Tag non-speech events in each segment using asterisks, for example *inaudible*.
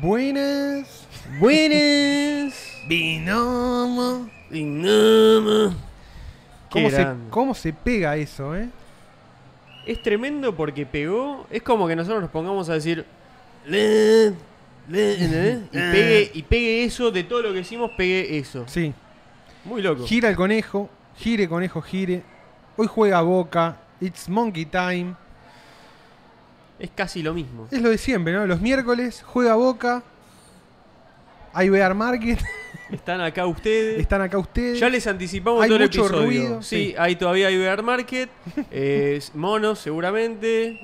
Buenas. Buenas. *laughs* Binomo. Dinamo. ¿Cómo Qué se, grande. ¿Cómo se pega eso, eh? Es tremendo porque pegó. Es como que nosotros nos pongamos a decir. "Le, le", *laughs* ¿entendés? y, pegue, y pegue eso de todo lo que hicimos, pegue eso. Sí. Muy loco. Gira el conejo. Gire, conejo, gire. Hoy juega Boca. It's Monkey Time. Es casi lo mismo. Es lo de siempre, ¿no? Los miércoles juega Boca. Hay Bear *laughs* Market. Están acá ustedes. Están acá ustedes. Ya les anticipamos Hay todo el mucho episodio. ruido, sí, sí. ahí todavía hay *laughs* bear market, eh, monos seguramente,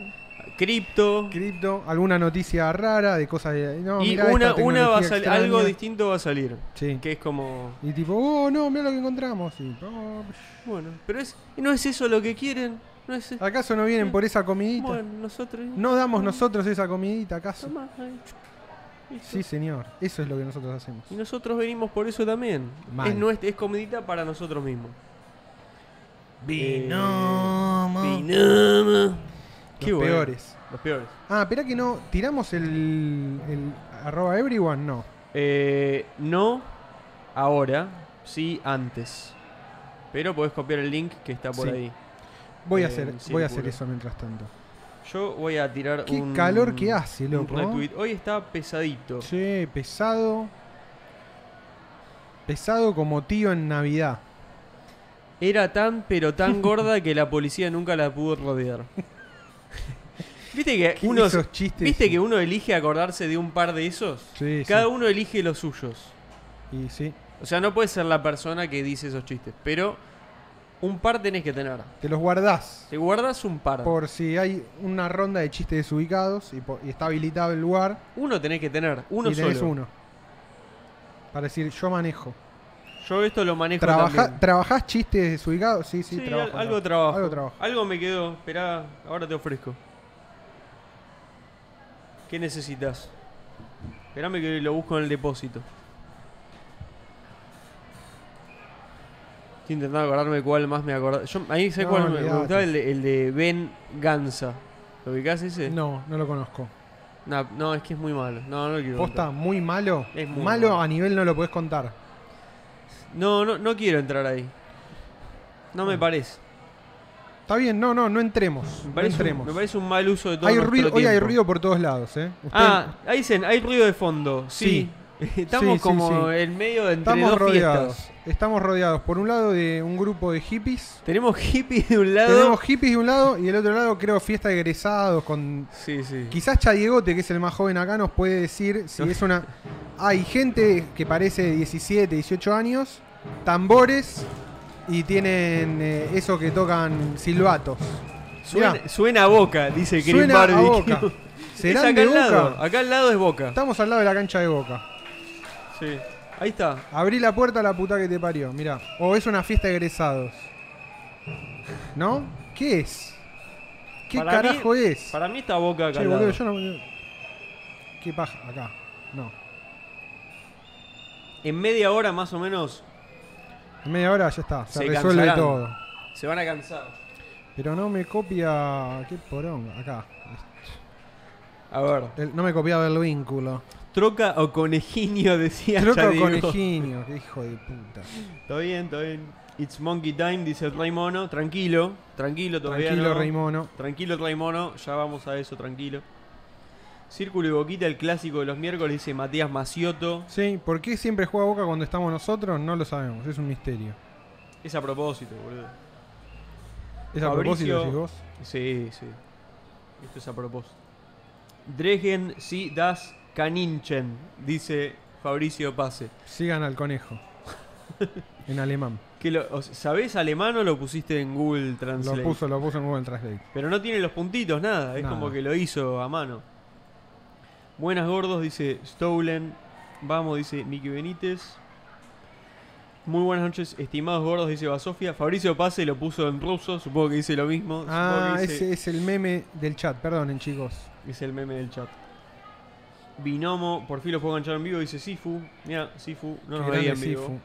cripto Cripto, alguna noticia rara de cosas de. No, y mirá esta una, una va a tecnología sal- extraña. algo distinto va a salir, Sí. que es como Y tipo, oh, no, mira lo que encontramos. Y, oh, bueno, pero es no es eso lo que quieren, no es ¿Acaso no vienen por esa comidita? bueno nosotros ¿No damos nosotros esa comidita, acaso? Tomá, ahí. Listo. Sí, señor. Eso es lo que nosotros hacemos. Y nosotros venimos por eso también. Mal. Es, nuestra, es comidita para nosotros mismos. Binomo. Dinamo. Los peores. Los peores. Ah, espera que no. ¿Tiramos el, el arroba everyone? No. Eh, no ahora, sí antes. Pero podés copiar el link que está por Sí. ahí. Voy a Eh, hacer, sí, voy a puro. hacer eso mientras tanto. Yo voy a tirar Qué un... calor que hace, un loco, ¿eh? ¿no? retweet. Hoy está pesadito. Che, pesado. Pesado como tío en Navidad. Era tan, pero *laughs* tan gorda que la policía nunca la pudo rodear. ¿Viste que, ¿Qué uno, esos chistes? ¿Viste que uno elige acordarse de un par de esos? Sí, sí. Cada uno elige los suyos. Y sí, O sea, no puedes ser la persona que dice esos chistes, pero un par tenés que tener. te los guardás. Te guardas un par. Por si hay una ronda de chistes desubicados y, po- y está habilitado el lugar. Uno tenés que tener, uno y tenés solo. uno. Para decir, yo manejo. Yo esto lo manejo Trabaja, también. ¿Trabajás chistes desubicados? Sí, sí, Sí, trabajo, al- algo trabajo. Algo trabajo. Algo me quedó. Esperá, ahora te ofrezco. ¿Qué necesitas? Esperame que lo busco en el depósito. Estoy intentando acordarme cuál más me acordaba. Yo, ahí sé No, cuál me- me, olvidate. gustaba, el de, el de Ben Ganza. ¿Lo ubicás ese? No, no lo conozco. Nah, no, es que es muy malo. No, no lo quiero. Posta, contar. muy malo. Es muy malo malo. a nivel no lo podés contar. No, no, no quiero entrar ahí. No me Bueno. parece. Está bien, no, no, no entremos. Me No parece, un, entremos. me parece un mal uso de todo Hay nuestro ruido, hoy hay tiempo. ruido por todos lados, ¿eh? Usted- Ah, ahí dicen, hay ruido de fondo. Sí. *laughs* Estamos Sí, sí, como sí. en medio de entre estamos dos rodeados. fiestas. Estamos rodeados por un lado de un grupo de hippies. Tenemos hippies de un lado. Tenemos hippies de un lado y del otro lado creo fiesta de egresados con... Sí, sí. Quizás Chadiegote, que es el más joven acá, nos puede decir si No. es una... Hay gente que parece de 17, 18 años, tambores y tienen eh, eso que tocan silbatos. Suena, suena a boca, dice Green Suena a Barbecue. *laughs* Boca. Es ¿Serán acá de al lado. Boca? Acá al lado es boca. Estamos al lado de la cancha de Boca. Sí. Ahí está. Abrí la puerta a la puta que te parió, mirá. O es una fiesta de egresados. ¿No? ¿Qué es? ¿Qué Para mí- carajo es? Para mí está boca acá. Che, al boludo, lado. yo no... yo- ¿Qué paja? Acá. No. En media hora más o menos En media hora ya está. Se, Se resuelve cansarán. todo. se van a cansar. Pero no me copia... ¿Qué poronga? Acá. A ver. El- no me copiaba el vínculo. Troca o conejinio *laughs* decía Troco Chadigo. *laughs* conejinio. Qué hijo de puta. Está bien, está bien. It's monkey time, dice el Rey Mono. Tranquilo, tranquilo todavía Tranquilo, no. Reimono. Tranquilo, Rey Mono, ya vamos a eso, tranquilo. Círculo y Boquita, el clásico de los miércoles, dice Matías Macioto. Sí, ¿por qué siempre juega Boca cuando estamos nosotros? No lo sabemos, es un misterio. Es a propósito, boludo. ¿Es a Fabricio- propósito decís vos? Sí, sí. Esto es a propósito. Dregen si das Kaninchen, dice Fabricio Pase. Sigan al *laughs* conejo. en alemán. Que lo, o sea, ¿Sabés alemán o lo pusiste en Google Translate? Lo puso, lo puso en Google Translate. Pero no tiene los puntitos, nada. Es Nada. como que lo hizo a mano. Buenas gordos, dice Stolen. Vamos, dice Miki Benítez. Muy buenas noches, estimados gordos, dice Basofia. Fabricio Pase lo puso en ruso, supongo que dice lo mismo. Ah, supongo que dice- ese es el meme del chat, perdonen chicos. es el meme del chat. Binomo, por fin lo puedo enganchar en vivo, dice Sifu. Mira, Sifu, no nos Qué veía en grande vivo. Sifu.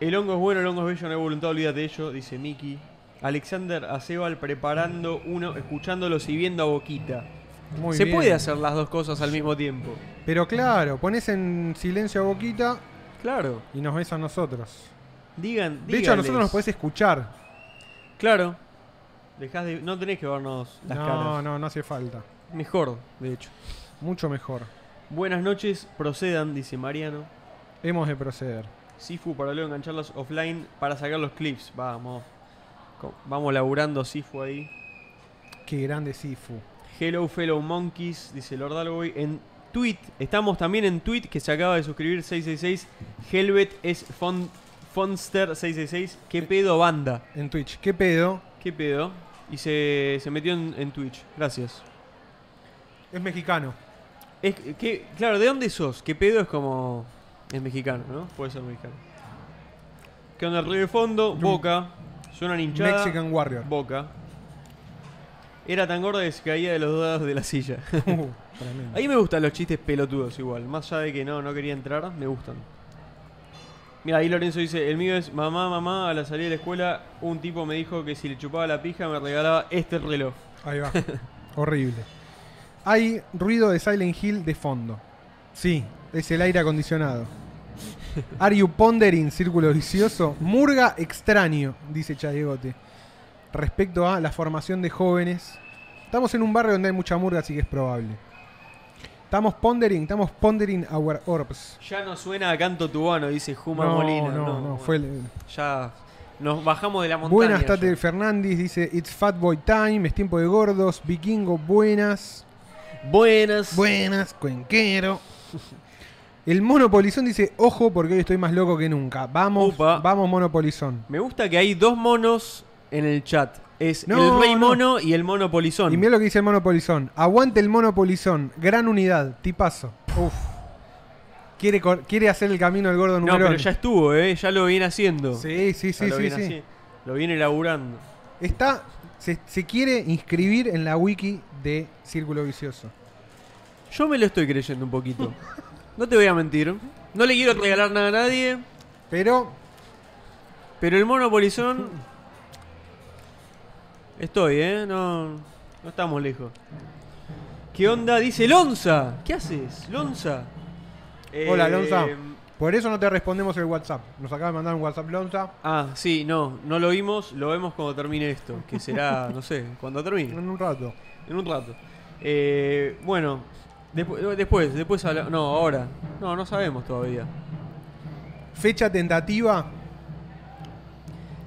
El hongo es bueno, el hongo es bello, no hay voluntad, olvídate de ello, dice Miki. Alexander Acebal preparando uno, escuchándolos y viendo a Boquita. Muy Se bien. puede hacer las dos cosas al mismo tiempo. Pero claro, pones en silencio a Boquita Claro. y nos ves a nosotros. Digan, De hecho, a nosotros díganles. nos podés escuchar. Claro. Dejás de- no tenés que vernos las no, caras. no, no hace falta. Mejor, de hecho. Mucho mejor. Buenas noches, procedan, dice Mariano. Hemos de proceder. Sifu para luego engancharlos offline para sacar los clips. Vamos. Co- Vamos laburando Sifu ahí. Qué grande Sifu. Hello fellow monkeys, dice Lord Alboy. En tweet, estamos también en tweet que se acaba de suscribir 666. Helvet es fon- Fonster 666. ¿Qué pedo banda? En Twitch. ¿Qué pedo? ¿Qué pedo? Y se, se metió en, en Twitch. Gracias. Es mexicano. Es que, claro, ¿de dónde sos? ¿Qué pedo es como... Es mexicano, ¿no? Puede ser mexicano. Mm. ¿Qué onda el ruido de fondo? Boca. Suena hinchada. Mexican Warrior. *laughs* Boca. Era tan gorda que se caía de los dados de la silla. *laughs* Uh, tremendo. A mí me gustan los chistes pelotudos igual. Más allá de que no, no quería entrar, me gustan. Mira, ahí Lorenzo dice, el mío es, mamá, mamá, a la salida de la escuela, un tipo me dijo que si le chupaba la pija me regalaba este reloj. Ahí va. Horrible. Hay ruido de Silent Hill de fondo. Sí, es el aire acondicionado. Are you pondering, círculo vicioso? Murga extraño, dice Chadegote. Respecto a la formación de jóvenes. Estamos en un barrio donde hay mucha murga, así que es probable. Estamos pondering, estamos pondering our orbs. Ya no suena a canto tubano, dice Juma Molina. no, no, bueno, fue el- Ya nos bajamos de la montaña. Buenas, ya. Tate Fernández, dice It's Fatboy Time, es tiempo de gordos, vikingo, buenas. Buenas. Buenas, cuenquero. El Monopolizón dice, ojo porque hoy estoy más loco que nunca. Vamos, Upa. vamos Monopolizón. Me gusta que hay dos monos en el chat. Es No, el rey no. mono y el mono polizón. Y mira lo que dice el Monopolizón. Aguante el Monopolizón. Gran unidad, tipazo. Uf. Quiere, cor- quiere hacer el camino del gordo No, número pero ya estuvo, ¿eh? Ya lo viene haciendo. Sí, sí, Ya sí, lo, sí. viene sí. haci- lo viene laburando. Está, se, se quiere inscribir en la wiki de Círculo Vicioso. Yo me lo estoy creyendo un poquito. No te voy a mentir. No le quiero regalar nada a nadie, Pero pero el mono polizón... Estoy, ¿eh? No, no estamos lejos. ¿Qué onda? Dice Lonza. ¿Qué haces? Lonza. Hola, Eh, Lonza. Por eso no te respondemos el WhatsApp. Nos acaba de mandar un WhatsApp Lonza. Ah, sí, no, no lo vimos, lo vemos cuando termine esto, *laughs* que será, no sé, cuando termine, En un rato. en un rato. Eh, bueno, despu- después, después, habla- no, ahora, no, no sabemos todavía. Fecha tentativa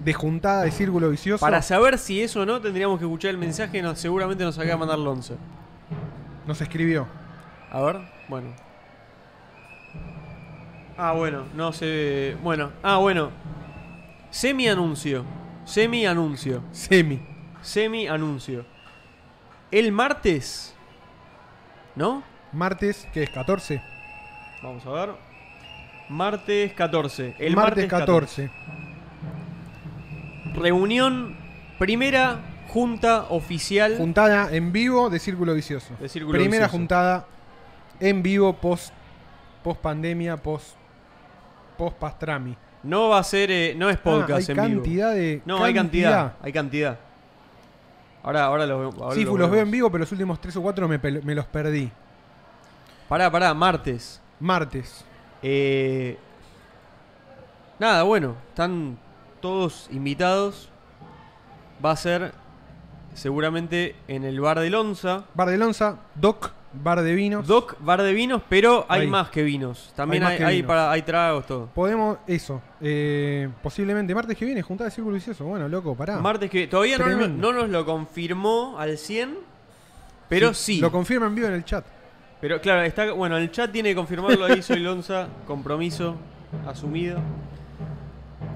de juntada de Círculo Vicioso. Para saber si es o no, tendríamos que escuchar el mensaje, nos, seguramente nos acaba de mandar Lonzo. Nos escribió. A ver, bueno. Ah, bueno, no sé, bueno, ah, bueno. Semi-anuncio, semi-anuncio. Semi. Semi-anuncio. El martes. ¿No? Martes, que es 14. Vamos a ver. Martes 14. El martes 14. Reunión primera junta oficial. Juntada en vivo de Círculo Vicioso. De Círculo Primera Vicioso. juntada en vivo post, post pandemia, post, post pastrami. no va a ser. eh, no es Ah, podcast hay en vivo. cantidad de. No, hay cantidad. Hay cantidad. Ahora, ahora los veo. ahora Sí, los los veo vemos. en vivo, pero los últimos 3 o 4 me, pel- me los perdí. Pará, pará, martes. Martes. Eh, nada, bueno. Están todos invitados. Va a ser seguramente en el bar de Lonza. Bar de Lonza, Doc, Bar de Vinos. Doc, bar de vinos, pero hay Ahí. más que vinos. Hay También más hay, que hay vinos. para, hay tragos, todo. Podemos, eso. eh, posiblemente martes que viene, juntada de Círculo Vicioso. Bueno, loco, pará. Martes que todavía no, Ah. Tremendo. no nos lo confirmó al 100, pero sí. Lo confirma en vivo en el chat. pero claro, está bueno, el chat tiene que confirmarlo ahí, soy Lonza, compromiso asumido.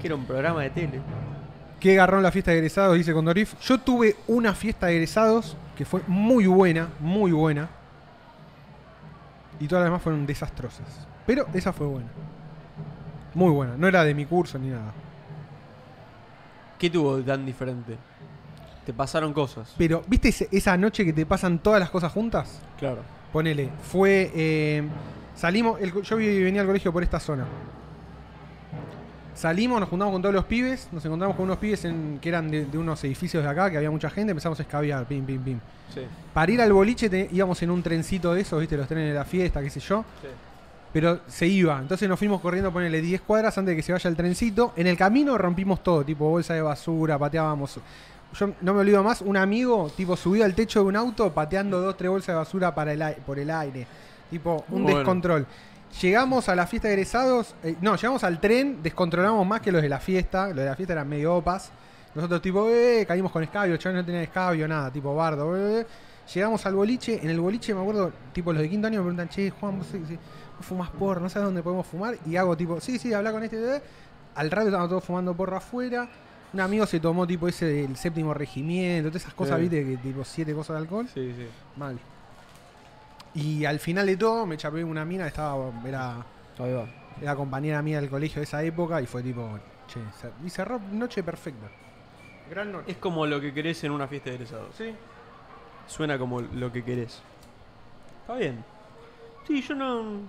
Que era un programa de tele. Qué garrón la fiesta de egresados, dice Condorif. Yo tuve una fiesta de egresados que fue muy buena, muy buena. Y todas las demás fueron desastrosas. Pero esa fue buena. Muy buena. No era de mi curso ni nada. ¿Qué tuvo de tan diferente? Te pasaron cosas. Pero, ¿viste ese- esa noche que te pasan todas las cosas juntas? Claro. Ponele, fue. eh, salimos. el co- yo vi- venía al colegio por esta zona. Salimos, nos juntamos con todos los pibes, nos encontramos con unos pibes en- que eran de, de unos edificios de acá, que había mucha gente, empezamos a escabiar, pim, pim, pim. Sí, Para ir al boliche te- íbamos en un trencito de esos, viste, los trenes de la fiesta, qué sé yo, sí. pero se iba. Entonces nos fuimos corriendo, ponele 10 cuadras antes de que se vaya el trencito. En el camino rompimos todo, tipo bolsa de basura, pateábamos. Yo no me olvido más, un amigo, tipo, subido al techo de un auto pateando dos, tres bolsas de basura para el ai- por el aire. Tipo, un Bueno. descontrol. Llegamos a la fiesta de egresados, eh, no, llegamos al tren, descontrolamos más que los de la fiesta. Los de la fiesta eran medio opas. Nosotros, tipo, eh, caímos con escabio, yo no tenía escabio, nada, tipo, bardo, eh. Llegamos al boliche, en el boliche me acuerdo, tipo los de quinto año me preguntan, che, Juan, vos, sí, sí, vos fumás porro, no sabes dónde podemos fumar. Y hago tipo, sí, sí, habla con este. eh". Al rato estábamos todos fumando porro afuera. Un amigo se tomó tipo ese del séptimo regimiento, todas esas cosas, Sí. viste, que tipo siete cosas de alcohol. Sí, sí. Mal. Y al final de todo me chapé una mina, estaba, era, Ahí va. era compañera mía del colegio de esa época y fue tipo, che, cer- y cerró noche perfecta. Gran noche. Es como lo que querés en una fiesta de egresados. Sí. Suena como lo que querés. Está bien. Sí, yo no.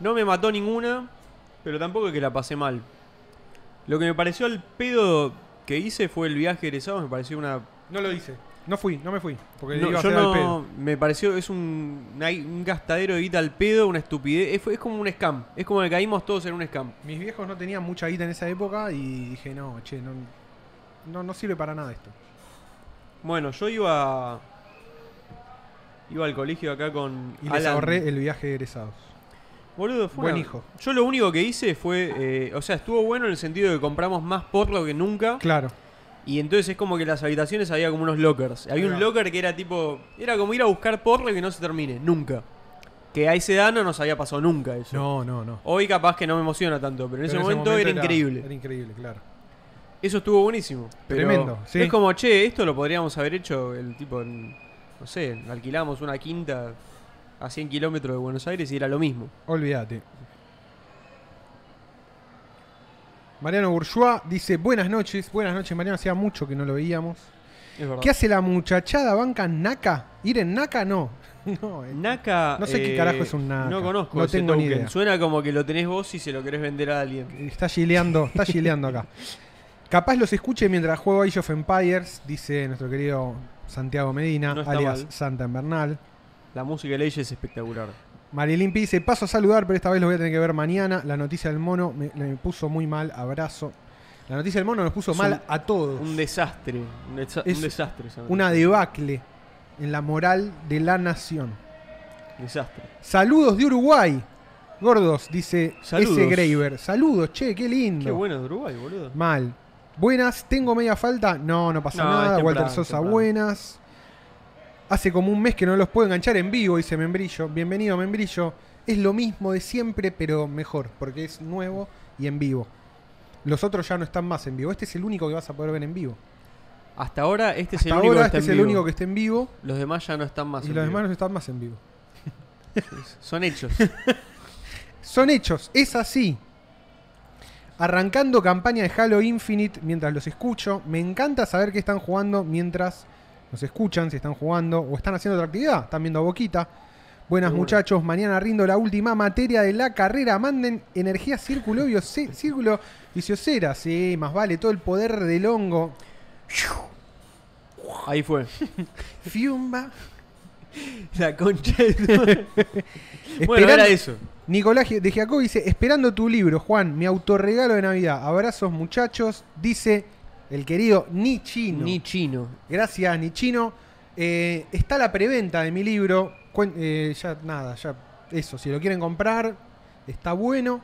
No me mató ninguna, pero tampoco es que la pasé mal. Lo que me pareció al pedo que hice fue el viaje de egresados, me pareció una. No lo hice. No fui, no me fui. Porque No, iba a yo hacer al pedo. no. Me pareció, es un, una- un gastadero de guita al pedo, una estupidez. Es, fue- es como un scam. Es como que caímos todos en un scam. Mis viejos no tenían mucha guita en esa época y dije, no, che, no, no, no sirve para nada esto. Bueno, yo iba. Iba al colegio acá con. Y les Alan. ahorré el viaje de egresados. Boludo, fue Buen una- hijo. Yo lo único que hice fue. eh, o sea, estuvo bueno en el sentido de que compramos más porro que nunca. Claro. Y entonces es como que en las habitaciones había como unos lockers. Ahí Había va. un locker que era tipo. Era como ir a buscar porro y que no se termine, nunca. Que a ese edad no nos había pasado nunca eso. No, no, no. Hoy capaz que no me emociona tanto, pero en, ese, Pero momento, era increíble. Era increíble, claro. Eso estuvo buenísimo. pero Tremendo, sí. Es como, che, esto lo podríamos haber hecho el tipo en- No sé, alquilamos una quinta a 100 kilómetros de Buenos Aires y era lo mismo. Olvídate. Mariano Bourgeois dice, buenas noches, buenas noches Mariano, hacía mucho que no lo veíamos. Es verdad. ¿Qué hace la muchachada banca Naca? Ir en Naca no. *laughs* no, eh. Naka. No sé qué carajo es un Naka. No conozco. No ese tengo ni token. idea. Suena como que lo tenés vos y se lo querés vender a alguien. Está gileando, está gileando acá. Capaz los escuche mientras juego Age of Empires, dice nuestro querido Santiago Medina, No está alias mal. Santa Invernal. La música de Leyes es espectacular. Marilyn P dice, paso a saludar, pero esta vez lo voy a tener que ver mañana. La noticia del mono me, me puso muy mal, abrazo. La noticia del mono nos puso Es mal un- a todos. Un desastre. Un, desa- Es un desastre. Sandra. Una debacle en la moral de la nación. Desastre. Saludos de Uruguay. Gordos, dice Saludos. ese Graver. Saludos, che, qué lindo. Qué bueno de Uruguay, boludo. Mal. Buenas, tengo media falta. No, no pasa No, es nada. temprano, Walter es Sosa, temprano. buenas. Hace como un mes que no los puedo enganchar en vivo, dice Membrillo. Bienvenido, Membrillo. Es lo mismo de siempre, pero mejor, porque es nuevo y en vivo. Los otros ya no están más en vivo. Este es el único que vas a poder ver en vivo. Hasta ahora este es Hasta el único ahora que este está en es el vivo. único que está en vivo Los demás ya no están más. y en los vivo. demás no están más en vivo. *laughs* Son hechos. Son hechos, es así. Arrancando campaña de Halo Infinite mientras los escucho. Me encanta saber qué están jugando mientras nos escuchan, si están jugando o están haciendo otra actividad. Están viendo a Boquita. Buenas Seguro. muchachos, mañana rindo la última materia de la carrera. Manden energía círculo, bio- sí, círculo viciosera. Sí, más vale, todo el poder del hongo. Ahí fue. Fiumba. La concha de todo. bueno, Esperando- era eso. Nicolás de Giacobo dice, esperando tu libro, Juan, mi autorregalo de Navidad. Abrazos, muchachos. Dice el querido Nichino. Ni chino. Gracias, Nichino. Eh, está la preventa de mi libro. Cuen- eh, ya, nada, ya, eso. Si lo quieren comprar, está bueno.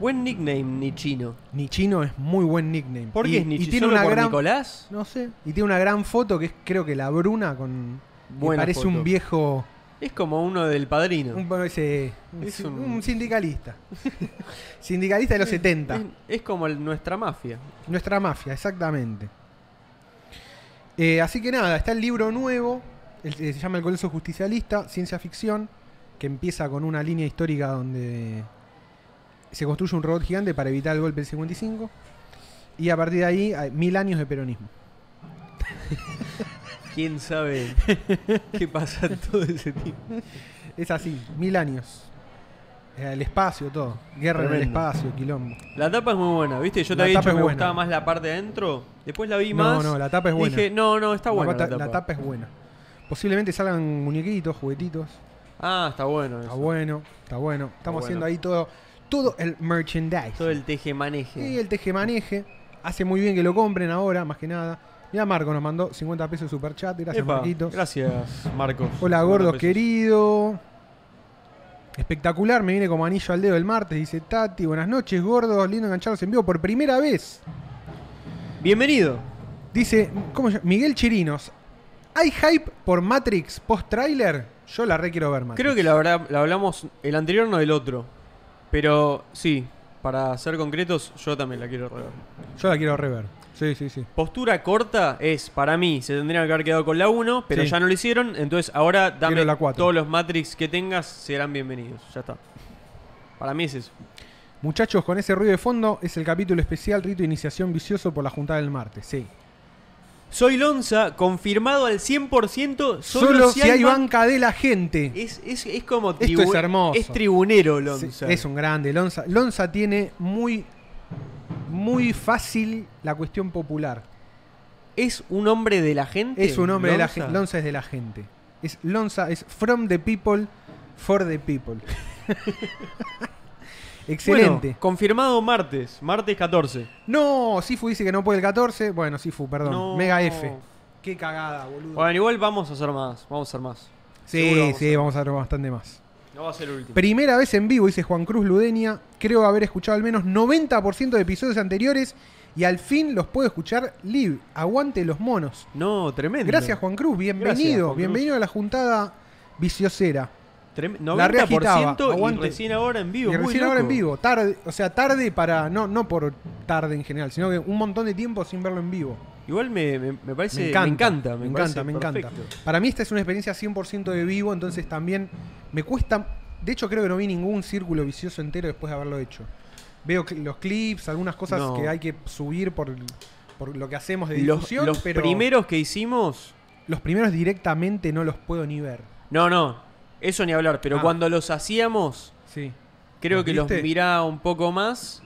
Buen nickname, ni chino. Nichino es muy buen nickname. ¿Por Y- qué es ni y chino? tiene ¿Solo una por gran, Nicolás? No sé. Y tiene una gran foto que es, creo que la Bruna con... que Buena parece foto. un viejo... Es como uno del padrino. Un, bueno, ese- un Es sin- un- un *laughs* sindicalista. sindicalista de los 70. Es, es como el- nuestra mafia. Nuestra mafia, exactamente. Eh, así que nada, está el libro nuevo, el- eh, se llama El Coloso Justicialista, ciencia ficción, que empieza con una línea histórica donde se construye un robot gigante para evitar el golpe del 55. Y a partir de ahí, hay mil años de peronismo. ¿Quién *laughs* sabe qué pasa en todo ese tipo? Es así, mil años. Eh, El espacio, todo. Guerra en el Tremendo. espacio, quilombo. La tapa es muy buena, ¿viste? Yo te La había tapa dicho es que me buena. gustaba más la parte de adentro. Después la vi No, más. no, la tapa es buena. Dije, no, no, está La buena. pata- La tapa. es buena. Posiblemente salgan muñequitos, juguetitos. Ah, está bueno. Está eso. bueno, está bueno. Estamos bueno. haciendo ahí todo, todo el merchandise. Todo el tejemaneje. Y el tejemaneje. Hace muy bien que lo compren ahora, más que nada. Mira, Marco nos mandó 50 pesos de superchat. Gracias, Epa, Marquitos. Gracias, Marcos. Hola, gordos Pesos. querido. Espectacular, me viene como anillo al dedo el martes, dice Tati. Buenas noches, gordos. Lindo engancharlos en vivo por primera vez. Bienvenido. Dice, ¿cómo se llama? Miguel Chirinos. ¿Hay hype por Matrix post-trailer? Yo la re quiero ver, Matrix. Creo que la verdad la hablamos el anterior, no el otro. Pero sí, para ser concretos, yo también la quiero rever. Yo la quiero rever. Sí, sí, sí. Postura corta es, para mí, se tendrían que haber quedado con la 1, pero Sí. ya no lo hicieron. Entonces ahora dame Quiero la cuatro. todos los Matrix que tengas, serán bienvenidos. Ya está. Para mí es eso. Muchachos, con ese ruido de fondo es el capítulo especial Rito de Iniciación Vicioso por la juntada del martes. Sí. Soy Lonza, confirmado al 100%, solo, Solo, si hay ban- banca de la gente. Es, es, es como Esto tribu- es hermoso. Es tribunero Sí, Lonza. es un grande. Lonza, Lonza tiene muy, muy fácil la cuestión popular. ¿Es un hombre de la gente. Es un hombre de la Lonza? gente. Lonza es de la gente. Es Lonza es from the people, for the people. *laughs* Excelente. Bueno, confirmado martes, martes 14. No, Sifu dice que no puede el 14. Bueno, Sifu, perdón. No. Mega F. Qué cagada, boludo. Bueno, igual vamos a hacer más, vamos a hacer más. seguro sí, vamos sí, vamos a ver bastante más. No va a ser el último. Primera vez en vivo, dice Juan Cruz Ludenia. Creo haber escuchado al menos 90% de episodios anteriores y al fin los puedo escuchar live. Aguante los monos. no, tremendo. Gracias, Juan Cruz. Bienvenido. Gracias, Juan Cruz. bienvenido a la juntada viciosera. Trem- La reagitaba, 90% y aguante. recién ahora en vivo. Y muy recién ahora en loco. vivo, tarde, o sea, tarde para, no, no por tarde en general, sino que un montón de tiempo sin verlo en vivo. Igual me, me- me parece. me encanta, me, parece encanta, me encanta. perfecto. Para mí esta es una experiencia 100% de vivo, entonces también me cuesta, de hecho creo que no vi ningún círculo vicioso entero después de haberlo hecho. Veo cl- los clips, algunas cosas No. que hay que subir por, por lo que hacemos de Los, difusión, los pero primeros que hicimos. los primeros directamente no los puedo ni ver. No, no. Eso ni hablar. Pero Ah. cuando los hacíamos, Sí. creo ¿Los que los viste? miraba un poco más.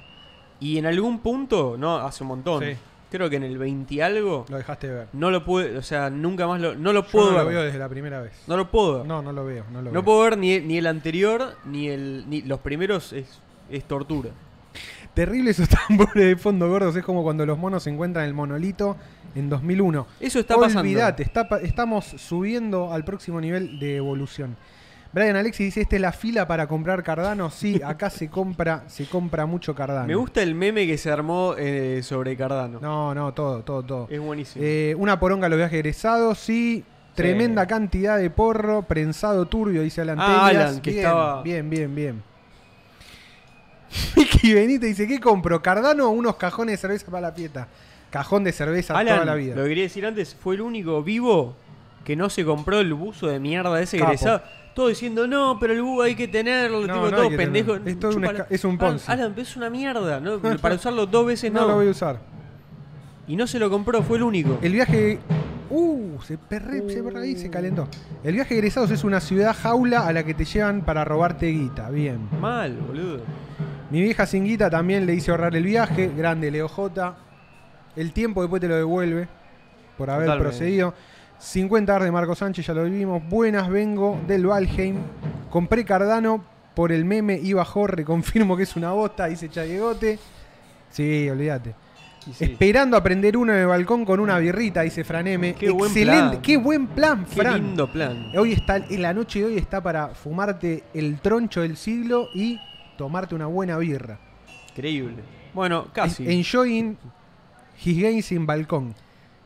Y en algún punto, no, hace un montón. Sí. Creo que en el 20 y algo. Lo dejaste de ver. No lo pude, o sea, nunca más lo, no lo Yo puedo no lo ver. veo desde la primera vez. No lo puedo ver. No, No, no lo veo, no lo veo. puedo ver ni, ni el anterior, ni el ni los primeros es, es tortura. Terrible esos *laughs* tambores de fondo gordos. Es como cuando los monos encuentran el monolito en 2001. Eso está Olvídate, está pa- estamos subiendo al próximo nivel de evolución. Brian Alexis dice, ¿esta es la fila para comprar Cardano? *laughs* Sí, acá se compra, se compra mucho Cardano. pasando. Me gusta el meme que se armó eh, sobre Cardano. No, no, todo, todo, todo. Es buenísimo. Eh, una poronga a los viajes egresados, sí. Tremenda cantidad de porro, prensado turbio, dice Alan Ah, Telias. Alan, que bien, estaba- bien, bien, bien. *laughs* Vicky Benítez dice, ¿qué compro? Cardano o unos cajones de cerveza para la pieta. Cajón de cerveza Alan, toda la vida. lo que quería decir antes, fue el único vivo que no se compró el buzo de mierda ese Capo. egresado. Todo diciendo, no, pero el buzo hay que tenerlo, No, tipo, no hay todo que pendejo. tenerlo. Es todo un Chúpala. esca- es un Alan- Ponzi. Alan, es una *laughs* mierda, ¿no? Para usarlo dos veces no no. lo voy a usar. Y no se lo compró, fue el único. El viaje. Uh, se perre, se perre ahí, se calentó. El viaje egresados es una ciudad jaula a la que te llevan para robarte guita. Bien. Mal, boludo. Mi vieja sin guita también le hice ahorrar el viaje. Grande Leo J. El tiempo después te lo devuelve por haber Totalmente. procedido. 50 tarde Marco Sánchez, ya lo vivimos. Buenas, vengo del Valheim. Compré Cardano por el meme y bajó. *laughs* Reconfirmo que es una bosta, dice Chaguegote. Sí, olvídate. Y sí. Esperando aprender uno en el balcón con una birrita, dice Fran M. Qué buen Excelente, plan. qué buen plan, Qué Fran. lindo plan. Hoy está, en la noche de hoy está para fumarte el troncho del siglo y tomarte una buena birra. Increíble. Bueno, casi. En- Enjoying his games sin balcón.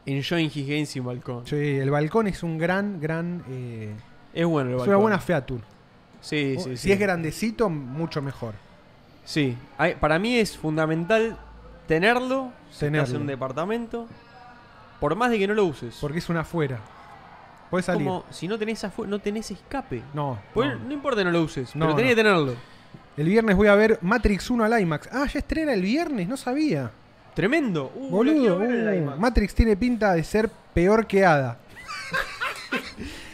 Enjoying his games sin balcón. Sí, el balcón es un gran, gran. eh, Es bueno el es balcón. una buena featur. Sí, O- sí, si sí. es grandecito, mucho mejor. Sí. Ay, Para mí es fundamental tenerlo. Si Tenerlo. estás en un departamento. Por más de que no lo uses. Porque es una afuera. Puedes Es salir. como si no tenés afue- no tenés escape. No, Pues, no. no. importa que no lo uses, No, pero tenés no. que tenerlo. El viernes voy a ver Matrix 1 al IMAX. Ah, ya estrena el viernes, no sabía. Tremendo. Uh, lo Boludo, quiero ver en el uh, IMAX. Matrix tiene pinta de ser peor que Ada.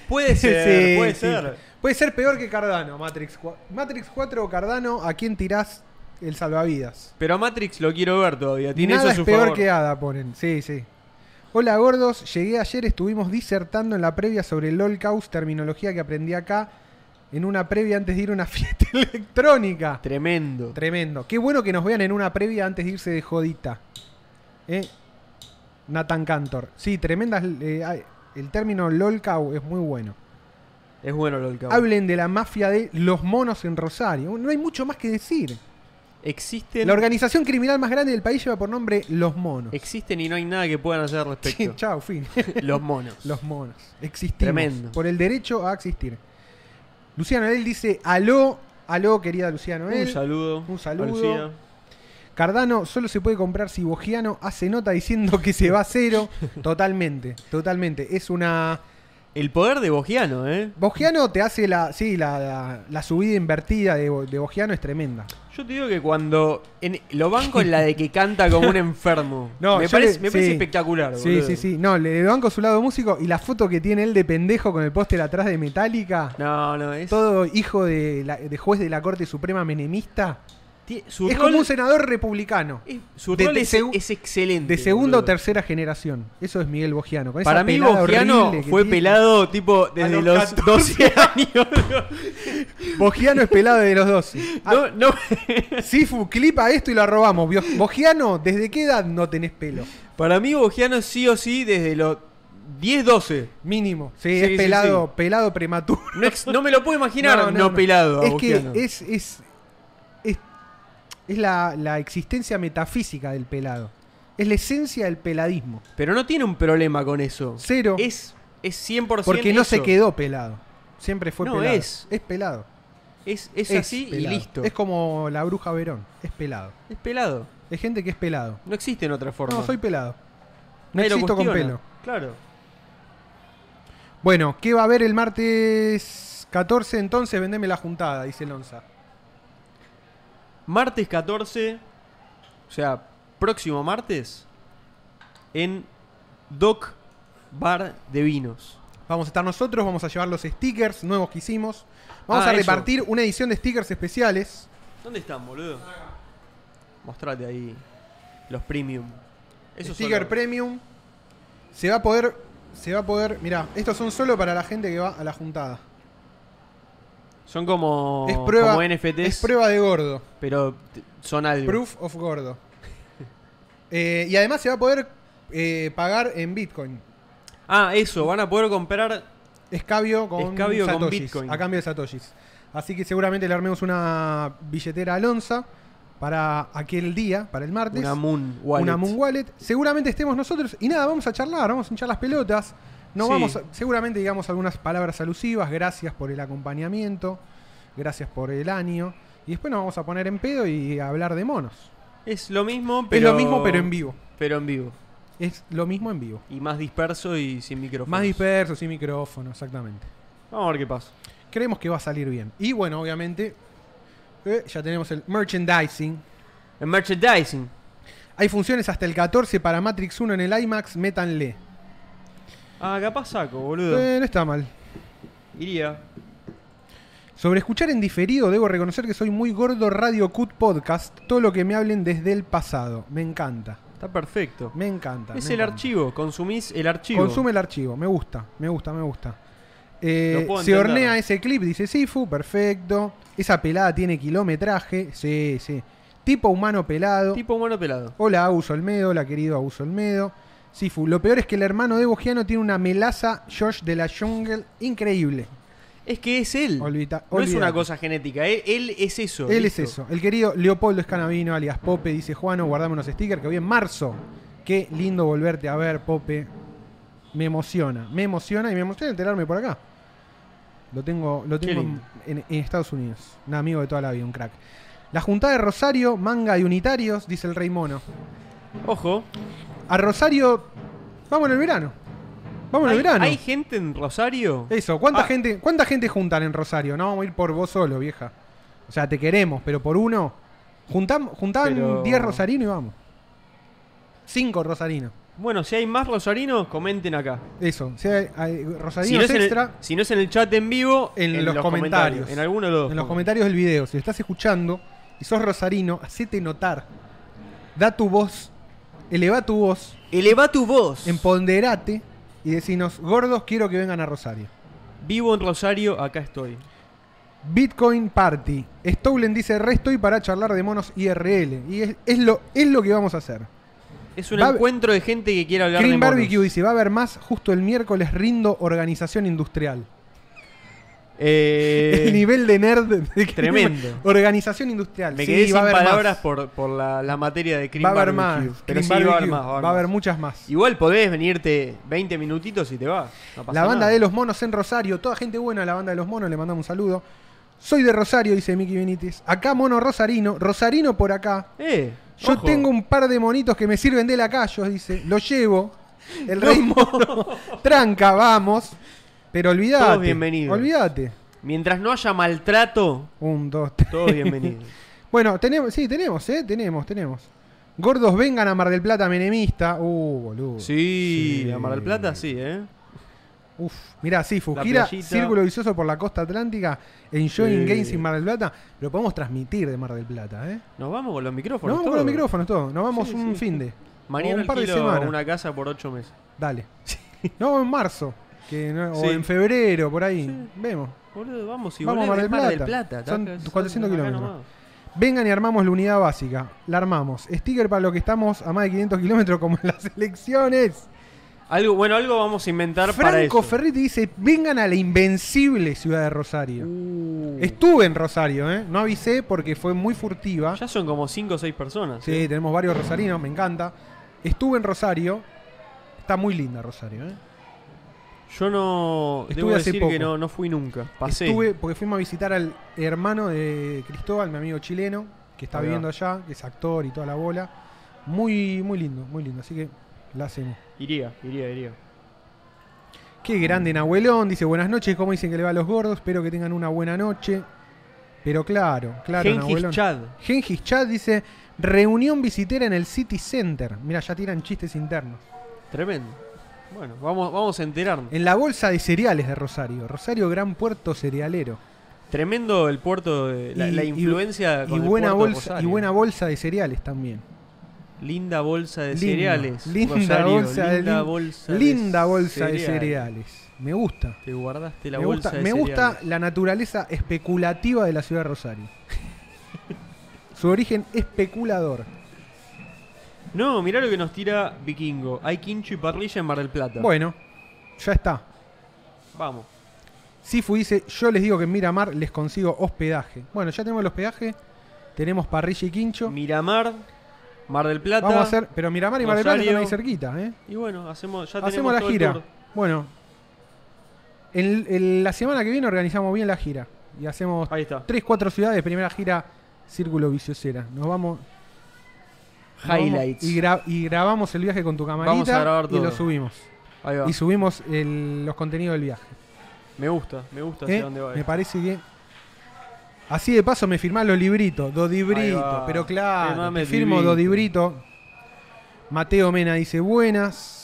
Puede ser, *laughs* Sí, puede sí. ser. Puede ser peor que Cardano, Matrix 4. Matrix 4 o Cardano, ¿a quién tirás el salvavidas? Pero a Matrix lo quiero ver todavía. Tiene Nada eso a es su peor favor. que Ada, ponen. Sí, sí. Hola gordos, llegué ayer, estuvimos disertando en la previa sobre el LOLCAUS, terminología que aprendí acá en una previa antes de ir a una *laughs* fiesta electrónica. Tremendo. Tremendo. Qué bueno que nos vean en una previa antes de irse de jodita. ¿Eh? Nathan Cantor. Sí, tremendas. eh, ay, el término LOLCAU es muy bueno. Es bueno lo del cabo. Hablen de la mafia de los monos en Rosario. No hay mucho más que decir. Existen, La organización criminal más grande del país lleva por nombre Los Monos. existen y no hay nada que puedan hacer al Sí, respecto. Chao, fin. Los monos. Los monos. Existimos. Tremendo. Por el derecho a existir. Luciano Noel dice: Aló, aló, querida Luciano Un Noel. saludo. Un saludo. a Lucía. Cardano solo se puede comprar si Bogiano hace nota diciendo que se va a *laughs* cero. Totalmente, totalmente. Es una. El poder de Bogiano, ¿eh? Bogiano te hace la. Sí, la, la- la subida invertida de, Bo- de Bogiano es tremenda. Yo te digo que cuando. en- lo banco en la de que canta como un enfermo. *laughs* No, me yo parece, le- me sí. parece espectacular, Sí, boludo. sí, sí. No, le banco su lado músico y la foto que tiene él de pendejo con el póster atrás de Metallica. No, no, es. Todo hijo de, la- de juez de la Corte Suprema menemista. ti- su es rol, como un senador republicano. es- su de- rol de es, segu- es excelente. De segunda o boludo. tercera generación. Eso es Miguel Bogiano. Con esa Para mí, pelada Bogiano horrible que fue tiene. pelado tipo desde los los, *laughs* 12 años. Bogiano es pelado de los 12. Ah, *laughs* No, no. Sifu, clipa esto y lo robamos. Bio- Bogiano, ¿desde qué edad no tenés pelo? Para mí, Bogiano sí o sí desde los 10, 12. Mínimo. Sí, Sí, es sí, pelado, pelado prematuro. No, ex- no me lo puedo imaginar no, No, no, no. pelado. a Es que Bogiano. es, es, es, es la, la existencia metafísica del pelado. Es la esencia del peladismo. Pero no tiene un problema con eso. Cero. Es, es 100% porque no se eso. quedó pelado. Siempre fue No, pelado. es. es pelado. Es, es así y pelado. listo. Es como la bruja Verón. Es pelado. Es pelado. Hay gente que es pelado. No existe en otra forma. No, soy pelado. No Nadie lo existo con cuestiona. pelo. Claro. Bueno, ¿qué va a haber el martes 14? Entonces vendeme la juntada, dice Lonza. Martes 14, o sea, próximo martes, en Doc Bar de Vinos. Vamos a estar nosotros, vamos a llevar los stickers nuevos que hicimos. Vamos Ah, a eso. repartir una edición de stickers especiales. ¿Dónde están, boludo? Mostrate ahí los premium. Eso Sticker solo. premium. Se va a poder. Se va a poder. Mirá, estos son solo para la gente que va a la juntada. son como, es prueba. como NFTs, Es prueba de gordo. pero t- son algo. Proof of gordo. *laughs* Eh, y además se va a poder eh, pagar en Bitcoin. Ah, eso, van a poder comprar Escabio con Escabio con satoshis, Bitcoin. A cambio de satoshis. Así que seguramente le armemos una billetera a Alonso para aquel día, para el martes. una Moon Wallet. Una Moon Wallet. Seguramente estemos nosotros. Y nada, vamos a charlar, vamos a hinchar las pelotas. No Sí. vamos a- seguramente digamos algunas palabras alusivas. Gracias por el acompañamiento. Gracias por el año. Y después nos vamos a poner en pedo y a hablar de monos. Es lo mismo, pero... Es lo mismo, pero en vivo. Pero en vivo. Es lo mismo en vivo. Y más disperso y sin micrófono. Más dispersos y micrófono, exactamente. Vamos a ver qué pasa. creemos que va a salir bien. Y bueno, obviamente, eh, ya tenemos el merchandising. En merchandising. Hay funciones hasta el 14 para Matrix 1 en el IMAX, métanle. Ah, capaz saco, boludo. Eh, no está mal. Iría. Sobre escuchar en diferido, debo reconocer que soy muy gordo Radio Cut Podcast. Todo lo que me hablen desde el pasado. Me encanta. Está perfecto. Me encanta. es me el encanta. archivo. Consumís el archivo. Consume el archivo. Me gusta, me gusta, me gusta. Eh, Lo puedo se entender. hornea ese clip, dice Sifu. Perfecto. Esa pelada tiene kilometraje. Sí, sí. Tipo humano pelado. Tipo humano pelado. Hola, Augusto Olmedo. Hola, querido Augusto Olmedo. Sifu, lo peor es que el hermano de Bogiano tiene una melaza George de la Jungle increíble. Es que es él. Olvita- no es una olvídate. cosa genética. Él, él es eso. Él es listo. eso. El querido Leopoldo Escanavino, alias Pope, dice Juano, guardame unos stickers que voy en marzo. Qué lindo volverte a ver, Pope. Me emociona, me emociona y me emociona enterarme por acá. Lo tengo, lo Qué tengo en, lindo. en- en Estados Unidos. Un amigo de toda la vida, un crack. La juntada de Rosario, manga y unitarios, dice el Rey Mono. Ojo. A Rosario, vamos en el verano. Vamos en ¿Hay, el verano. hay gente en Rosario? Eso, ¿cuánta, Ah. gente, ¿cuánta gente juntan en Rosario? No vamos a ir por vos solo, vieja. O sea, te queremos, pero por uno. Juntan, juntan Pero- 10 rosarinos y vamos. 5 rosarinos. Bueno, si hay más rosarinos, comenten acá. Eso, si hay, hay Si no, rosarinos es en el, extra, si no es en el chat en vivo, En los comentarios. En alguno de los en los pongan. comentarios del video, si lo estás escuchando y sos rosarino, hacete notar. Da tu voz, eleva tu voz, Eleva tu voz. empoderate y decinos, gordos, quiero que vengan a Rosario. Vivo en Rosario, acá estoy. Bitcoin Party. Stolen dice, re estoy para charlar de monos IRL. Y es, es lo, es lo que vamos a hacer. Es un Va- encuentro de gente que quiere hablar de Green monos. Barbecue dice, va a haber más justo el miércoles rindo organización industrial. *laughs* Eh, el *laughs* nivel de nerd de Green tremendo. Bar- Organización industrial. me Sí, quedé va sin a haber palabras más. por, por la, la materia de Cream Va a haber Barbecue. más. Pero Green sí, va a haber Barbecue. más. va a haber más. muchas más. Igual podés venirte 20 minutitos y te vas. No pasa la banda nada. de los monos en Rosario. Toda gente buena, la banda de los monos. Le mandamos un saludo. Soy de Rosario, dice Miki Benítez. Acá mono rosarino. Rosarino por acá. Eh, Yo ojo. tengo un par de monitos que me sirven de lacayos, dice. Lo llevo. *laughs* El rey mono. *laughs* Tranca, vamos. Pero olvídate. Todos bienvenidos. Olvídate. Mientras no haya maltrato, Un, dos, tres. *laughs* todos bienvenidos. Bueno, tenemos, sí, tenemos, ¿eh? Tenemos, tenemos. Gordos vengan a Mar del Plata menemista. Uh, boludo. sí, a Mar del Plata sí, ¿eh? Uf, mirá, sí, La Fujira, playita. Círculo Vicioso por la costa atlántica, Enjoying Sí. Games en Mar del Plata. Lo podemos transmitir de Mar del Plata, ¿eh? Nos vamos con los Nos micrófonos. vamos con todos. los micrófonos, todo. Nos vamos Sí, un sí. fin de. Mañana un par de alquilo semanas. una casa por 8 meses. Dale. No, en marzo. que no- Sí. O en febrero, por ahí. Vemos. Boludo, vamos y Vamos a volvemos. Mar del Mar Plata. Plata, Son taca, 400 acá kilómetros. nomás. Vengan y armamos la unidad básica. La armamos. Sticker para los que estamos a más de 500 kilómetros, como en las elecciones. Algo, bueno, algo vamos a inventar para Franco eso. Ferretti dice: Vengan a la invencible ciudad de Rosario. Uh. Estuve en Rosario, ¿eh? No avisé porque fue muy furtiva. Ya son como 5 o 6 personas. Sí, tenemos varios rosarinos, me encanta. Estuve en Rosario. Está muy linda Rosario, ¿eh? Yo no. Estuve debo hace decir poco. que no, no fui nunca. Pasé. Estuve porque fuimos a visitar al hermano de Cristóbal, mi amigo chileno, que está Ahí va. viviendo allá, que es actor y toda la bola. Muy, muy lindo, muy lindo. Así que la hacemos. Iría, iría, iría. Qué grande Nahuelón, dice buenas noches, como dicen que le va a los gordos, espero que tengan una buena noche. Pero claro, claro, Gengis Nahuelón. Chad. Gengis Chad dice reunión visitera en el City Center. Mira, ya tiran chistes internos. Tremendo. Bueno, vamos, vamos a enterarnos. En la bolsa de cereales de Rosario. Rosario, gran puerto cerealero. Tremendo el puerto. De, la, Y- la y- influencia. Y con el buena, puerto de bolsa, y Rosario. buena bolsa de cereales también. Linda bolsa de Lindo, cereales. linda Rosario, bolsa de linda lin- bolsa. de Linda bolsa de cereales. cereales. Me gusta. Te guardaste la me bolsa gusta, de me gusta cereales. la naturaleza especulativa de la ciudad de *laughs* Rosario. Su origen especulador. No, mirá lo que nos tira Vikingo. Hay quincho y parrilla en Mar del Plata. Bueno, ya está. Vamos. Sifu dice, yo les digo que en Miramar les consigo hospedaje. Bueno, ya tenemos el hospedaje, tenemos parrilla y quincho. Miramar, Mar del Plata. Vamos a hacer, pero Miramar y Mar del Plata están ahí Rosario. cerquita, ¿eh? Y bueno, hacemos, ya Hacemos tenemos la todo el gira. tour. Bueno, en, en la semana que viene organizamos bien la gira. Y hacemos Ahí está. 3, 4 ciudades, primera gira, Círculo Viciosera. Nos vamos. nos vamos Highlights. y, gra- y grabamos el viaje con tu camarita Vamos a grabar y lo todo. subimos. Ahí va. Y subimos el- los contenidos del viaje. Me gusta, me gusta ¿Eh? hacia dónde va. Me esto. parece que. Así de paso me firmás los libritos, Ahí Dodibrito, va. pero claro, Firmame te el firmo librito. Dodibrito. Mateo Mena dice buenas.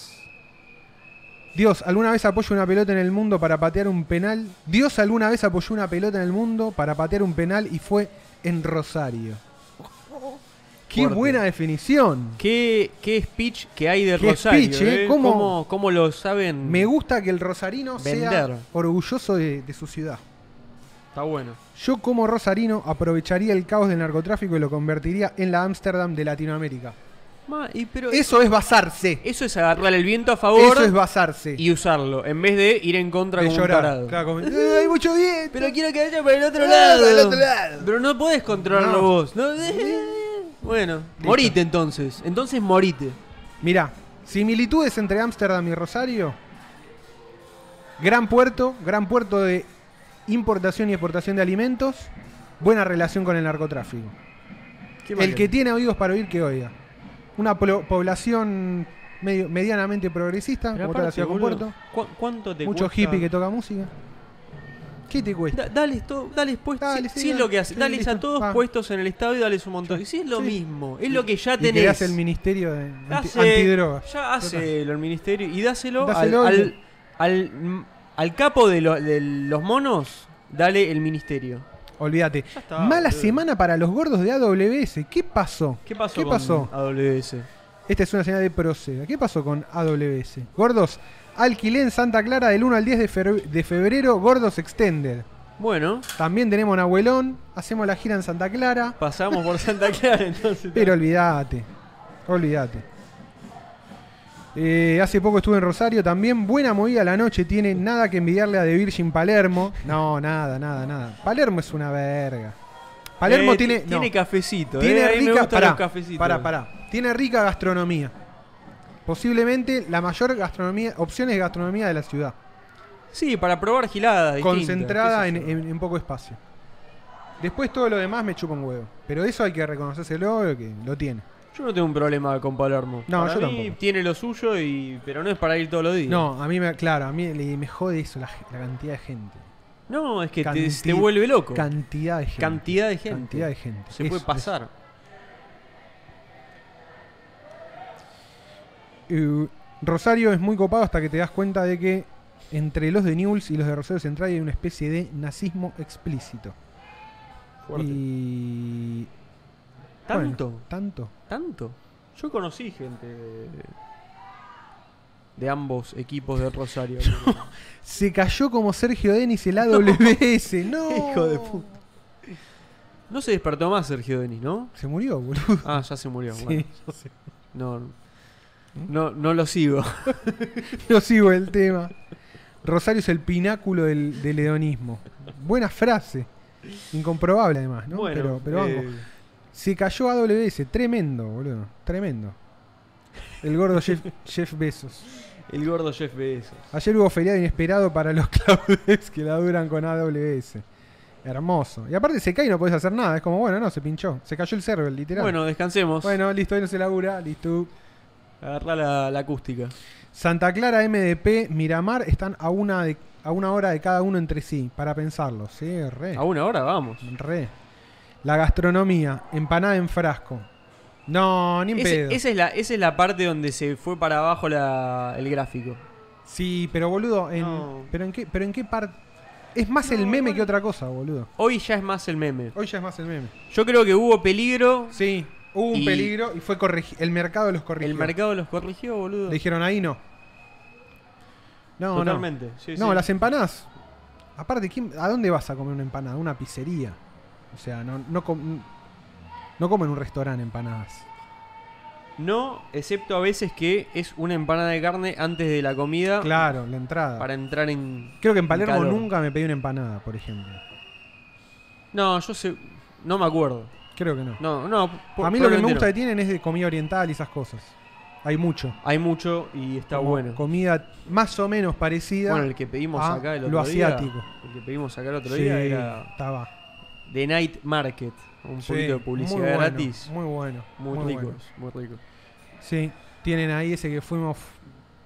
Dios, ¿alguna vez apoyó una pelota en el mundo para patear un penal? Dios alguna vez apoyó una pelota en el mundo para patear un penal y fue en Rosario. Qué Fuerte. buena definición. ¿Qué, qué speech que hay de Qué Rosario? speech, ¿eh? eh? ¿Cómo- ¿Cómo, cómo lo saben? Me gusta que el rosarino Vender. sea orgulloso de- de su ciudad. Está bueno. Yo como rosarino aprovecharía el caos del narcotráfico y lo convertiría en la Ámsterdam de Latinoamérica. Ma, y pero Eso es basarse. eso es agarrar el viento a favor Eso es basarse. y usarlo, en vez de ir en contra de como un llorar. tarado. Claro, como, "Eh, hay mucho bien. Pero quiero que vaya para el otro Ah, lado. para el otro lado. Pero no podés controlarlo No. vos. No, Bueno, morite entonces. Entonces morite. Mirá, similitudes entre Ámsterdam y Rosario. Gran puerto, gran puerto de importación y exportación de alimentos. Buena relación con el narcotráfico. El que tiene oídos para oír, que oiga. Una plo- población medio- medianamente progresista, Pero como toda la aparte, ciudad con boludo, puerto. ¿cu- ¿Cuánto te Mucho cuesta? hippie que toca música. ¿Qué te cuesta? Da- dales to- dales puestos. Dale, si, sí, si es dale, lo que hace, sí, dales a listo, todos va. puestos en el estadio y dales un montón. Y si es lo Sí. mismo, es lo que ya Y creás tenés. el ministerio de anti- Hace- antidrogas. Ya hace el ministerio y dáselo, al- Dáselo al, y- al- mm, al capo de, lo- de los monos, dale el ministerio. Olvídate. Ya está, Mala boludo. semana para los gordos de AWS. ¿Qué pasó? ¿Qué pasó ¿Qué con pasó? AWS? Esta es una señal de Proceda. ¿Qué pasó con AWS? Gordos, alquilé en Santa Clara del 1 al 10 de, fer- de febrero, Gordos Extended. Bueno, También tenemos un abuelón, hacemos la gira en Santa Clara. pasamos por Santa Clara entonces. Pero olvídate, olvídate. Eh, hace poco estuve en Rosario también. Buena movida la noche, tiene nada que envidiarle a The Virgin Palermo. No, nada, nada, nada. Palermo es una verga. Palermo Eh, ti- tiene. no. Tiene cafecito. Tiene eh, a mí me rica, gustan pará, los cafecitos. pará, pará. Tiene rica gastronomía. Posiblemente la mayor gastronomía, opciones de gastronomía de la ciudad. Sí, para probar giladas. distintas, concentrada qué en, sé yo. en- en poco espacio. Después todo lo demás me chupa un huevo. Pero eso hay que reconocérselo que lo tiene. Yo no tengo un problema con Palermo. No, Para yo mí tampoco. Tiene lo suyo, y pero no es para ir todos los días. No, a mí me, claro, a mí le- me jode eso, la, la cantidad de gente. No, es que te- Canti- te, vuelve loco. Cantidad de gente. Cantidad de gente. Cantidad de gente. Se Eso, puede pasar. Eh, Rosario es muy copado hasta que te das cuenta de que entre los de Newell's y los de Rosario Central hay una especie de nazismo explícito. Y. bueno, Tanto, tanto. tanto. Yo conocí gente de, de ambos equipos *laughs* de Rosario. Se cayó como Sergio Denis *laughs* el AWS. No. Hijo de puta. no se despertó más Sergio Denis, ¿no? Se murió, boludo. Ah, ya se murió. Sí, bueno. yo sé. no, ¿Eh? no, no lo sigo. No sigo el tema. Rosario es el pináculo del, del hedonismo. Buena frase. Incomprobable además, *laughs* ¿no? pero, pero banco. eh, Se cayó AWS, tremendo, boludo. Tremendo. El gordo *laughs* Jeff, Jeff Bezos. el gordo Jeff Bezos. Ayer hubo feriado inesperado para los *laughs* claudes que la duran con AWS. Hermoso. Y aparte se cae y no podés hacer nada. Es como, bueno, no, se pinchó. Se cayó el server, literal. Bueno, descansemos. Bueno, listo, hoy no se labura, listo. Agarra la, la acústica. Santa Clara, MDP, Miramar están a una, de- a una hora de cada uno entre sí, para pensarlo. Sí, re. Aún ahora vamos. Re. La gastronomía, empanada en frasco. No, ni en Ese- pedo. esa, es la, esa es la parte donde se fue para abajo la- el gráfico. Sí, pero boludo, en, No. pero en qué, pero en qué parte. Es más el meme que otra cosa, boludo. Hoy ya es más el meme. Hoy ya es más el meme. Yo creo que hubo peligro. Sí, hubo un Y- peligro y fue corregido. El mercado los corrigió. El mercado los corrigió, boludo. Le dijeron ahí no. No, no. Totalmente. Sí, no, sí. las empanadas. Aparte, ¿quién- ¿a dónde vas a comer una empanada? Una pizzería. O sea, no, no, com- no comen un restaurante empanadas. No, excepto a veces que es una empanada de carne antes de la comida Claro, la entrada. para entrar en. Creo que en Palermo calor. nunca me pedí una empanada, por ejemplo. No, yo sé. No me acuerdo. Creo que no. No, no. por- a mí lo que me probablemente gusta no. que tienen es de comida oriental y esas cosas. Hay mucho. Hay mucho y está Como bueno. Comida más o menos parecida. Bueno, el que pedimos Ah, acá el lo otro día. asiático. El que pedimos acá el otro Sí, día era estaba. The Night Market. Un Sí, poquito de publicidad muy bueno, gratis. Muy bueno. Muy, ricos, bueno. muy ricos. Sí, tienen ahí ese que fuimos.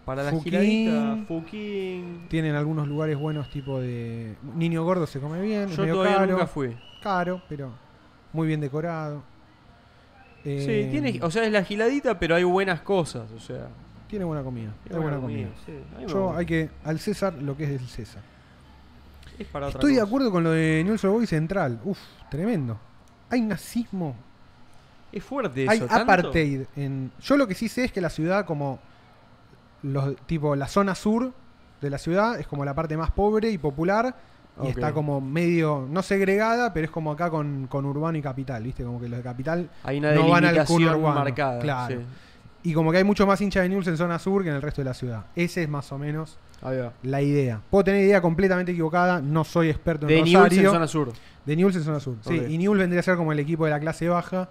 Para la Fuquín. giradita, Fuquín. Tienen algunos lugares buenos, tipo de. Niño gordo se come bien. es Yo medio todavía caro, nunca fui. Caro, pero muy bien decorado. Eh, Sí, tiene, o sea, es la giladita, pero hay buenas cosas, o sea. tiene buena comida. hay Hay buena comida. sí, a mí me Yo gusta. hay que. Al César lo que es del César. Es para otra Estoy de cosa. acuerdo con lo de News Old Boy Central. Uf, tremendo. Hay nazismo. Es fuerte Hay eso. ¿tanto? apartheid. En... Yo lo que sí sé es que la ciudad, como. Los, tipo, la zona sur de la ciudad es como la parte más pobre y popular. Y Ok. está como medio. No segregada, pero es como acá con, con urbano y capital, ¿viste? Como que los de capital. Hay una no van al delimitación conurbano, marcada. claro. sí. Y como que hay mucho más hincha de News en zona sur que en el resto de la ciudad. Esa es más o menos Ahí va. la idea. Puedo tener idea completamente equivocada. No soy experto en De Rosario. Newell's en zona sur. De Newell's en zona sur. Sí, Ok. y Newell's vendría a ser como el equipo de la clase baja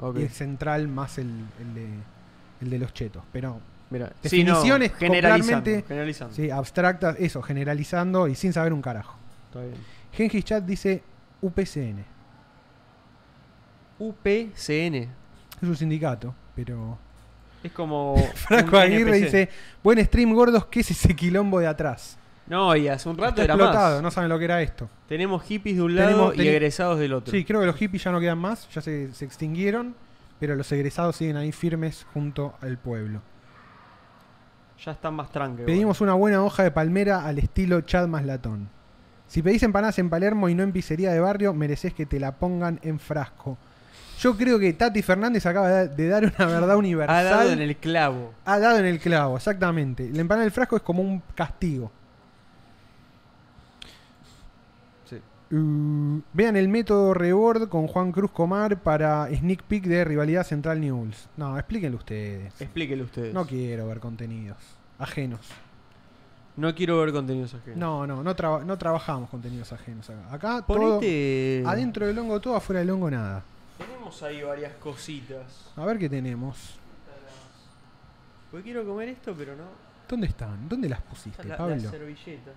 Ok, y el central más el, el de, el de los chetos. Pero mira. definiciones sí, no, generalizando. completamente- generalizando. sí, abstractas, eso, generalizando y sin saber un carajo. Está bien. Gengis Chat dice UPCN. UPCN. Es un sindicato, *laughs* pero. Es como. *laughs* Franco un Aguirre NPC. dice: Buen stream, gordos, ¿qué es ese quilombo de atrás? No, y hace un rato Está era explotado, más. no saben lo que era esto. Tenemos hippies de un lado Tenemos- y teni- egresados del otro. Sí, creo que los hippies ya no quedan más, ya se, se extinguieron, pero los egresados siguen ahí firmes junto al pueblo. Ya están más tranquilos. Pedimos una buena hoja de palmera al estilo Chad más latón. Si pedís empanadas en Palermo y no en pizzería de barrio, mereces que te la pongan en frasco. Yo creo que Tati Fernández acaba de de dar una verdad universal. *laughs* Ha dado en el clavo. Ha dado en el clavo, exactamente. La empanada del frasco es como un castigo. Sí. Uh, vean el método Rebord con Juan Cruz Comar para sneak peek de rivalidad Central News. No, explíquenlo ustedes. Explíquelo ustedes. No quiero ver contenidos ajenos. No quiero ver contenidos ajenos. No, no, no, traba- no trabajamos contenidos ajenos acá. Acá todo, Ponete. adentro del hongo todo, afuera del hongo nada. Tenemos ahí varias cositas. A ver qué tenemos. Porque quiero comer esto, pero no. ¿Dónde están? ¿Dónde las Esa pusiste, es la- la, Pablo? servilleta.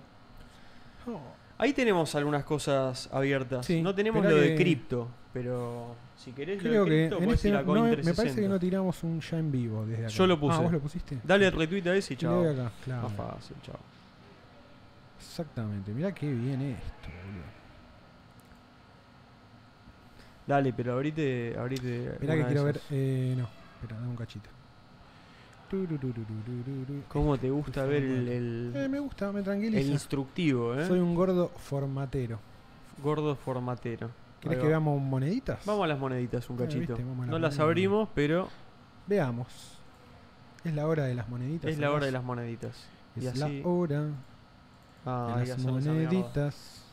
Oh. Ahí tenemos algunas cosas abiertas. Sí, no tenemos pero lo de que- cripto, pero si querés Creo lo de que cripto, en podés este ir a no- no me- me parece que 360. no tiramos un ya en vivo desde acá. Yo lo puse. Ah, vos lo pusiste. Dale retweet a ese y Y le doy chao. acá, claro. Más fácil, chao. Exactamente. Mirá qué bien esto, boludo. Dale, pero abrite. abrite Mirá que una de quiero ver. esas. Eh, no, espera, dame un cachito. Tururururururu. ¿Cómo te gusta ver el, el- Eh, me gusta, me el tranquiliza. instructivo, eh? Soy un gordo formatero. Gordo formatero. ¿Querés Ahí que va. veamos moneditas? Vamos a las moneditas un Eh, cachito. viste, vamos a las no las moneditas. abrimos, pero Veamos. Es la hora de las moneditas. es la hora de además. las moneditas. y Es así- la hora Ah, de hay que las hacer esa mierda. moneditas.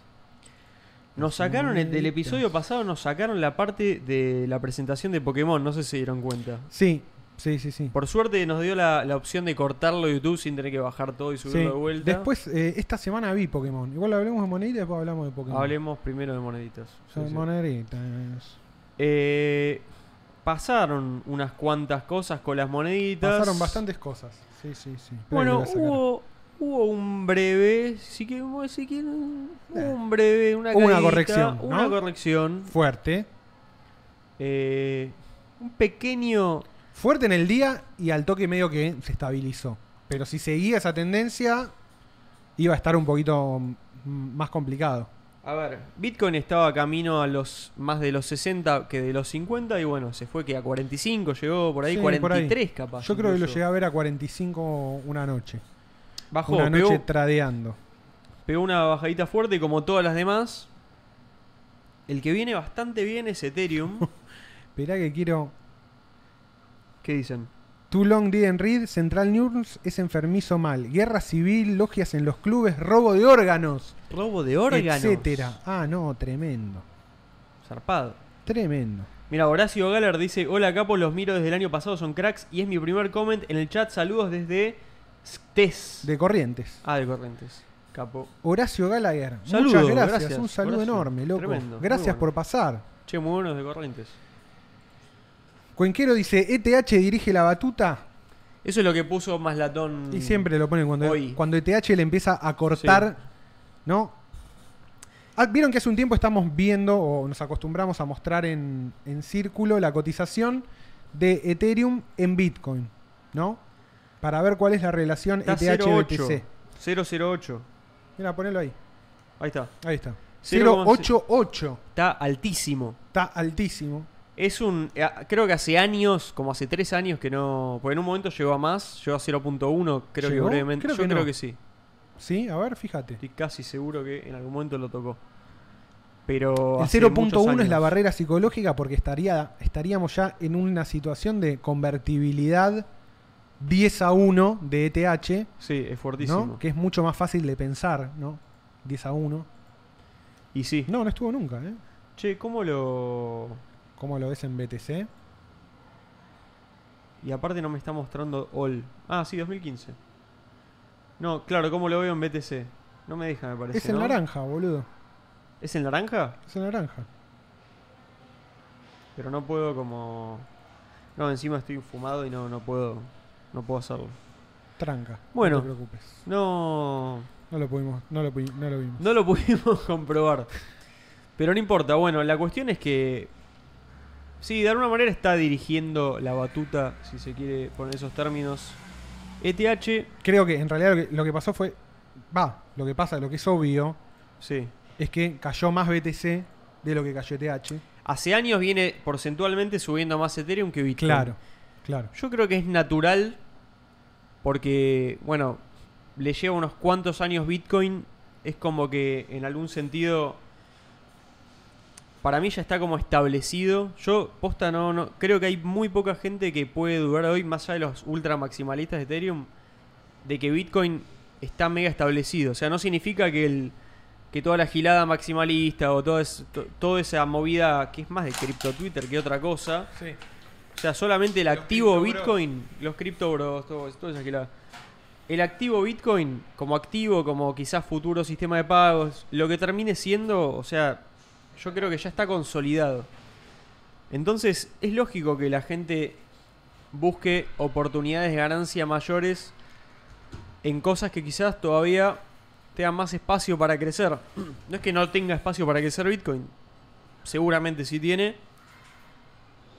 Nos sacaron el- del episodio Moneditas. pasado, nos sacaron la parte de la presentación de Pokémon, no sé si se dieron cuenta. Sí, sí, sí, sí. Por suerte nos dio la, la opción de cortarlo YouTube sin tener que bajar todo y subirlo Sí. de vuelta. Después, eh, esta semana vi Pokémon. Igual hablemos de moneditas, después hablamos de Pokémon. hablemos primero de moneditas. Sí, Son sí. moneditas. Eh, pasaron unas cuantas cosas con las moneditas. Pasaron bastantes cosas. Sí, sí, sí. Espero Bueno, que la sacaran. hubo, hubo un breve, si quieren, si quieren, hubo Eh. un breve, una, Hubo una caídita, corrección, una ¿no? corrección, fuerte. eh, un pequeño, Fuerte en el día y al toque medio que se estabilizó. Pero si seguía esa tendencia, iba a estar un poquito mm, más complicado. a ver, Bitcoin estaba camino a los más de los 60 que de los 50 y bueno, se fue que a 45 llegó por ahí, Sí, por ahí. 43 capaz. Yo creo que lo incluso. llegué a ver a 45 una noche. Bajó, una pegó- noche tradeando. Pegó una bajadita fuerte como todas las demás. El que viene bastante bien *laughs* es Ethereum. Esperá que quiero. ¿Qué dicen? Too long didn't read. Central News es enfermizo mal. Guerra civil, logias en los clubes, robo de órganos, Robo de órganos. etcétera. Ah, no, tremendo. Zarpado. Tremendo. Mira, Horacio Galler dice, hola capos, los miro desde el año pasado, son cracks. Y es mi primer comment en el chat, saludos desde Stes. De Corrientes. Ah, de Corrientes. Capo. Horacio Gallagher. Saludo, Muchas gracias. gracias, Un saludo Horacio. enorme, loco. Tremendo, muy gracias bueno. por pasar. Che, muy buenos de Corrientes. Cuenquero dice, ETH dirige la batuta. Eso es lo que puso Maslatón. Y siempre lo ponen cuando, Hoy. cuando ETH le empieza a cortar, ¿no? Ah, Vieron que hace un tiempo estamos viendo o nos acostumbramos a mostrar en, en círculo la cotización de Ethereum en Bitcoin, ¿no? Para ver cuál es la relación E Está ETH-BTC. 008. Mira, ponelo ahí. Ahí está. Ahí está. 0,0. 0.88. Está altísimo. Está altísimo. Es un. eh, Creo que hace años, como hace tres años que no. Porque en un momento llegó a más, llegó a 0.1, creo ¿Llegó? que brevemente. Creo Yo que creo no. que sí. ¿Sí? A ver, fíjate. Estoy casi seguro que en algún momento lo tocó. Pero. El hace muchos 0.1 es años. la barrera psicológica porque estaría, estaríamos ya en una situación de convertibilidad 10 a 1 de E ETH, Sí, es fuertísimo. ¿no? que es mucho más fácil de pensar, ¿no? 10 a 1. Y sí. No, no estuvo nunca, ¿eh? Che, ¿cómo lo.? ¿Cómo lo ves en BTC? Y aparte no me está mostrando all. Ah, sí, 2015. No, claro, ¿cómo lo veo en BTC? No me deja, me parece. Es en ¿no? naranja, boludo. ¿Es en naranja? Es en naranja. Pero no puedo como. No, encima estoy fumado y no, no puedo. No puedo hacerlo. Tranca. Bueno. No te preocupes. No. No lo pudimos, no lo, pudi- no lo vimos. No lo *laughs* pudimos comprobar. Pero no importa. Bueno, la cuestión es que. Sí, de alguna manera está dirigiendo la batuta, si se quiere poner esos términos. E ETH. Creo que en realidad lo que, lo que pasó fue Va, lo que pasa, lo que es obvio, Sí. es que cayó más BTC de lo que cayó E ETH. Hace años viene porcentualmente subiendo más Ethereum que Bitcoin. Claro, claro. Yo creo que es natural porque, bueno, le lleva unos cuantos años Bitcoin. Es como que en algún sentido, para mí ya está como establecido. Yo, posta, no, no creo que hay muy poca gente que puede dudar hoy, más allá de los ultra maximalistas de Ethereum, de que Bitcoin está mega establecido. O sea, no significa que el que toda la gilada maximalista o toda, es- to- toda esa movida que es más de cripto Twitter que otra cosa. O sea, solamente el Los cripto activo bros. Bitcoin, los cripto bros, todo, todo eso que la- El activo Bitcoin, como activo, como quizás futuro sistema de pagos, lo que termine siendo, o sea, yo creo que ya está consolidado. Entonces, es lógico que la gente busque oportunidades de ganancia mayores en cosas que quizás todavía te dan más espacio para crecer. *clears throat* No es que no tenga espacio para crecer Bitcoin, seguramente sí tiene,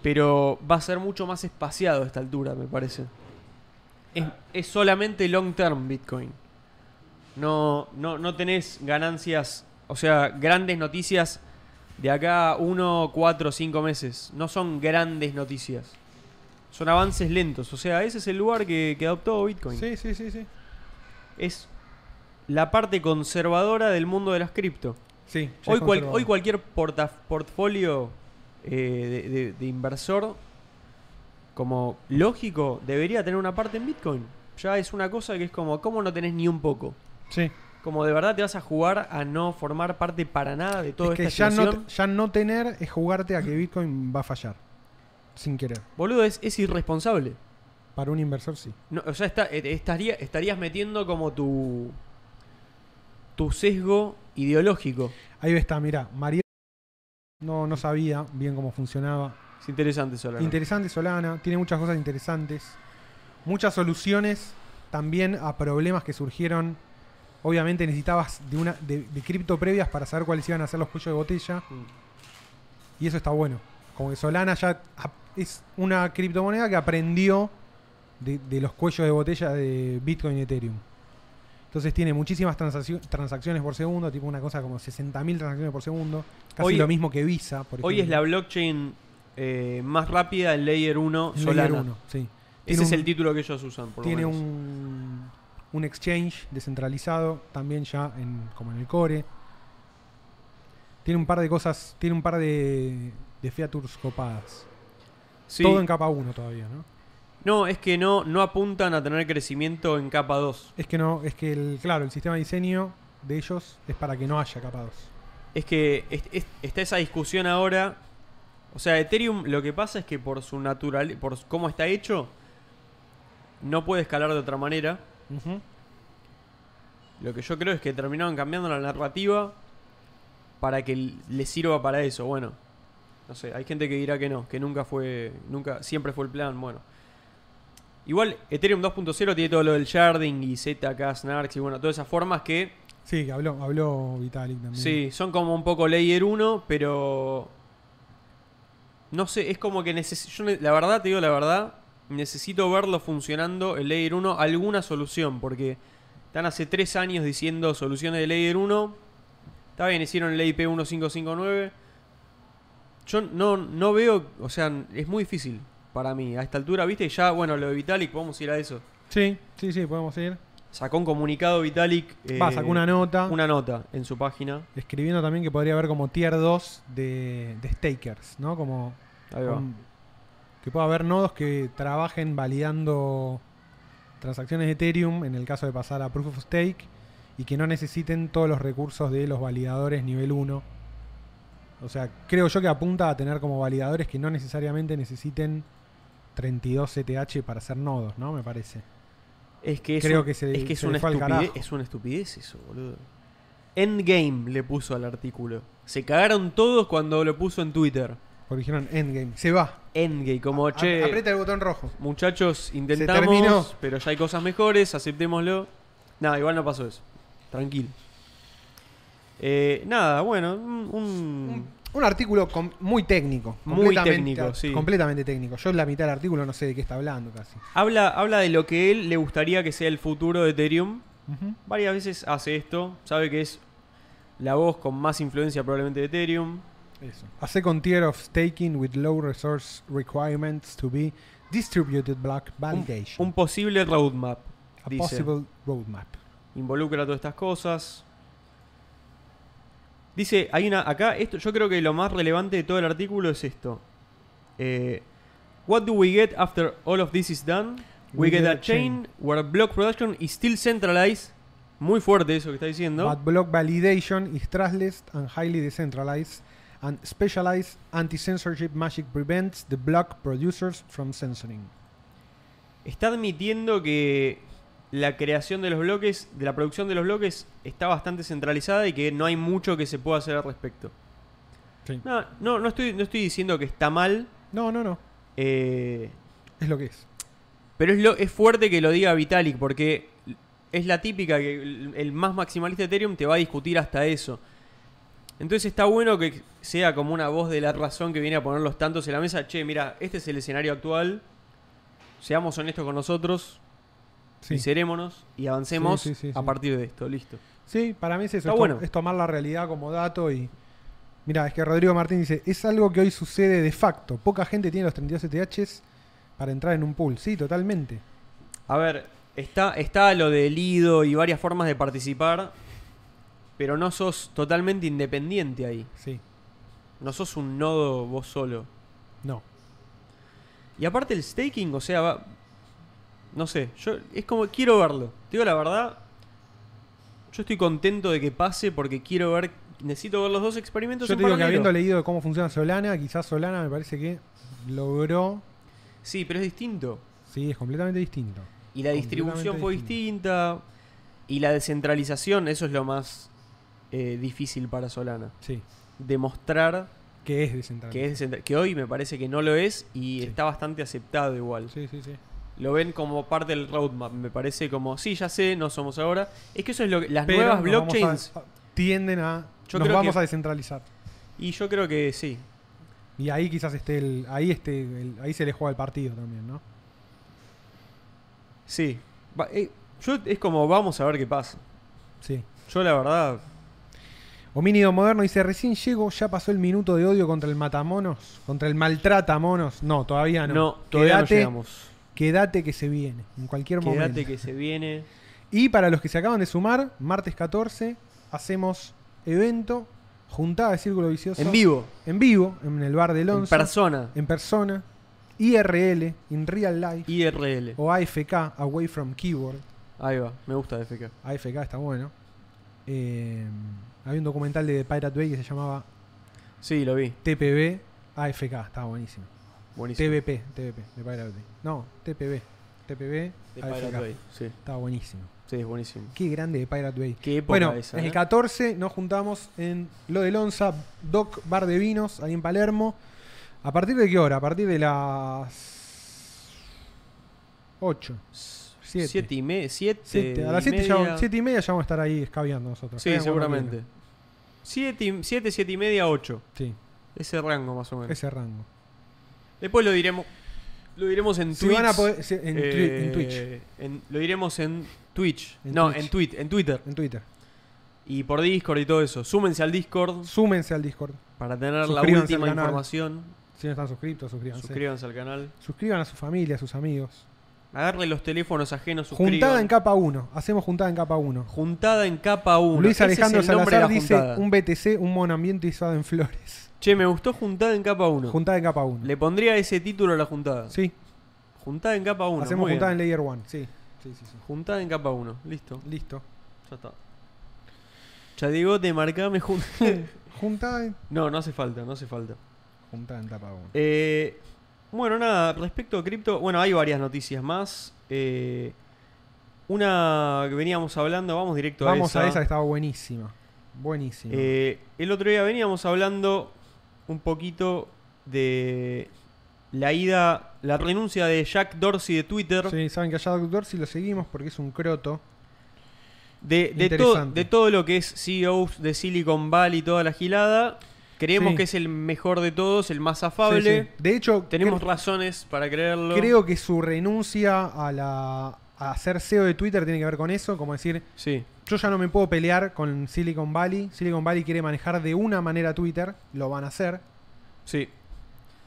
pero va a ser mucho más espaciado a esta altura, me parece. Es, es solamente long term Bitcoin. No, no, no tenés ganancias, o sea, grandes noticias de acá uno, cuatro, cinco meses. No son grandes noticias. Son avances lentos. O sea, ese es el lugar que, que adoptó Bitcoin. Sí, sí, sí, sí. Es la parte conservadora del mundo de las cripto. Sí, ya es Hoy, cual- conservador. hoy cualquier porta- portfolio eh, de, de- de inversor, como lógico, debería tener una parte en Bitcoin. Ya es una cosa que es como, ¿cómo no tenés ni un poco? Sí. Como de verdad te vas a jugar a no formar parte para nada de todo Es que esta ya no, situación? te- ya no tener es jugarte a que Bitcoin va a fallar. Sin querer. Boludo, es, es irresponsable. Para un inversor sí. No, o sea, está- eh, estaría, estarías metiendo como tu, tu sesgo ideológico. Ahí está, mirá. María no, no sabía bien cómo funcionaba. Es interesante Solana. Interesante Solana, tiene muchas cosas interesantes. Muchas soluciones también a problemas que surgieron. Obviamente necesitabas de una de, de cripto previas para saber cuáles iban a ser los cuellos de botella. Mm. Y eso está bueno. Como que Solana ya ap- es una criptomoneda que aprendió de, de los cuellos de botella de Bitcoin y Ethereum. Entonces tiene muchísimas transacio- transacciones por segundo, tipo una cosa como 60.000 transacciones por segundo. Casi Hoy- lo mismo que Visa, por Hoy es ejemplo. la blockchain eh, más rápida en Layer 1 En Solana. Layer 1, sí. Ese Tiene es un- el título que ellos usan, por lo tiene menos. un, un exchange descentralizado también ya en, como en el core. Tiene un par de cosas, tiene un par de, de features copadas. Sí. Todo en capa 1 todavía, ¿no? No, es que no, no apuntan a tener crecimiento en capa 2. Es que no, es que el, claro, el sistema de diseño de ellos es para que no haya capa 2. Es que es- es- está esa discusión ahora. O sea, Ethereum lo que pasa es que por su natural, por su- cómo está hecho, no puede escalar de otra manera. Lo que yo creo es que terminaron cambiando la narrativa para que l- le sirva para eso. Bueno, no sé, hay gente que dirá que no, que nunca fue, nunca, siempre fue el plan. Bueno, igual Ethereum 2.0 tiene todo lo del sharding y ZK, Snarks y bueno, todas esas formas que Sí, que habló, habló Vitalik también. sí, son como un poco layer 1, pero no sé, es como que necesito, yo ne- la verdad, te digo la verdad, necesito verlo funcionando el Layer 1, alguna solución, porque están hace tres años diciendo soluciones de Layer 1, está bien, hicieron el IP 1559, yo no, no veo, o sea, es muy difícil para mí, a esta altura, viste, ya, bueno, lo de Vitalik, podemos ir a eso. sí, sí, sí, podemos ir. Sacó un comunicado Vitalik. eh, Va, sacó una nota. una nota en su página. Escribiendo también que podría haber como tier 2 de, de stakers, ¿no? Como Ahí va. con- que pueda haber nodos que trabajen validando transacciones de Ethereum en el caso de pasar a Proof of Stake y que no necesiten todos los recursos de los validadores nivel 1. O sea, creo yo que apunta a tener como validadores que no necesariamente necesiten 32 ETH para ser nodos, ¿no? Me parece. Es que es, Creo un- que se- es, que es se le una fue al estupidez, carajo. es una estupidez eso, boludo. Endgame le puso al artículo. Se cagaron todos cuando lo puso en Twitter. Porque dijeron endgame, se va. Endgame, como A- Oh, che, Aprieta el botón rojo. muchachos, terminó. intentamos, pero ya hay cosas mejores, aceptémoslo. Nada, igual no pasó eso. Tranquilo. Eh, nada, bueno, un, un- Un, un artículo com- muy técnico. Mm. Muy completamente- técnico, sí. Completamente técnico. Yo en la mitad del artículo no sé de qué está hablando casi. habla habla de lo que él le gustaría que sea el futuro de Ethereum Ujú. Varias veces hace esto, sabe que es la voz con más influencia probablemente de Ethereum. Eso. A second tier of staking with low resource requirements to be distributed block Un, validation. un posible roadmap. a dice. possible roadmap. involucra todas estas cosas. Dice, hay una. Acá, esto, yo creo que lo más relevante de todo el artículo es esto. Eh, What do we get after all of this is done? We, get, a chain, where block production is still centralized. Muy fuerte eso que está diciendo. But block validation is trustless and highly decentralized, and specialized anti-censorship magic prevents the block producers from censoring. Está admitiendo que la creación de los bloques, de la producción de los bloques, está bastante centralizada y que no hay mucho que se pueda hacer al respecto. Sí. No, no, no estoy, no estoy diciendo que está mal. No, no, no. Eh, Es lo que es. Pero es, lo, es fuerte que lo diga Vitalik, porque es la típica que el, el más maximalista de Ethereum te va a discutir hasta eso. Entonces está bueno que sea como una voz de la razón que viene a poner los tantos en la mesa. Che, mira, este es el escenario actual. Seamos honestos con nosotros, Sí. sincerémonos y avancemos Sí, sí, sí, a sí. partir de esto. Listo. Sí, para mí es eso. Está es to- bueno. Es tomar la realidad como dato y. Mira, es que Rodrigo Martín dice: es algo que hoy sucede de facto. Poca gente tiene los 32 ETHs E para entrar en un pool. Sí, totalmente. A ver, está, está lo del IDO y varias formas de participar, pero no sos totalmente independiente ahí. Sí. No sos un nodo vos solo. No. Y aparte el staking, o sea, va- no sé, yo es como quiero verlo. Te digo la verdad, yo estoy contento de que pase porque quiero ver, necesito ver los dos experimentos Yo en te digo que paralelo. habiendo leído cómo funciona Solana, quizás Solana me parece que logró. Sí, pero es distinto. Sí, es completamente distinto. Y la distribución Completamente fue distinto. distinta y la descentralización, eso es lo más eh, difícil para Solana, Sí. demostrar Que es descentralizado. que es descentra- que hoy me parece que no lo es y Sí. está bastante aceptado igual. Sí, sí, sí. Lo ven como parte del roadmap, me parece como, sí, ya sé, no somos ahora. Es que eso es lo que las Pero nuevas nos vamos blockchains a- a- tienden a. Yo nos creo vamos que- a descentralizar. Y yo creo que sí. Y ahí quizás esté el. Ahí esté el- ahí se le juega el partido también, ¿no? Sí. Va- eh, yo es como vamos a ver qué pasa. Sí. Yo la verdad. Homínido Moderno dice, recién llego, ya pasó el minuto de odio contra el matamonos, contra el maltratamonos. No, todavía No, Ah, no. todavía quédate, no llegamos. quédate que se viene, en cualquier Quédate momento. que *laughs* se viene. Y para los que se acaban de sumar, martes 14 hacemos evento, juntada de Círculo Vicioso. En vivo. En vivo, en el bar del En 11. persona. en persona. IRL, in real life. IRL. o AFK, away from keyboard. Ahí va. Me gusta FK. AFK está bueno. Eh, había un documental de Pirate Bay que se llamaba Sí, lo vi. TPB AFK, está buenísimo. Buenísimo. TBP, TBP, de Pirate Bay. No, TPB. TPB De AFK. Pirate Bay. Sí, Está buenísimo. sí, es buenísimo. Qué grande de Pirate Bay. Qué época Bueno, esa. en ¿eh? el 14 nos juntamos en Lo del Onza, Doc Bar de Vinos, ahí en Palermo. ¿A partir de qué hora? A partir de las 8. S- siete. Siete y media. Siete. a las y 7 media. y media ya vamos a estar ahí escabeando nosotros. Sí, Vean cuando seguramente. Siete, y- siete, siete y media, ocho. quieran. Ese rango más Sí, o menos. ese rango. Después lo diremos. Lo diremos en Si Twitch. van a poder- si- en, twi- en Eh, Twitch, en- lo diremos en Twitch. En no, Twitch. En, tweet, en Twitter. en Twitter. Y por Discord y todo eso. Súmense al Discord Súmense al Discord. para tener la Suscríbanse última al canal. información. Si no están suscritos, suscríbanse. Suscríbanse al canal. Suscriban a su familia, a sus amigos. Agarre los teléfonos ajenos. Suscriban. Juntada en capa 1. Hacemos juntada en capa 1. Juntada en capa 1. Luis Alejandro es el nombre de Salazar la dice juntada. un BTC, un monoambiente izado en flores. Che, me gustó Juntada en capa 1. Juntada en capa 1. Le pondría ese título a la juntada. Sí, Juntada en capa 1. hacemos juntada en Layer 1. Sí. Sí, sí, sí. Juntada en capa 1. Listo. Listo. Ya está. Chadigote, *laughs* marcame juntada. Juntada en, no, no hace falta, no hace falta. juntada en capa 1. Eh, bueno, nada, respecto a cripto, bueno, hay varias noticias más. Eh, una que veníamos hablando, vamos directo Vamos a esa que estaba buenísima. Buenísima. Eh, el otro día veníamos hablando un poquito de la ida, la renuncia de Jack Dorsey de Twitter, Sí, saben que allá doctor si lo seguimos porque es un croto. de, de, to- Interesante. de todo lo que es CEOs de Silicon Valley y toda la gilada. Creemos Sí. que es el mejor de todos, el más afable. Sí, sí. De hecho, Tenemos cre- razones para creerlo. creo que su renuncia a la a ser CEO de Twitter tiene que ver con eso, como decir, Sí, yo ya no me puedo pelear con Silicon Valley, Silicon Valley quiere manejar de una manera Twitter, lo van a hacer. sí.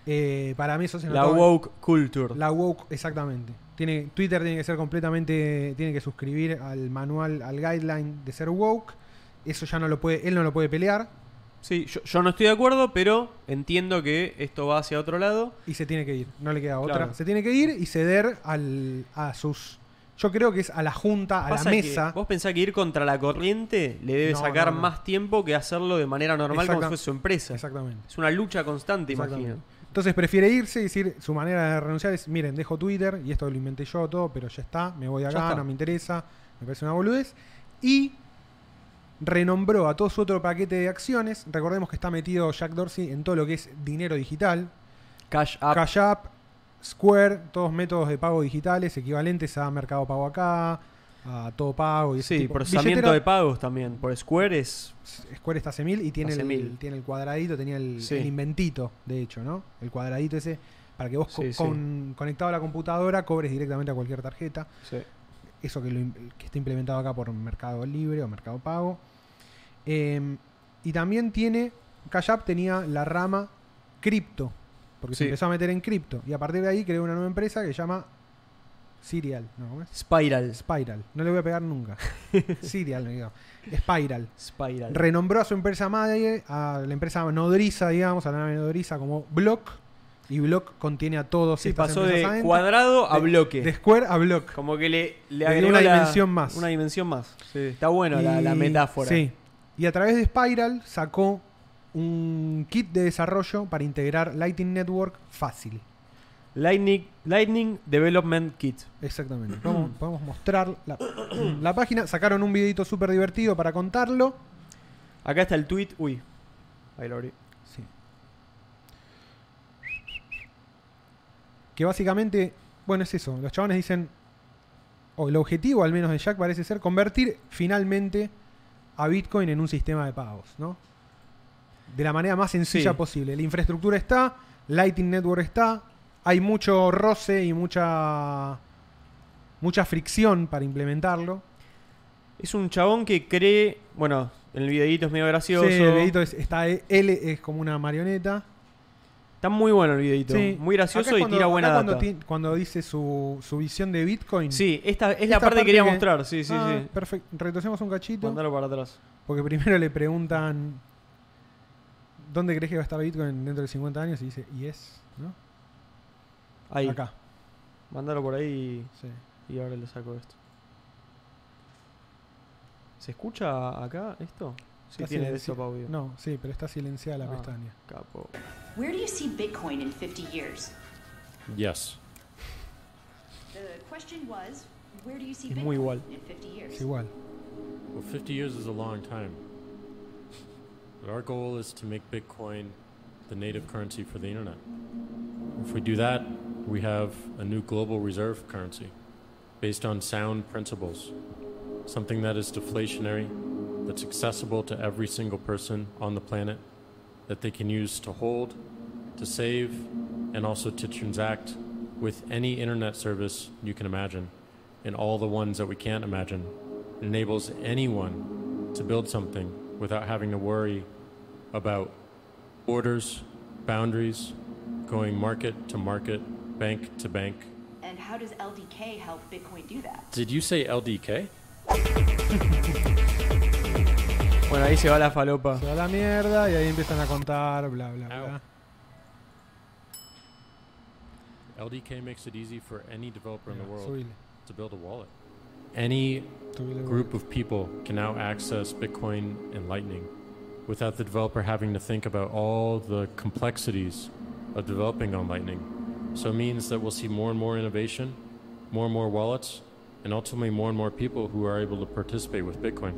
Eh, para mí eso se La notó- woke culture. La woke, exactamente. Tiene, Twitter tiene que ser completamente, tiene que suscribir al manual, al guideline de ser woke. Eso ya no lo puede, él no lo puede pelear Sí, yo, yo no estoy de acuerdo, pero entiendo que esto va hacia otro lado. y se tiene que ir. No le queda otra. Claro. Se tiene que ir y ceder al, a sus, yo creo que es a la junta, a Pasa la que mesa. Vos pensás que ir contra la corriente le debe No, sacar no, no. más tiempo que hacerlo de manera normal como Exacta- si fuese su empresa. Exactamente. Es una lucha constante, Exactamente. imagino. Entonces prefiere irse y decir, su manera de renunciar es, miren, dejo Twitter y esto lo inventé yo todo, pero ya está, me voy de Ya acá, está. no me interesa, me parece una boludez. Y renombró a todo su otro paquete de acciones. Recordemos que está metido Jack Dorsey en todo lo que es dinero digital, Cash up. Cash App, Square, todos métodos de pago digitales equivalentes a Mercado Pago acá, a Todo Pago y ese sí, tipo. procesamiento Billetera- de pagos también. Por Square es. Square está hace mil y tiene, Hace el, mil. tiene el cuadradito, tenía el, Sí. el inventito, de hecho, ¿no? El cuadradito ese para que vos co- Sí, sí. con- conectado a la computadora cobres directamente a cualquier tarjeta. Eso que, lo im- que está implementado acá por Mercado Libre o Mercado Pago. Eh, y también tiene, Cash App tenía la rama cripto, porque se Sí. empezó a meter en cripto. Y a partir de ahí creó una nueva empresa que se llama Serial, ¿no? ¿Cómo es? Spiral. Spiral, no le voy a pegar *laughs* nunca. Serial, me digo. Spiral Spiral. renombró a su empresa madre, a la empresa nodriza, digamos, a la nave nodriza como Block. Y Block contiene a todos. sí, estas pasó empresas de adentro. cuadrado a De- bloque. De Square a Block. Como que le, dio le agregó una la- dimensión más. Una dimensión más. Sí, Está bueno la, Y- la metáfora. Sí. Y a través de Spiral sacó un kit de desarrollo para integrar Lightning Network fácil. Lightning, Lightning Development Kit. Exactamente. *clears throat* Podemos, podemos mostrar la, la página. Sacaron un videito súper divertido para contarlo. Acá está el tweet. Uy. Ahí lo abrí. Sí. Que básicamente, bueno, es eso. Los chabones dicen, o el objetivo al menos de Jack parece ser convertir finalmente a Bitcoin en un sistema de pagos, ¿no? De la manera más sencilla Sí. posible. La infraestructura está, Lightning Network está, hay mucho roce y mucha mucha fricción para implementarlo. Es un chabón que cree. Bueno, el videíto es medio gracioso. Sí, el dedito es- está él es como una marioneta. Está muy bueno el videíto. Sí. Muy Acá gracioso es y cuando- tira acá buena cuando data. ti- cuando dice su, su visión de Bitcoin. Sí, esta es Esta la parte, que quería que- mostrar. Sí, sí, Ah, sí. Perfecto. Retrocedemos un cachito. Mandalo para atrás. Porque primero le preguntan ¿Dónde crees que va a estar Bitcoin dentro de 50 años? Y dice, y es, ¿no? Ahí. Acá. Mándalo por ahí Sí. y, y ahora le saco esto. ¿Se escucha acá esto? Sí, Está tiene silenci- desktop audio. No, sí, pero está silenciada la Ah. pestaña. Capo. Where do you see Bitcoin in 50 years? Yes. The question was, where do you see Es muy Bitcoin igual. in 50 years? Es igual. Well, 50 years is a long time. But our goal is to make Bitcoin the native currency for the internet. If we do that, we have a new global reserve currency based on sound principles, something that is deflationary, that's accessible to every single person on the planet, that they can use to hold, to save, and also to transact with any internet service you can imagine, and all the ones that we can't imagine enables anyone to build something without having to worry about borders, boundaries, going market to market, bank to bank. And how does LDK help Bitcoin do that? Did you say LDK? Bueno, ahí se va la falopa. Se va la mierda y ahí empiezan a contar, bla, bla, Au. bla. LDK makes it easy for any developer in the world Subile. to build a wallet. Any subile. group of people can now access Bitcoin and Lightning without the developer having to think about all the complexities of developing on Lightning. So it means that we'll see more and more innovation, more and more wallets, and ultimately more and more people who are able to participate with Bitcoin.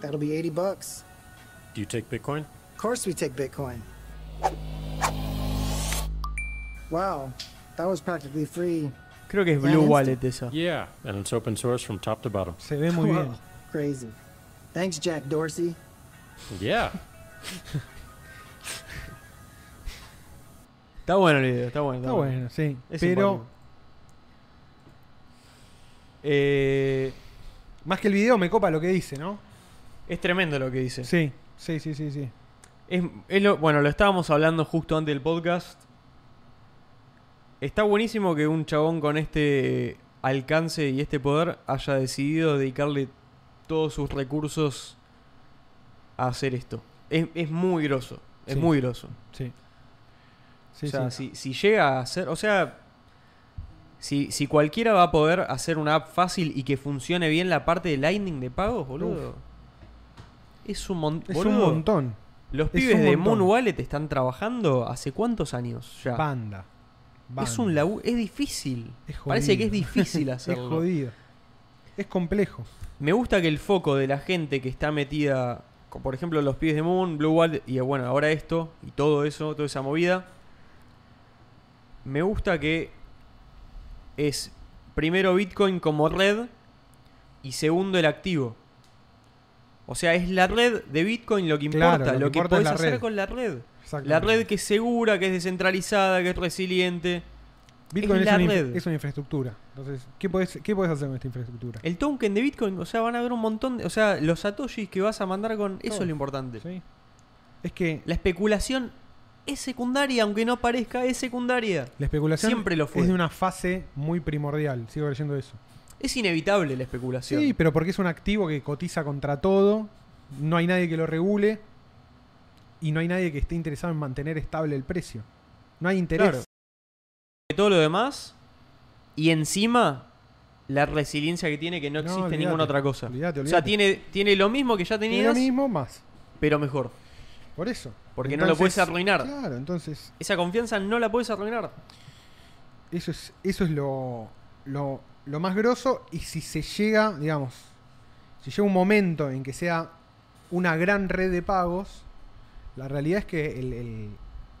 That'll be 80 bucks. Do you take Bitcoin? Of course we take Bitcoin. Wow, that was practically free. Creo que es Ya, Blue listo. Wallet esa. Yeah. And it's open source from top to bottom. Se ve muy *laughs* Wow, bien. Crazy. Thanks, Jack Dorsey. Yeah. Está bueno el video, está bueno. Está bueno, sí. Es pero simpático. Eh, Más que el video me copa lo que dice, ¿no? es tremendo lo que dice. Sí, sí, sí, sí, sí. Es, es lo- bueno, lo estábamos hablando justo antes del podcast. Está buenísimo que un chabón con este alcance y este poder haya decidido dedicarle todos sus recursos a hacer esto. Es, es muy groso. Es Sí. muy groso. Sí. o sea, Si, si llega a hacer. O sea. Si, si cualquiera va a poder hacer una app fácil y que funcione bien la parte de Lightning de pagos, boludo. Es un, mon- Es un boludo. montón. Los Es pibes un de montón. Moon Wallet están trabajando hace cuántos años ya. Banda. Banda. Es un labu- es difícil. Es Parece que es jodido. *laughs* difícil Es hacerlo. jodido. Es complejo. Me gusta que el foco de la gente que está metida, co- por ejemplo, los pibes de Moon, Blue Wallet y eh, bueno, ahora esto y todo eso, toda esa movida. Me gusta que es primero Bitcoin como red y segundo el activo. O sea, es la red de Bitcoin lo que Claro, importa, lo, que, importa es podés la hacer red. con la red. La Exactamente. red que es segura, que es descentralizada, que es resiliente. Bitcoin es es, la una inf- red. es una infraestructura. Entonces, ¿qué podés, ¿qué podés hacer con esta infraestructura? El token de Bitcoin, o sea, van a haber un montón de. O sea, los satoshis que vas a mandar con. Eso Todo. es lo importante. ¿Sí? Es que La especulación es secundaria, aunque no parezca, es secundaria. la especulación siempre lo fue. es de una fase muy primordial. Sigo leyendo eso. Es inevitable la Sí, especulación. pero porque es un activo que cotiza contra todo. No hay nadie que lo regule. Y no hay nadie que esté interesado en mantener estable el precio. No hay interés. Claro. De todo lo demás. Y encima, la resiliencia que tiene que No, no, existe olvídate, ninguna otra cosa. olvídate, O sea, olvídate. tiene, tiene lo mismo que ya Y lo tenías, mismo más. pero mejor. Por eso. Porque no lo puedes arruinar. Claro, entonces Esa confianza no la puedes arruinar. Eso es, eso es lo, lo, lo más grosso. Y si se llega, digamos, si llega un momento en que sea una gran red de pagos, la realidad es que el, el-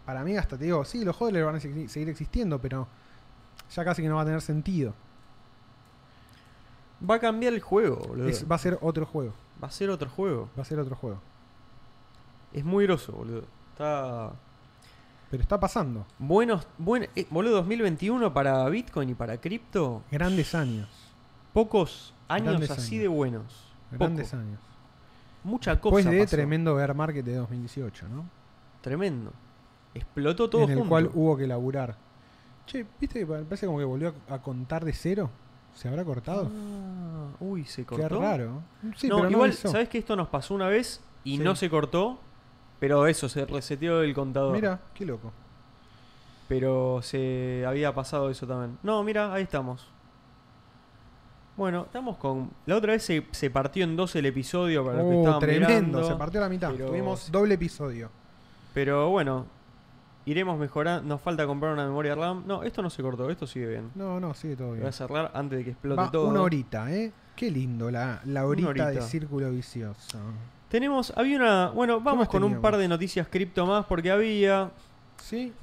para mí hasta te digo, sí, los hodlers van a segui- seguir existiendo, pero ya casi que no va a tener sentido. Va a cambiar el juego, boludo. Es- va a ser otro juego. Va a ser otro juego. Va a ser otro juego. Es muy groso, boludo. Está. Pero está pasando. Buenos. Buen, eh, boludo, 2021 para Bitcoin y para cripto. Grandes años. Pocos años Grandes así años. de buenos. Grandes Poco. años. Mucha cosa. Después de pasó. tremendo bear market de 2018, ¿no? Tremendo. Explotó todo en el junto. cual hubo que laburar. Che, ¿viste que pa- parece como que volvió a, a contar de cero? ¿Se habrá cortado? Ah, uy, se cortó. Qué raro. Sí, no, pero igual, no avisó. ¿sabes que esto nos pasó una vez y Sí. no se cortó? Pero eso, se reseteó el contador. Mira, qué loco. Pero se había pasado eso también. No, mira, ahí estamos. Bueno, estamos con. La otra vez se, se partió en dos el episodio para los que Oh, estaban tremendo, mirando, se partió la mitad. pero- Tuvimos doble episodio. Pero bueno, iremos mejorando. Nos falta comprar una memoria RAM. No, esto no se cortó, esto sigue bien. No, no, sigue todo Voy a bien. cerrar antes de que explote Va todo. una horita, ¿eh? Qué lindo, la, la horita, de horita. círculo vicioso. Tenemos, había una. Bueno, vamos más con un par teníamos? de noticias cripto más porque había. ¿Sí?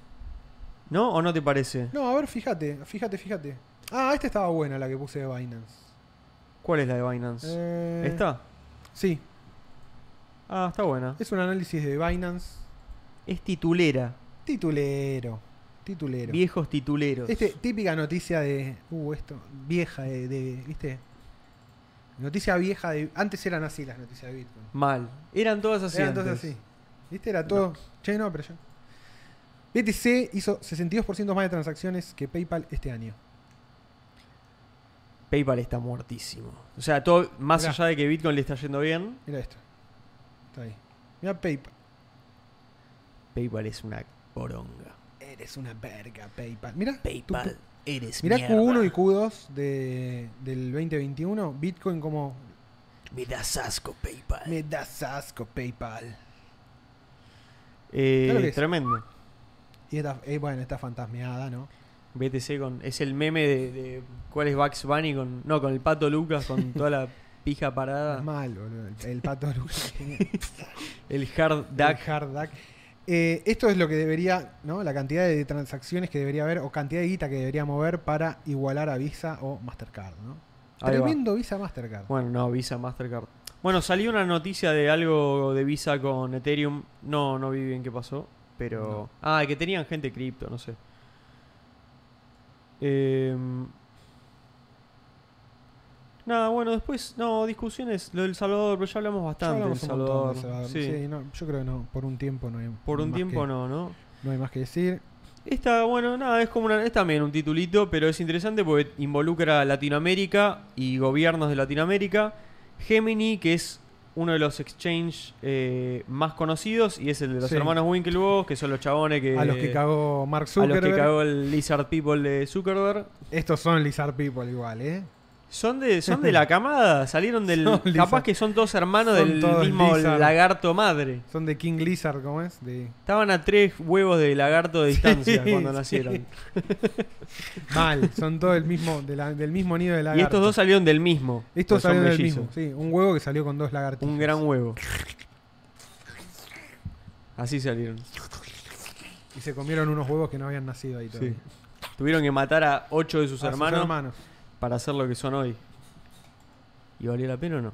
¿No? ¿O no te parece? No, a ver, fíjate, fíjate, fíjate. Ah, esta estaba buena la que puse de Binance. ¿Cuál es la de Binance? Eh, ¿Está? Sí, Ah, está buena. es un análisis de Binance. Es titulera. Titulero. Titulero. Viejos tituleros. Este, típica noticia de. Uh, esto. Vieja de. de- ¿Viste? Noticia vieja de. Antes eran así las noticias de Bitcoin. Mal. Eran todas así. Eran todas antes. así. ¿Viste? Era todo. Che, no, pero ya. BTC hizo 62% más de transacciones que PayPal este año. PayPal está muertísimo. O sea, todo más Mirá. allá de que Bitcoin le está yendo bien, Mira esto. Está ahí. Mira PayPal. PayPal es una poronga. Eres una verga, PayPal. Mira. PayPal, eres Mira mierda. Q1 y Q2 de, del 2021. Bitcoin como. Me das asco, PayPal. Me das asco, PayPal. Eh, Claro que es. tremendo. Y esta, eh, bueno, está fantasmeada, ¿no? BTC con. Es el meme de, de- ¿Cuál es Bugs Bunny? Con, no, con el pato Lucas, *laughs* con toda la pija parada. Mal, boludo. El, el *laughs* pato Lucas. Genial. El hard El duck. hard duck. Eh, esto es lo que debería, ¿no? La cantidad de transacciones que debería haber o cantidad de guita que debería mover para igualar a Visa o Mastercard, ¿no? Ahí va. Tremendo Visa Mastercard. Bueno, no, Visa, Mastercard. Bueno, salió una noticia de algo de Visa con Ethereum. No, no vi bien qué pasó, pero... Ah, que tenían gente cripto, no sé. Em, Nada, bueno, después, no, discusiones. Lo del Salvador, pero ya hablamos Ya bastante del hablamos un montón Salvador. de Salvador. Sí. Sí, no, yo creo que no. Por un tiempo no hay. Por un más tiempo que- no, ¿no? No hay más que decir. Esta, bueno, nada, es como una, es también un titulito, pero es interesante porque involucra a Latinoamérica y gobiernos de Latinoamérica. Gemini, que es uno de los exchange eh, más conocidos, y es el de los Sí. hermanos Winklevoss, que son los chabones que... a los que cagó Mark Eh, a Zuckerberg. los que cagó el Lizard People de Zuckerberg. Estos son Lizard People igual, ¿eh? Son de, son *laughs* de la camada, salieron del... Son capaz lizard. que son dos hermanos Son del todos mismo lizard. lagarto madre. Son de King Lizard, ¿cómo es? De... Estaban a tres huevos de lagarto de distancia Sí, *laughs* cuando sí. nacieron. Mal, son todos del mismo, de la- del mismo nido de Y lagarto. estos dos salieron del mismo. Estos pues son salieron del mellizos. mismo, sí. Un huevo que salió con dos lagartijas. Un gran huevo. Así salieron. Y se comieron unos huevos que no habían nacido ahí todavía. Sí. Tuvieron que matar a ocho de sus, A hermanos, hermanos. para hacer lo que son hoy. ¿Y valió la pena o no?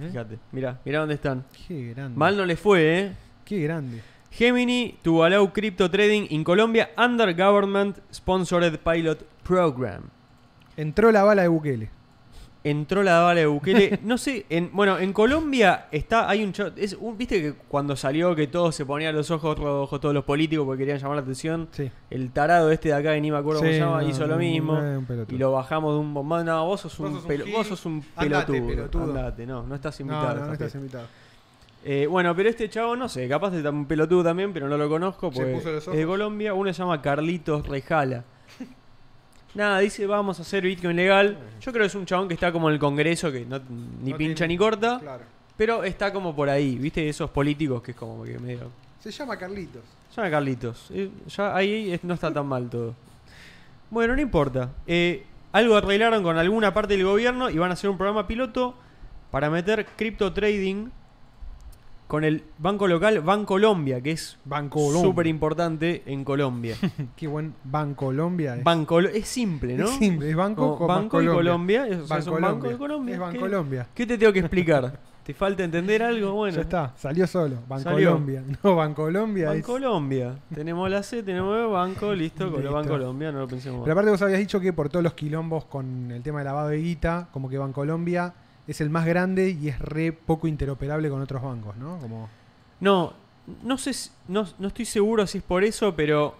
¿Eh? Fíjate. Mirá, mirá dónde están. Qué grande. Mal no les fue, ¿eh? Qué grande. Gemini to allow crypto trading in Colombia under government sponsored pilot program. Entró la bala de Bukele. Entró la bala de Bukele. No sé, en, bueno, en Colombia está, hay un, cho- es un- Viste que cuando salió que todos se ponían los ojos rojos, todos los políticos porque querían llamar la atención. Sí. El tarado este de acá, que ni me acuerdo cómo se Sí, llama, no, hizo lo no, mismo. no, es un pelotudo. y lo bajamos de un bombón. No, vos sos un, Vos sos un pelo- gil. vos sos un Andate, pelotudo. pelotudo. Andate, no, no estás No, invitado. no, no estás estás bien. invitado. Eh, bueno, pero este chavo, no sé, capaz es un pelotudo también, pero no lo conozco. Se Porque puso los es de ojos. Colombia, uno se llama Carlitos Rejala. Nada, dice vamos a hacer Bitcoin legal. Yo creo que es un chabón que está como en el Congreso, que no, ni No pincha tiene- ni corta, Claro. pero está como por ahí, ¿viste? Esos políticos que es como que medio. Se llama Carlitos. Llama a Carlitos. Eh, ya ahí es- no está tan mal todo. Bueno, no importa. Eh, algo arreglaron con alguna parte del gobierno y van a hacer un programa piloto para meter crypto trading con el banco local Bancolombia, que es Banco súper importante en Colombia. Qué buen Bancolombia. *laughs* es. Banco es simple, ¿no? Es simple, es Banco, Como con Banco Colombia. y Colombia. es- o sea, es un Bancolombia. banco de Colombia. Es ¿Qué- Bancolombia. ¿Qué, te tengo que explicar? ¿Te falta entender algo? Bueno, ya está, salió solo. Bancolombia. *laughs* No, Bancolombia es- Bancolombia. Tenemos la C, tenemos el banco, listo, con el Listo. Banco Colombia, no lo pensemos. más. Pero aparte vos habías dicho que por todos los quilombos con el tema de lavado de guita, como que Bancolombia es el más grande y es re poco interoperable con otros bancos, ¿no? Como No, no sé, si- no, no estoy seguro si es por eso, pero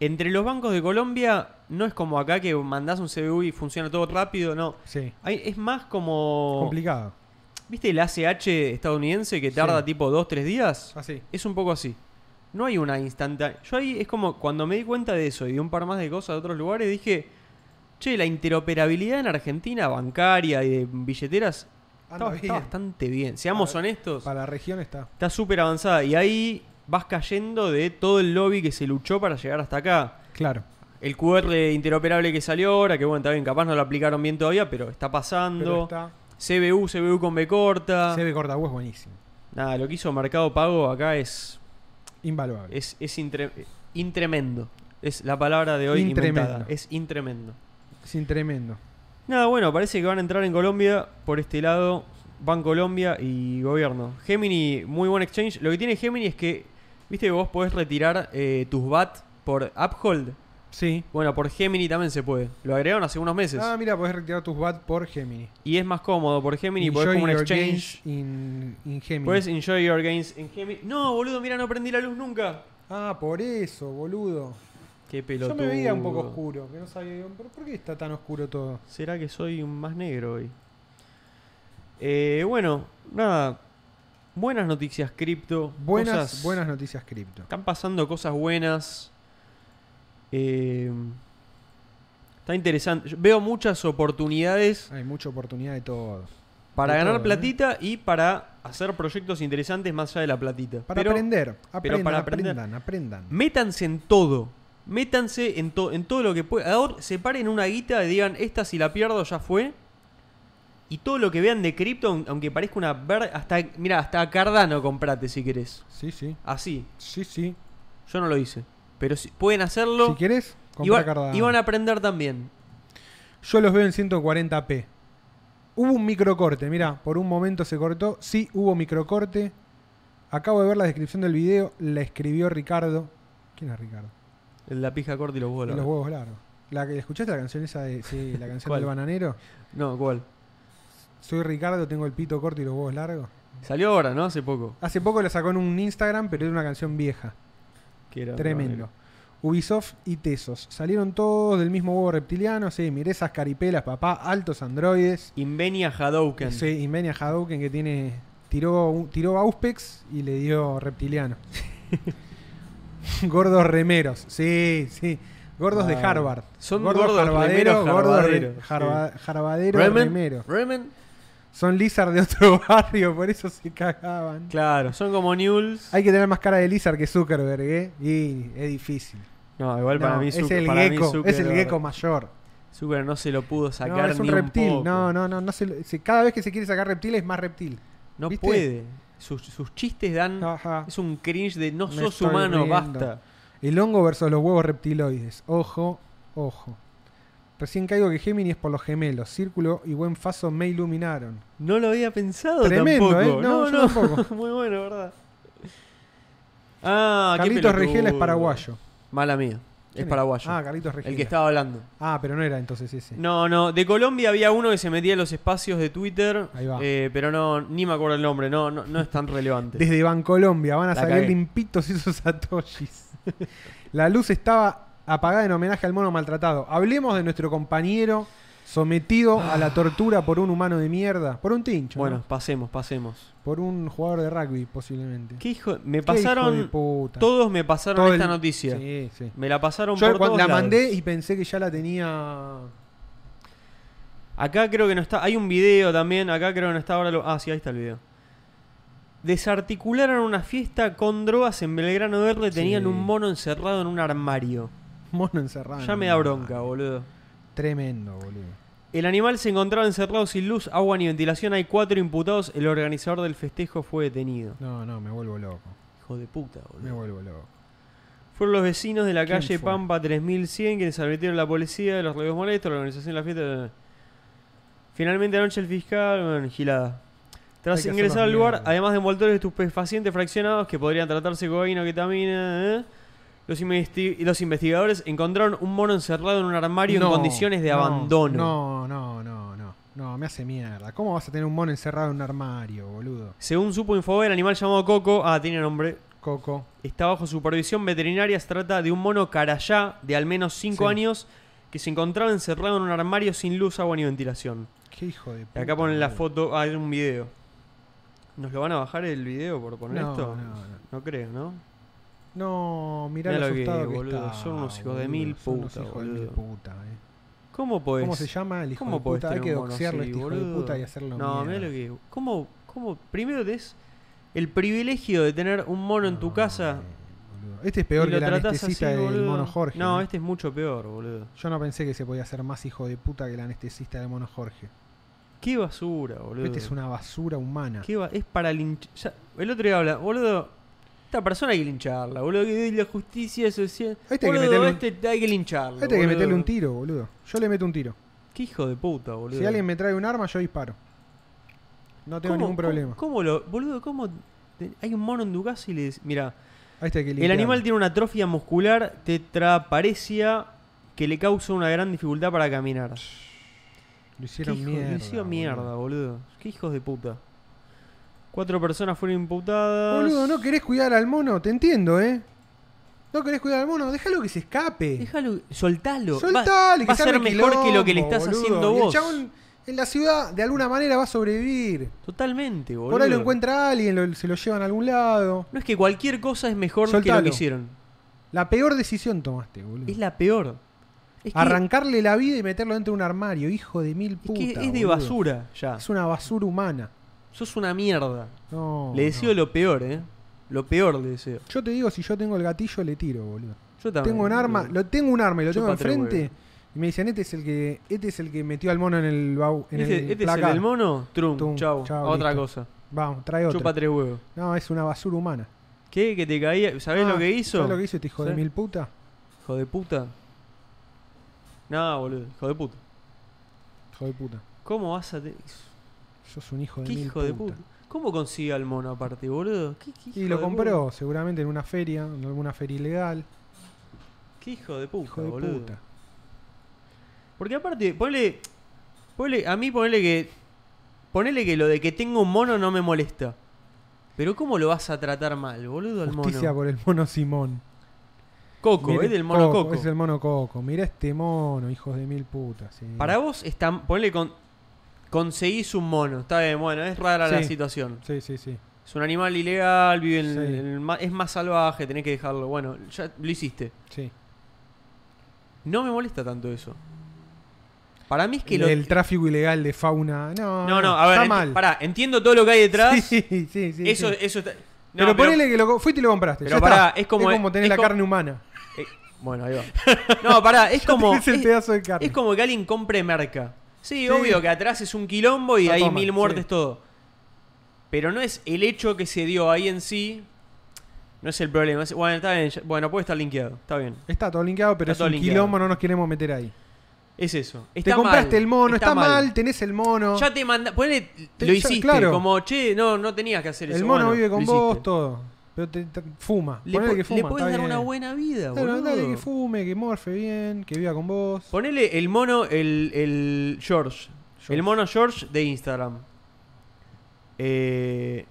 entre los bancos de Colombia no es como acá que mandás un CBU y funciona todo rápido, no. sí, Hay- es más como... complicado. ¿Viste el ACH estadounidense que tarda Sí. tipo 2-3 días? Así. Es un poco así. No hay una instantánea. Yo ahí es como cuando me di cuenta de eso y de un par más de cosas de otros lugares, dije, che, la interoperabilidad en Argentina bancaria y de billeteras Anda está, está bien. bastante bien. Seamos Para- honestos. Para la región está. Está súper avanzada. Y ahí vas cayendo de todo el lobby que se luchó para llegar hasta acá. Claro. El QR interoperable que salió ahora, que bueno, está bien, capaz no lo aplicaron bien todavía, pero está Pero pasando. está. CBU, CBU con B corta. CB Cortagüe es buenísimo. Nada, lo que hizo Mercado Pago acá es. Invaluable. Es, es intre- intremendo. Es la palabra de hoy Intremendo. inventada. Es intremendo. Sin tremendo. Nada, bueno, parece que van a entrar en Colombia por este lado. Bancolombia y gobierno. Gemini, muy buen exchange. Lo que tiene Gemini es que, viste que vos podés retirar eh, tus BAT por Uphold. Sí. Bueno, por Gemini también se puede. Lo agregaron hace unos meses. Ah, mira, podés retirar tus BAT por Gemini. y es más cómodo por Gemini porque es Enjoy como un your exchange. gains in- in Gemini. Puedes enjoy your gains en Gemini. No, boludo, mira, no prendí la luz nunca. Ah, por eso, boludo. Qué pelotudo. Yo me veía un poco oscuro, que no sabía, digo, ¿por, por qué está tan oscuro todo? ¿Será que soy un más negro hoy? Eh, bueno, nada. Buenas noticias cripto. Buenas, cosas- buenas noticias cripto. Están pasando cosas buenas. Eh, está interesante. Yo veo muchas oportunidades Hay mucha oportunidad de todo. para de ganar todo, ¿eh? platita y para hacer proyectos interesantes más allá de la platita. Para Pero aprender, aprendan, para aprender. aprendan, aprendan. métanse en todo. Métanse en, to- en todo lo que puedan. Ahora separen una guita y digan, esta si la pierdo ya fue. Y todo lo que vean de cripto, aun- aunque parezca una verga, hasta mira, hasta Cardano comprate si querés. Sí, sí. Así. Sí, sí. Yo no lo hice. Pero si pueden hacerlo. Si querés, Y va- compra Cardano. y van a aprender también. Yo los veo en 140p. Hubo un microcorte, mira, por un momento se cortó. Sí, hubo microcorte. Acabo de ver la descripción del video, la escribió Ricardo. ¿Quién es Ricardo? El de La pija corta y los De bolos. los huevos largos. ¿La que escuchaste la canción esa de sí, la canción ¿Cuál? del bananero? No, ¿cuál? Soy Ricardo, tengo el pito corto y los huevos largos. Salió ahora, ¿no? Hace poco. Hace poco lo sacó en un Instagram, pero era una canción vieja. Que era- Tremendo. Ubisoft y Tesos. Salieron todos del mismo huevo reptiliano. Sí, miré esas caripelas, papá. Altos androides. Invenia Hadouken. Sí, y Menia Hadouken que tiene. Tiró, un- tiró Auspex y le dio *laughs* reptiliano. gordos remeros. Sí, sí. Gordos de Wow. Harvard. Son gordos, gordos jarbaderos, remeros gordos re- jarbaderos, jarba- jarbaderos Remen. remeros. Remen. Son Lizard de otro *laughs* barrio, por eso se cagaban. Claro, son como News. Hay que tener más cara de Lizard que Zuckerberg, ¿eh? Y es difícil. No, igual para No, mí es Zucker- el para mí gecko, es el Zuckerberg- gecko mayor. Zucker no se lo pudo sacar No, es un ni reptil. poco. no, no, no, no se lo- se- cada vez que se quiere sacar reptil es más reptil. No ¿Viste? puede. Sus, sus chistes dan. Ajá. Mm. Es un cringe de no Me sos estoy humano, riendo. basta. El hongo versus los huevos reptiloides. Ojo, ojo. Recién caigo que Géminis por los gemelos. Círculo y buen faso me iluminaron. No lo había pensado Tremendo, tampoco. ¿eh? No, yo No, no. tampoco. Muy bueno, ¿verdad? *laughs* Ah, qué Carlitos pelotudo. Regela es paraguayo. Mala mía. Es ¿Quién paraguayo. Ah, Carlitos Regela. el que estaba hablando. Ah, pero no era entonces ese. No, no. De Colombia había uno que se metía en los espacios de Twitter. Ahí va. eh, pero no, ni me acuerdo el nombre. No, no, no es tan relevante. Desde Bancolombia van a La salir cagué. limpitos esos satoshis. *laughs* La luz estaba apagada en homenaje al mono maltratado. Hablemos de nuestro compañero sometido a la tortura por un humano de mierda. Por un tincho. bueno, ¿no? pasemos, pasemos. Por un jugador de rugby, posiblemente. ¿Qué hijo? Me Qué hijo de pasaron. puta. Todos me pasaron Todo esta el- noticia. Sí, sí. Me la pasaron Yo por cuando la todos lados. mandé y pensé que ya la tenía. Acá creo que no está. Hay un video también. Acá creo que no está ahora. Lo, ah, sí, ahí está el video. Desarticularon una fiesta con drogas en Belgrano Verde. Tenían Sí. Ah, un mono encerrado en un armario. Mono encerrado. ya me da bronca, boludo. Tremendo, boludo. El animal se encontraba encerrado sin luz, agua ni ventilación. Hay cuatro imputados. El organizador del festejo fue detenido. No, no, me vuelvo loco. Hijo de puta, Me boludo. vuelvo loco. Fueron los vecinos de la ¿Quién calle fue? Pampa 3100 quienes advirtieron a la policía de los relevos molestos, la organización de la fiesta. bla, bla, bla. Finalmente anoche el fiscal, bueno, gilada. Tras Hay que ingresar al hacernos lugar, mierda. además de envoltorios estupefacientes fraccionados que podrían tratarse de cocaína o ketamina, ¿eh? los, investi- los investigadores encontraron un mono encerrado en un armario No, en condiciones de no, abandono. No, no, no, no. No, me hace mierda. ¿Cómo vas a tener un mono encerrado en un armario, boludo? Según supo Infobae, el animal llamado Coco, ah, tiene nombre, Coco. está bajo supervisión veterinaria. Se trata de un mono carayá de al menos 5 Sí. años que se encontraba encerrado en un armario sin luz, agua ni ventilación. Qué hijo de Y puta. acá ponen la boludo. foto, ah, hay un video. ¿Nos lo van a bajar el video por poner No, esto? no, no. No creo, ¿no? No, mirá, Mirá lo lo que, asustado que, boludo, está, son unos hijos de boludo, mil son unos puta, hijos de mil boludo. puta, eh. ¿Cómo podés? ¿Cómo se llama el hijo ¿Cómo de podés puta? Hay tener que un mono doxearlo a así, este hijo de boludo? puta y hacerlo No, mirá mierda. lo que digo. ¿Cómo, cómo? Primero es el privilegio de tener un mono en tu No, casa boludo. Este es y peor lo que la tratás así, anestesista del boludo. mono Jorge. No, eh. este es mucho peor, boludo. Yo no pensé que se podía hacer más hijo de puta que el anestesista del mono Jorge. Qué basura, boludo. Este es una basura humana. Qué va- Es para linchar. El otro día habla, boludo. Esta persona hay que lincharla, boludo. Que la justicia social. A este hay que Boludo, meterle un- este hay que lincharlo. Este hay que boludo. meterle un tiro, boludo. Yo le meto un tiro. Qué hijo de puta, boludo. Si alguien me trae un arma, yo disparo. No tengo ¿Cómo- ningún problema. ¿Cómo, cómo lo, boludo, cómo te- hay un mono en tu casa y le des- Mira, A este hay que el limpiarlo. animal tiene una atrofia muscular tetraparesia que le causa una gran dificultad para caminar. Lo Qué hicieron hijo- mierda. le hicieron boludo. mierda, boludo. Qué hijos de puta. Cuatro personas fueron imputadas. Boludo, no querés cuidar al mono, te entiendo, eh. No querés cuidar al mono, déjalo que se escape. Déjalo, soltalo. Soltale, va, que va a se ser arme mejor que lo que le quilombo, estás boludo. haciendo Y el vos. chabón en la ciudad de alguna manera va a sobrevivir. Totalmente, boludo. Por ahí lo encuentra alguien, lo- se lo llevan a algún lado. No es que cualquier cosa es mejor que lo Soltalo. que hicieron. La peor decisión tomaste, boludo. Es la peor. Es que, Arrancarle la vida y meterlo dentro de un armario, hijo de mil es, putas. que es de boludo. basura ya. Es una basura humana. Sos una mierda. No. le deseo no. lo peor, eh. Lo peor le deseo. Yo te digo, si yo tengo el gatillo, le tiro, boludo. Yo también. tengo un arma, boludo. lo tengo un arma y lo tengo Chupa tres enfrente. huevos. Y me dicen, este es el que, este es el que metió al mono en el baú, en Este, el este es el placar". del mono. Trum, Tum, chau. chau, a otra listo. cosa. Vamos, trae otro. Chupa tres huevos. No, es una basura humana. ¿Qué? ¿Que te caía? ¿Sabés Ah, lo que hizo? ¿Sabés lo que hizo este hijo de ¿Sabés? mil puta? Hijo de puta. No, boludo. Hijo de puta. Hijo de puta. ¿Cómo vas a.? te- Sos un hijo de ¿Qué mil hijo de puta? ¿Cómo consigue al mono aparte, boludo? ¿Qué, qué Y hijo lo de compró puta? seguramente en una feria, en alguna feria ilegal. ¿Qué hijo de puta, Hijo de boludo? puta. Porque aparte, ponle, ponle. A mí ponle que Ponele que lo de que tengo un mono no me molesta. Pero ¿cómo lo vas a tratar mal, boludo, al Justicia mono? por el mono Simón. Coco, Mirá- es del mono Coco. Es el mono Coco. Mira este mono, hijos de mil putas. sí. Para vos, está, ponele con, conseguís un mono. Está bien, bueno, es rara la Sí. situación. Sí, sí, sí. Es un animal ilegal, vive en, Sí. en el ma- es más salvaje, tenés que dejarlo. Bueno, ya lo hiciste. sí. No me molesta tanto eso. Para mí es que El, lo... tráfico ilegal de fauna. No, no, no, a ver, está enti- mal. pará, entiendo todo lo que hay detrás. *laughs* Sí, sí, sí, eso, sí. eso está... no, pero, ponele que lo co- fuiste y lo compraste. pero ya pará, está. es como- es como tener es la como- carne humana. eh, bueno, *laughs* ahí va. No, pará, es como... es el es- pedazo de carne. Es como que alguien compre merca. Sí, Sí. obvio que atrás es un quilombo y Está hay todo mal, mil muertes, sí. todo. Pero no es el hecho que se dio ahí en sí. No es el problema. Es- bueno, está bien. ya- Bueno, puede estar linkeado. Está bien. Está todo linkeado, pero Está es todo un linkeado. quilombo, no nos queremos meter ahí. Es eso. Te Está compraste mal, el mono, está, mal. tenés el mono. Ya te manda, ponele, Te- lo ya- hiciste. claro. Como, che, no, no tenías que hacer eso. el mono Bueno, vive con lo hiciste. vos, todo. Pero te, te- fuma. Le, ponele po- que le fuma. podés está dar bien. una buena vida, Claro, boludo. dale, que fume, que morfe bien, que viva con vos. Ponele el mono, el, el George. George. El mono George de Instagram. Eh,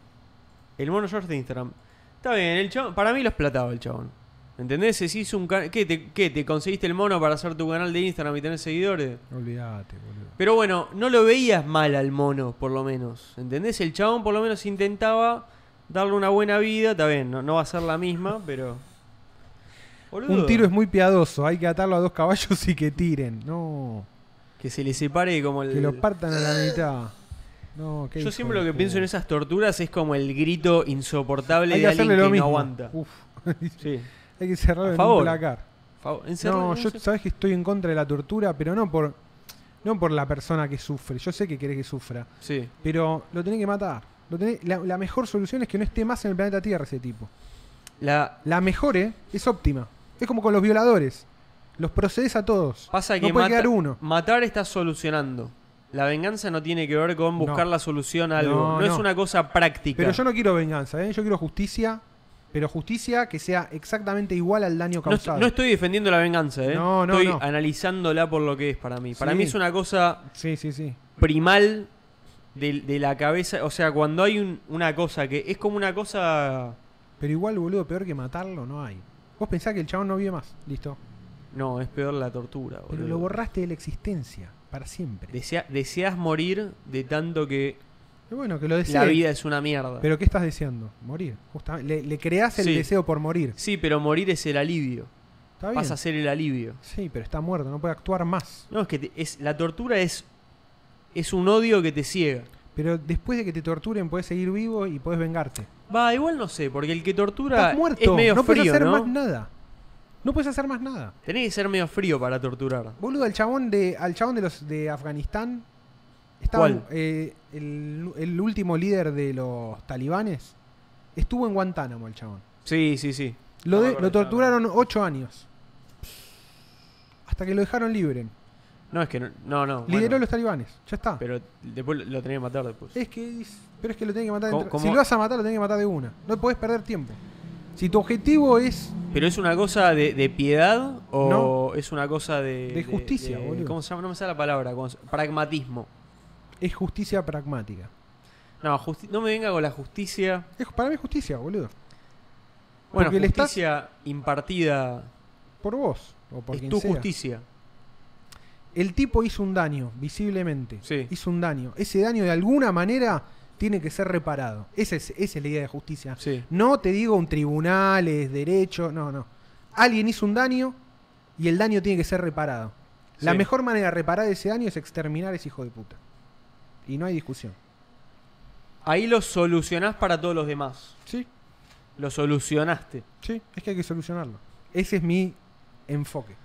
el mono George de Instagram. Está bien, el chabón- para mí lo explotaba el chabón. ¿Entendés? Se hizo un can- ¿Qué, te, qué, te conseguiste el mono para hacer tu canal de Instagram y tener seguidores? Olvídate, boludo. Pero bueno, no lo veías mal al mono, por lo menos. ¿Entendés? El chabón por lo menos intentaba darle una buena vida. Está bien, no, no va a ser la misma, pero... Boludo, Un tiro es muy piadoso, hay que atarlo a dos caballos y que tiren. No, Que se le separe como el... que lo partan a la mitad. No, qué hijo Yo siempre lo de que pienso en puta. esas torturas es como el grito insoportable Hay de que alguien hacerle que lo no mismo. aguanta. *laughs* *laughs* Uf. Sí. hay que A cerrar en un favor. placar. Fa- encerra- No, no yo sé. sabes que estoy en contra de la tortura, pero no por no por la persona que sufre. Yo sé que querés que sufra, Sí. pero lo tenés que matar. Lo tenés- la, la mejor solución es que no esté más en el planeta Tierra ese tipo. La La mejor, ¿eh? Es óptima. Es como con los violadores. Los procedes a todos. pasa no que puede mata- quedar uno. matar está solucionando. La venganza no tiene que ver con buscar No. la solución a algo. No, No, no. es una cosa práctica. Pero yo no quiero venganza, ¿eh? Yo quiero justicia, pero justicia que sea exactamente igual al daño No est- causado. no estoy defendiendo la venganza, ¿eh? No, no, estoy no. analizándola por lo que es para mí. Para Sí. mí es una cosa Sí, sí, sí. primal de, de la cabeza. O sea, cuando hay un- una cosa que es como una cosa... Pero igual, boludo, peor que matarlo no hay. Vos pensás que el chabón no vive más. Listo. No, es peor la tortura. Pero boludo. lo borraste de la existencia. Para siempre. Desea- deseas morir de tanto que Pero bueno, que lo desees. la vida es una mierda. Pero ¿qué estás deseando? Morir. Justamente. Le, le creás el Sí. deseo por morir. sí, pero morir es el alivio. ¿Está bien? Vas a ser el alivio. Sí, pero está muerto, no puede actuar más. No, es que te- es, la tortura es, es un odio que te ciega. Pero después de que te torturen, puedes seguir vivo y puedes vengarte. Va, igual no sé, porque el que tortura Estás es muerto. medio no puedes frío, hacer ¿no? más nada. No puedes hacer más nada. Tenés que ser medio frío para torturar. Boludo, al chabón de, al chabón de los de Afganistán estaba ¿Cuál? eh, el, el último líder de los talibanes. Estuvo en Guantánamo el chabón. Sí, sí, sí. Lo, No me de- acuerdo lo de ese torturaron ocho años. Hasta que lo dejaron libre. No, es que no, no. no, Lideró bueno, los talibanes. Ya está. Pero después lo- lo tenés que matar después. Es que es- pero es que lo tenés que matar. ¿Cómo- entre- cómo? Si lo vas a matar, lo tenés que matar de una. No podés perder tiempo. Si tu objetivo es ¿Pero es una cosa de, de piedad o es una cosa de... De justicia, boludo. ¿Cómo se llama? No me sale la palabra. cuando se- Pragmatismo. es justicia pragmática. No, justi- no me venga con la justicia. Es, para mí es justicia, boludo. Bueno, Porque le estás- justicia impartida Por vos. O por es quien tu sea. justicia. El tipo hizo un daño, visiblemente. Sí. Hizo un daño. Ese daño de alguna manera tiene que ser reparado. Esa es, esa es la idea de justicia. Sí. No te digo un tribunal, es derecho, no, no. Alguien hizo un daño y el daño tiene que ser reparado. La Sí. mejor manera de reparar ese daño es exterminar a ese hijo de puta. Y no hay discusión. Ahí lo solucionás para todos los demás. Sí, Lo solucionaste. sí, es que hay que solucionarlo. Ese es mi enfoque.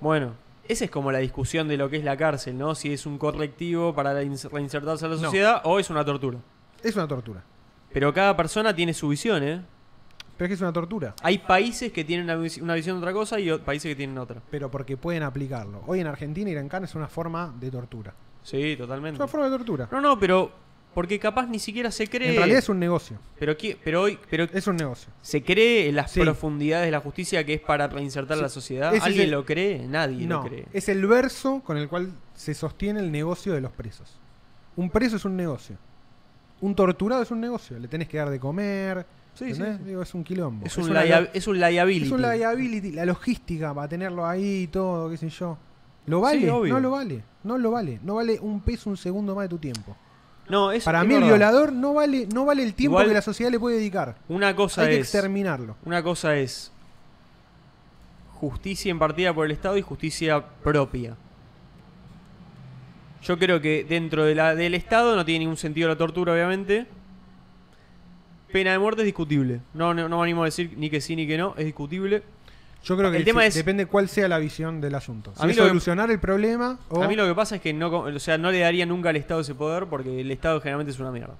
Bueno, esa es como la discusión de lo que es la cárcel, ¿no? Si es un correctivo para la ins- reinsertarse a la No. sociedad o es una tortura. Es una tortura. Pero cada persona tiene su visión, ¿eh? Pero es que es una tortura. Hay países que tienen una, vis- una visión de otra cosa y o- países que tienen otra. Pero porque pueden aplicarlo. Hoy en Argentina ir en cana es una forma de tortura. Sí, totalmente. Es una forma de tortura. No, no, pero porque capaz ni siquiera se cree. En realidad es un negocio. Pero qui- pero hoy, pero Es un negocio. se cree en las Sí. profundidades de la justicia que es para reinsertar la sociedad. Ese es ¿Alguien el- lo cree? Nadie lo No, cree. es el verso con el cual se sostiene el negocio de los presos. Un preso es un negocio. Un torturado es un negocio. Le tenés que dar de comer. Sí, ¿entendés? sí, Digo, es un quilombo. Es un, una- lia- es un liability. es un liability, la logística para tenerlo ahí y todo, qué sé yo. ¿Lo vale? obvio. no lo vale. No lo vale. No vale un peso, un segundo más de tu tiempo. No, es, Para es mí el verdad. violador no vale, no vale el tiempo Igual- que la sociedad le puede dedicar. Una cosa Hay que es. exterminarlo. Una cosa es justicia impartida por el Estado y justicia propia. Yo creo que dentro de la, del Estado no tiene ningún sentido la tortura, obviamente. Pena de muerte es discutible. No, no, no me animo a decir ni que sí ni que no, es discutible. Yo creo que El tema sí, es- depende cuál sea la visión del asunto. Si A mí es lo que- solucionar el problema o... A mí lo que pasa es que no, co- o sea, no le daría nunca al Estado ese poder porque el Estado generalmente es una mierda.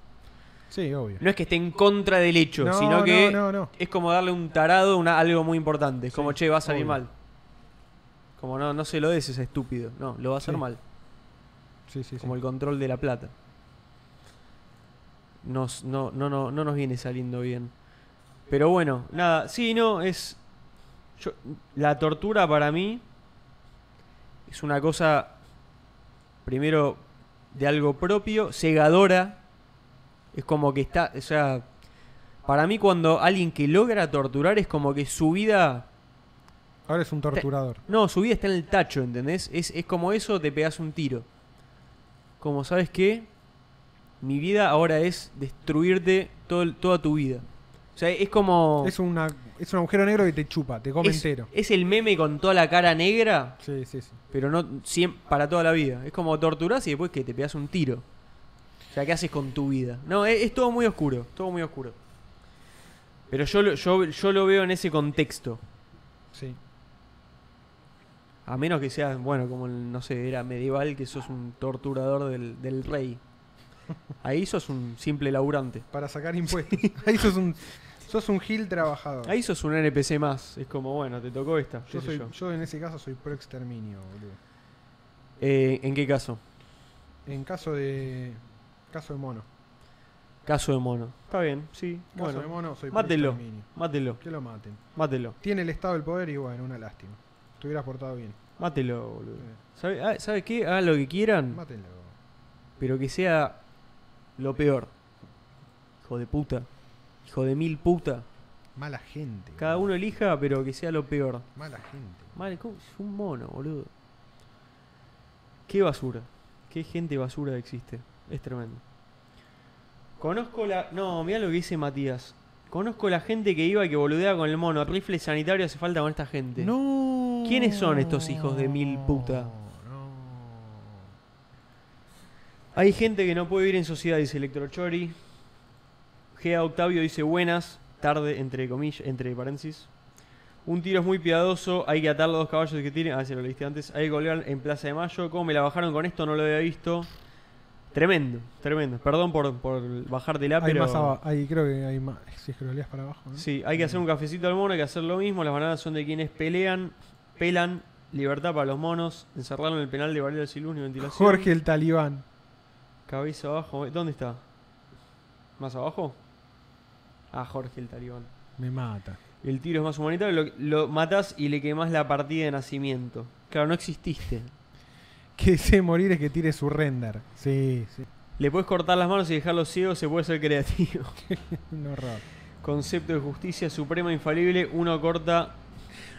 Sí, obvio. No es que esté en contra del hecho, No, sino que no, no, no. es como darle un tarado una, algo muy importante. Es como, che, va a salir obvio. mal. Como no, no se lo des, es estúpido. No, lo va a hacer Sí, mal. Sí, sí, sí. Como el control de la plata. Nos, no, no, no, no nos viene saliendo bien. Pero bueno, nada, sí, no, es. yo- la tortura para mí es una cosa, primero, de algo propio, cegadora. Es como que está, o sea, para mí cuando alguien que logra torturar es como que su vida Ahora es un torturador. no, su vida está en el tacho, ¿entendés? Es, es como eso, te pegas un tiro. Como sabes qué, mi vida ahora es destruirte todo, el- toda tu vida. O sea, es como... Es, una, es un agujero negro que te chupa, te come es- entero. es el meme con toda la cara negra, Sí, sí, sí. pero no siem- para toda la vida. Es como torturás y después que te pegas un tiro. O sea, ¿qué haces con tu vida? No, es, es todo muy oscuro, todo muy oscuro. Pero yo, lo- yo, yo lo veo en ese contexto. sí. A menos que seas, bueno, como el, no sé, era medieval, que sos un torturador del, del rey. Ahí sos un simple laburante. Para sacar impuestos. *laughs* Ahí sos un, sos un gil trabajador. Ahí sos un NPC más. Es como, bueno, te tocó esta. qué yo, sé soy, yo. yo en ese caso soy pro exterminio, boludo. Eh, ¿En qué caso? En caso de. Caso de mono. Caso de mono. Está bien, sí. Caso bueno, de mono soy mátelo. pro exterminio. Mátelo, Que lo maten. mátelo, Tiene el Estado el poder y bueno, una lástima. Te hubieras portado bien. mátelo, boludo. Eh, ¿Sabe, ah, ¿sabe qué? Hagan lo que quieran, Mátenlo. pero que sea lo peor. Hijo de puta. Hijo de mil puta. Mala gente. Cada boludo. uno elija, pero que sea lo peor. Mala gente. Madre, ¿cómo es un mono, boludo? Qué basura. Qué gente basura existe. Es tremendo. Conozco la. No, mirá lo que dice Matías. Conozco la gente que iba y que boludea con el mono. Rifle sanitario hace falta con esta gente. No. ¿Quiénes son estos hijos de mil puta? No. Hay gente que no puede vivir en sociedad, dice Electrochori. Gea Octavio dice buenas, tarde, entre comillas, entre paréntesis. Un tiro es muy piadoso, hay que atar los dos caballos que tiren. Ah, se lo leíste antes. Hay que colgar en Plaza de Mayo. ¿Cómo me la bajaron con esto? No lo había visto. Tremendo, tremendo. Perdón por, por bajártela, Hay pero. más abajo. Ahí creo que hay más. Si escroleas para abajo. ¿no? Sí, hay que hacer un cafecito al mono, hay que hacer lo mismo. Las bananas son de quienes pelean, pelan. Libertad para los monos. Encerraron el penal de Varela Silus ni ventilación. Jorge el Talibán. Cabeza abajo. eh, ¿Dónde está? ¿Más abajo? Ah, Jorge el talibán. Me mata. El tiro es más humanitario. Lo, lo matás y le quemás la partida de nacimiento. Claro, no exististe. Que ese morir es que tire su render. Sí, sí. *laughs* Le puedes cortar las manos y dejarlo ciego, se puede ser creativo. *laughs* Un horror. Concepto de justicia suprema infalible. Uno corta.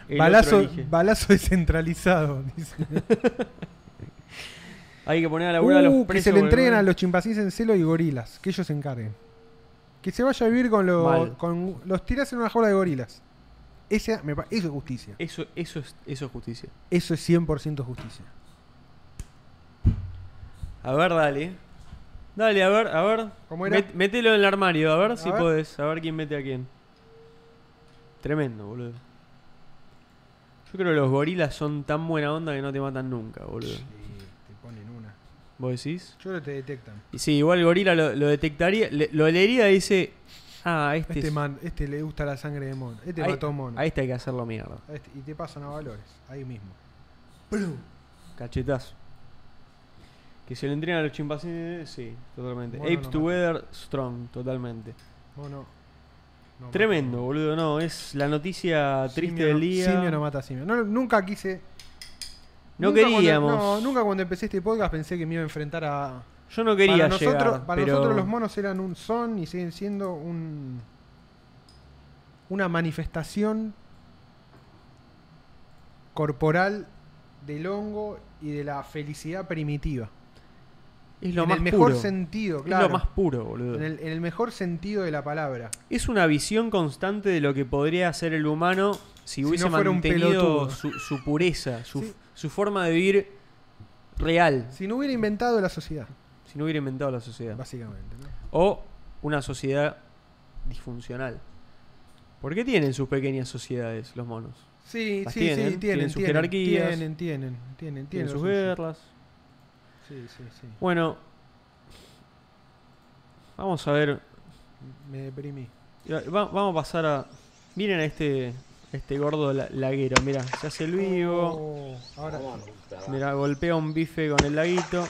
El Balazo, otro elige. balazo *laughs* descentralizado. Dice. Hay que poner a laburar a los Uh, que presos. se le entreguen boludo. a los chimpancés en celo y gorilas. Que ellos se encarguen. Que se vaya a vivir con los. Mal. Con, los tiras en una jaula de gorilas. Esa, me pa- eso es justicia. Eso, eso, es, eso es justicia. Eso es 100% justicia. A ver, dale. Dale, a ver, a ver. ¿Cómo era? Met- metelo en el armario, a ver A si ver. podés. A ver quién mete a quién. Tremendo, boludo. Yo creo que los gorilas son tan buena onda que no te matan nunca, boludo. te ponen una. ¿Vos decís? Yo creo que te detectan. Y sí, igual el gorila lo, lo detectaría, le- lo leería y dice, ah, este, Este es- man, este le gusta la sangre de mono. Este Ahí- mató a un mono. a este hay que hacerlo mierda. A este- y te pasan a valores. Ahí mismo. Cachetazo. Que se le entregan a los chimpancés, sí, totalmente. Bueno, Apes no together strong, totalmente. Mono. no mata Tremendo, mono. boludo, no, es la noticia triste Simio del no- día. Simio no mata simio. No, nunca quise. No nunca queríamos. Cuando, no, nunca cuando empecé este podcast pensé que me iba a enfrentar a, Yo no quería para nosotros, llegar, para pero nosotros los monos eran un son y siguen siendo un una manifestación corporal del hongo y de la felicidad primitiva. es lo en más el mejor puro. sentido, Es claro. lo más puro, boludo. en, el, en el mejor sentido de la palabra. Es una visión constante de lo que podría hacer el humano si no hubiese fuera un mantenido pelotudo. su, su pureza, su, Sí. su forma de vivir real, Si no hubiera inventado la sociedad, si no hubiera inventado la sociedad. básicamente. ¿no? O una sociedad disfuncional. ¿Por qué tienen sus pequeñas sociedades los monos? Sí, Las sí, tienen, sí, tienen, tienen sus tienen, jerarquías. tienen, tienen, tienen, Tienen lo sus suyo. guerras. Sí, sí, sí. Bueno, vamos a ver. Me deprimí. va- vamos a pasar a. Miren a este, este gordo la- laguero. Mira, se hace el vivo. Oh, ahora Oh. Mira, golpea un bife con el laguito.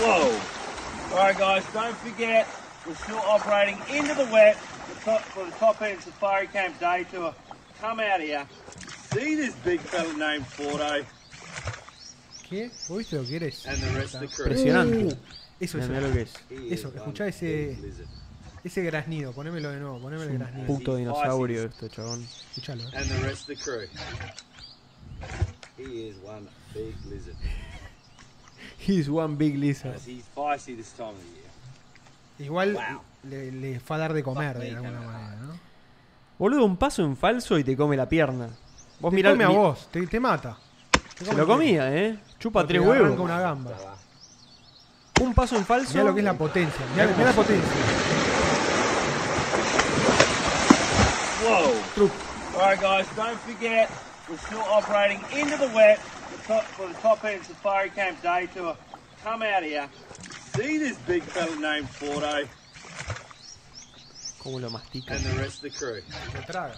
Whoa. Alright guys, don't forget, we're still operating into the wet the top, for the top end of Safari Camp Day Tour. Come out here, see this big fella named Fordo ¿Qué? ¿Vos viste lo que eres? and the rest of the crew. Impresionante. Uh, Eso es. Mirá lo que es. Eso, eh. escuchá ese. Ese graznido, ponémelo de nuevo, ponémelo el graznido. Puto dinosaurio esto, chabón. Escuchalo, eh. And the rest of the crew. He is one big lizard. He's one big lizard. As he's feisty this time of the year. Igual Wow. le, le fue a dar de comer de Fuck me, alguna cara. manera, ¿no? Boludo, un paso en falso y te come la pierna. Vos Te mirá. come a mi- vos, te, te mata. Te come Se lo entero. comía, eh. Chupa Te tres arranca huevos. una gamba. Un paso en falso. Mirá lo que es la potencia, mirá, mirá la potencia. Whoa. Alright guys, don't forget, we're still operating into the wet the top, for the top end of Safari Camp Day Tour. Come out here, see this big fella named Fordo ¿Cómo lo mastica? And the rest of the crew. Lo traga.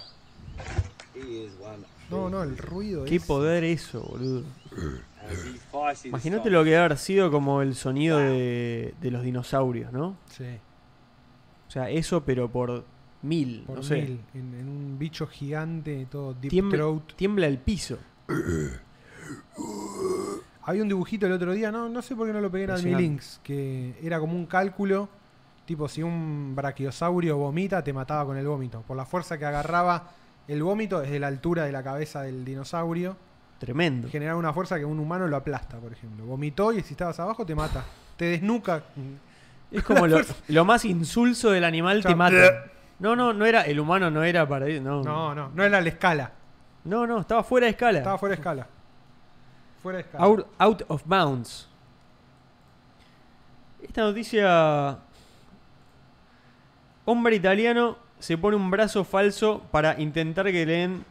He is one. No, no, el ruido Qué es. poder eso, boludo. As he's feisty this Imagínate time lo que debe haber sido como el sonido de, de los dinosaurios, ¿no? Sí, O sea, eso, pero por mil, por no sé. mil. En, en un bicho gigante, todo deep Tiembla- throat. tiembla el piso. Había un dibujito el otro día, no, no sé por qué no lo pegué en mi Impresionante. links, que era como un cálculo, tipo si un brachiosaurio vomita, te mataba con el vómito, por la fuerza que agarraba el vómito desde la altura de la cabeza del dinosaurio, Tremendo. generaba una fuerza que un humano lo aplasta, por ejemplo. Vomitó y si estabas abajo te mata, te desnuca. Es *laughs* como lo, lo más insulso del animal te Chao. mata. No, no, no era. El humano no era para. No, no, No, no, no era la escala, no, estaba fuera de escala. estaba fuera de escala. Fuera de escala. Out, out of bounds. Esta noticia. Hombre italiano se pone un brazo falso para intentar que le den.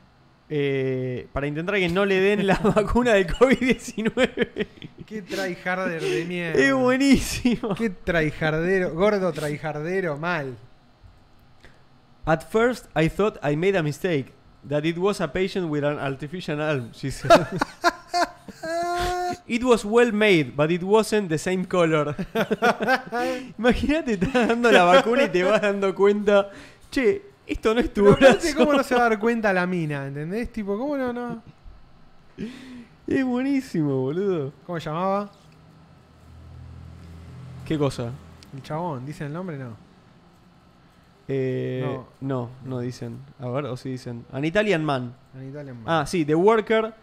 eh, para intentar que no le den la *laughs* vacuna del COVID-19. Qué tryharder de mierda. *laughs* es buenísimo. Qué tryhardero, gordo tryhardero, mal. At first, I thought I made a mistake. That it was a patient with an artificial arm, she said. it was well made, but it wasn't the same color. Imagínate, estás dando la vacuna y te vas dando cuenta, che, esto no es tu Pero aparte, brazo. ¿cómo no se va a dar cuenta la mina? ¿Entendés? Tipo, ¿cómo no, no? Es buenísimo, boludo. ¿Cómo se llamaba? ¿Qué cosa? El chabón, ¿dicen el nombre? No. Eh, No. no, no dicen. A ver, o si dicen. An Italian man. En Italian Ah, sí, The Worker,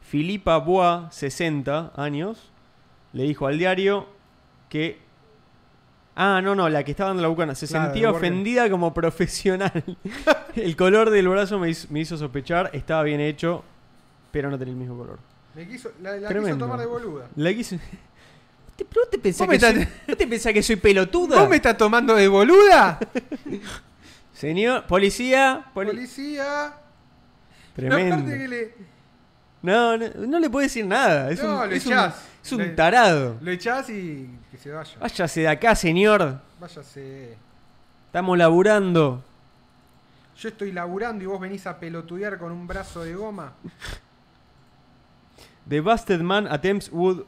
Filipa Boa, 60 años, le dijo al diario que. Ah, no, no, la que estaba dando la bucana. Se Claro, sentía The Worker. ofendida como profesional. *laughs* el color del brazo me hizo, me hizo sospechar, estaba bien hecho, pero no tenía el mismo color. Me quiso, la la quiso Tremendo. tomar de boluda. La quise. ¿Vos te- ¿Vos te pensás, Vos me que soy, estás- vos te pensás que soy pelotuda? ¿Vos me estás tomando de boluda? Señor, policía, poli- Policía. No, Tremendo. aparte que le, No, no, no le puede decir nada. Es No, un, lo es un- echás. es un Le- tarado. lo echás y que se vaya. Váyase de acá, señor. Váyase. Estamos laburando. Yo estoy laburando y vos venís a pelotudear con un brazo de goma. The Busted Man attempts would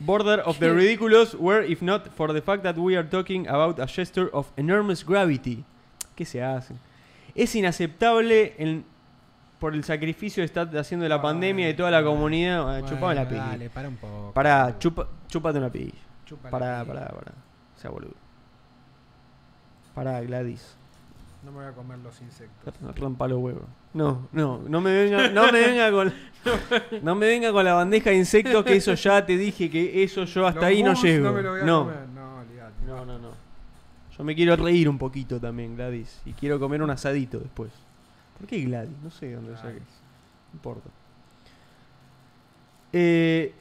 border of the ridiculous were if not for the fact that we are talking about a gesture of enormous gravity. ¿Qué se hace? Es inaceptable en por el sacrificio que está haciendo la pandemia y toda la comunidad. Ah, Eh, Bueno, chupame la pija. Dale, para un poco. Pará, chupa, chúpate una pija. Chupa la Pará, pija. pará, pará. O sea, boludo. Pará, Gladys. No me voy a comer los insectos. Rompa los huevos. No, no, no me venga, no me venga *laughs* con. No me venga con la bandeja de insectos que eso ya te dije que eso yo hasta Los ahí no mus llego. No me lo voy a no. comer. No, olvidate. No, no, no. Yo me quiero reír un poquito también, Gladys. Y quiero comer un asadito después. ¿Por qué Gladys? No sé de dónde lo saqué. No importa. Eh,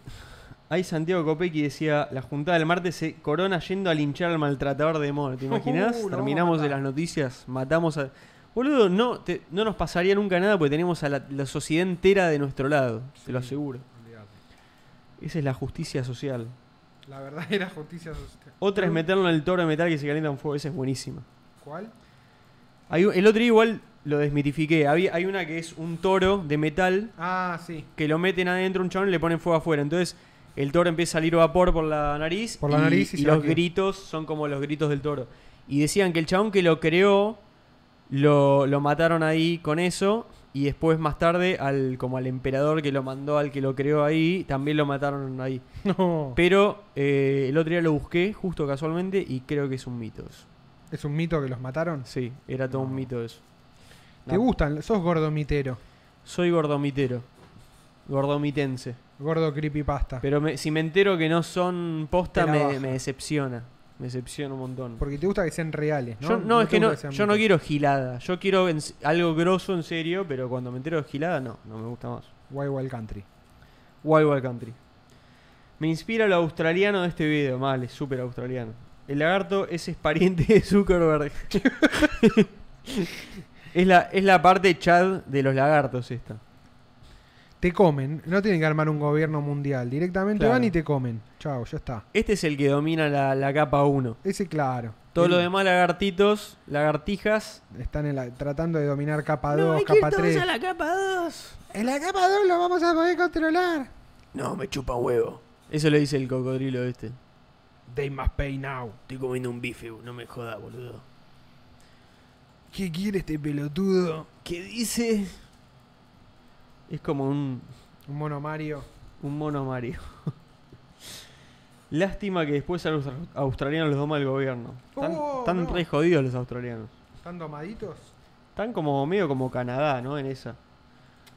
ahí Santiago Copecchi decía: La juntada del martes se corona yendo a linchar al maltratador de *laughs* mono. ¿Te Uh, lo imaginas? vamos a Terminamos de matar. las noticias, matamos a. Boludo, no, te- no nos pasaría nunca nada porque tenemos a la, la sociedad entera de nuestro lado. Te lo Sí. aseguro. Olvidate. Esa es la justicia social. La verdadera justicia social. Otra es meterlo en el toro de metal que se calienta un fuego. Esa es buenísima. ¿Cuál? Hay un- el otro día igual lo desmitifiqué. Había- hay una que es un toro de metal Ah, *laughs* sí. que lo meten adentro un chabón y le ponen fuego afuera. Entonces el toro empieza a salir vapor por la nariz. Por la nariz y y, se los va a- gritos son como los gritos del toro. Y decían que el chabón que lo creó lo, lo mataron ahí con eso. Y después más tarde, al, como al emperador que lo mandó al que lo creó ahí, también lo mataron ahí. No. Pero eh, el otro día lo busqué, justo casualmente, y creo que es un mito eso. ¿Es un mito que los mataron? Sí, era todo un mito eso. ¿Te No. gustan? Sos gordomitero. Soy gordomitero. Gordomitense. Gordo creepypasta. Pero me- si me entero que no son posta, Ah. Te la me, baja. me decepciona. Me decepciona un montón. Porque te gusta que sean reales, ¿no? yo, no, es te que no, gusta sean yo no mitos. quiero gilada. Yo quiero en- algo grosso en serio, pero cuando me entero de gilada, no, no me gusta más. Wild Wild Country. Wild Wild Country. Me inspira lo australiano de este video. Mal, es súper australiano. El lagarto ese es pariente de Zuckerberg. *laughs* es, la, es la parte chad de los lagartos esta. Te comen. No tienen que armar un gobierno mundial. Directamente Claro. van y te comen. Chao, ya está. Este es el que domina la, la capa 1. Ese claro. Todos El- los demás lagartitos, lagartijas. Están en la- tratando de dominar capa 2, hay que ir capa todos 3. a la capa 2. En la capa 2 lo vamos a poder controlar. No, me chupa huevo. Eso lo dice el cocodrilo este. They must pay now. Estoy comiendo un bife, no me jodas, boludo. ¿Qué quiere este pelotudo? ¿Qué dice? Es como un, Un mono Mario. un mono Mario. *laughs* Lástima que después a los australianos los doma el gobierno. Están, Oh, están no. re jodidos los australianos. ¿Están domaditos? Están como medio como Canadá, ¿no? En esa.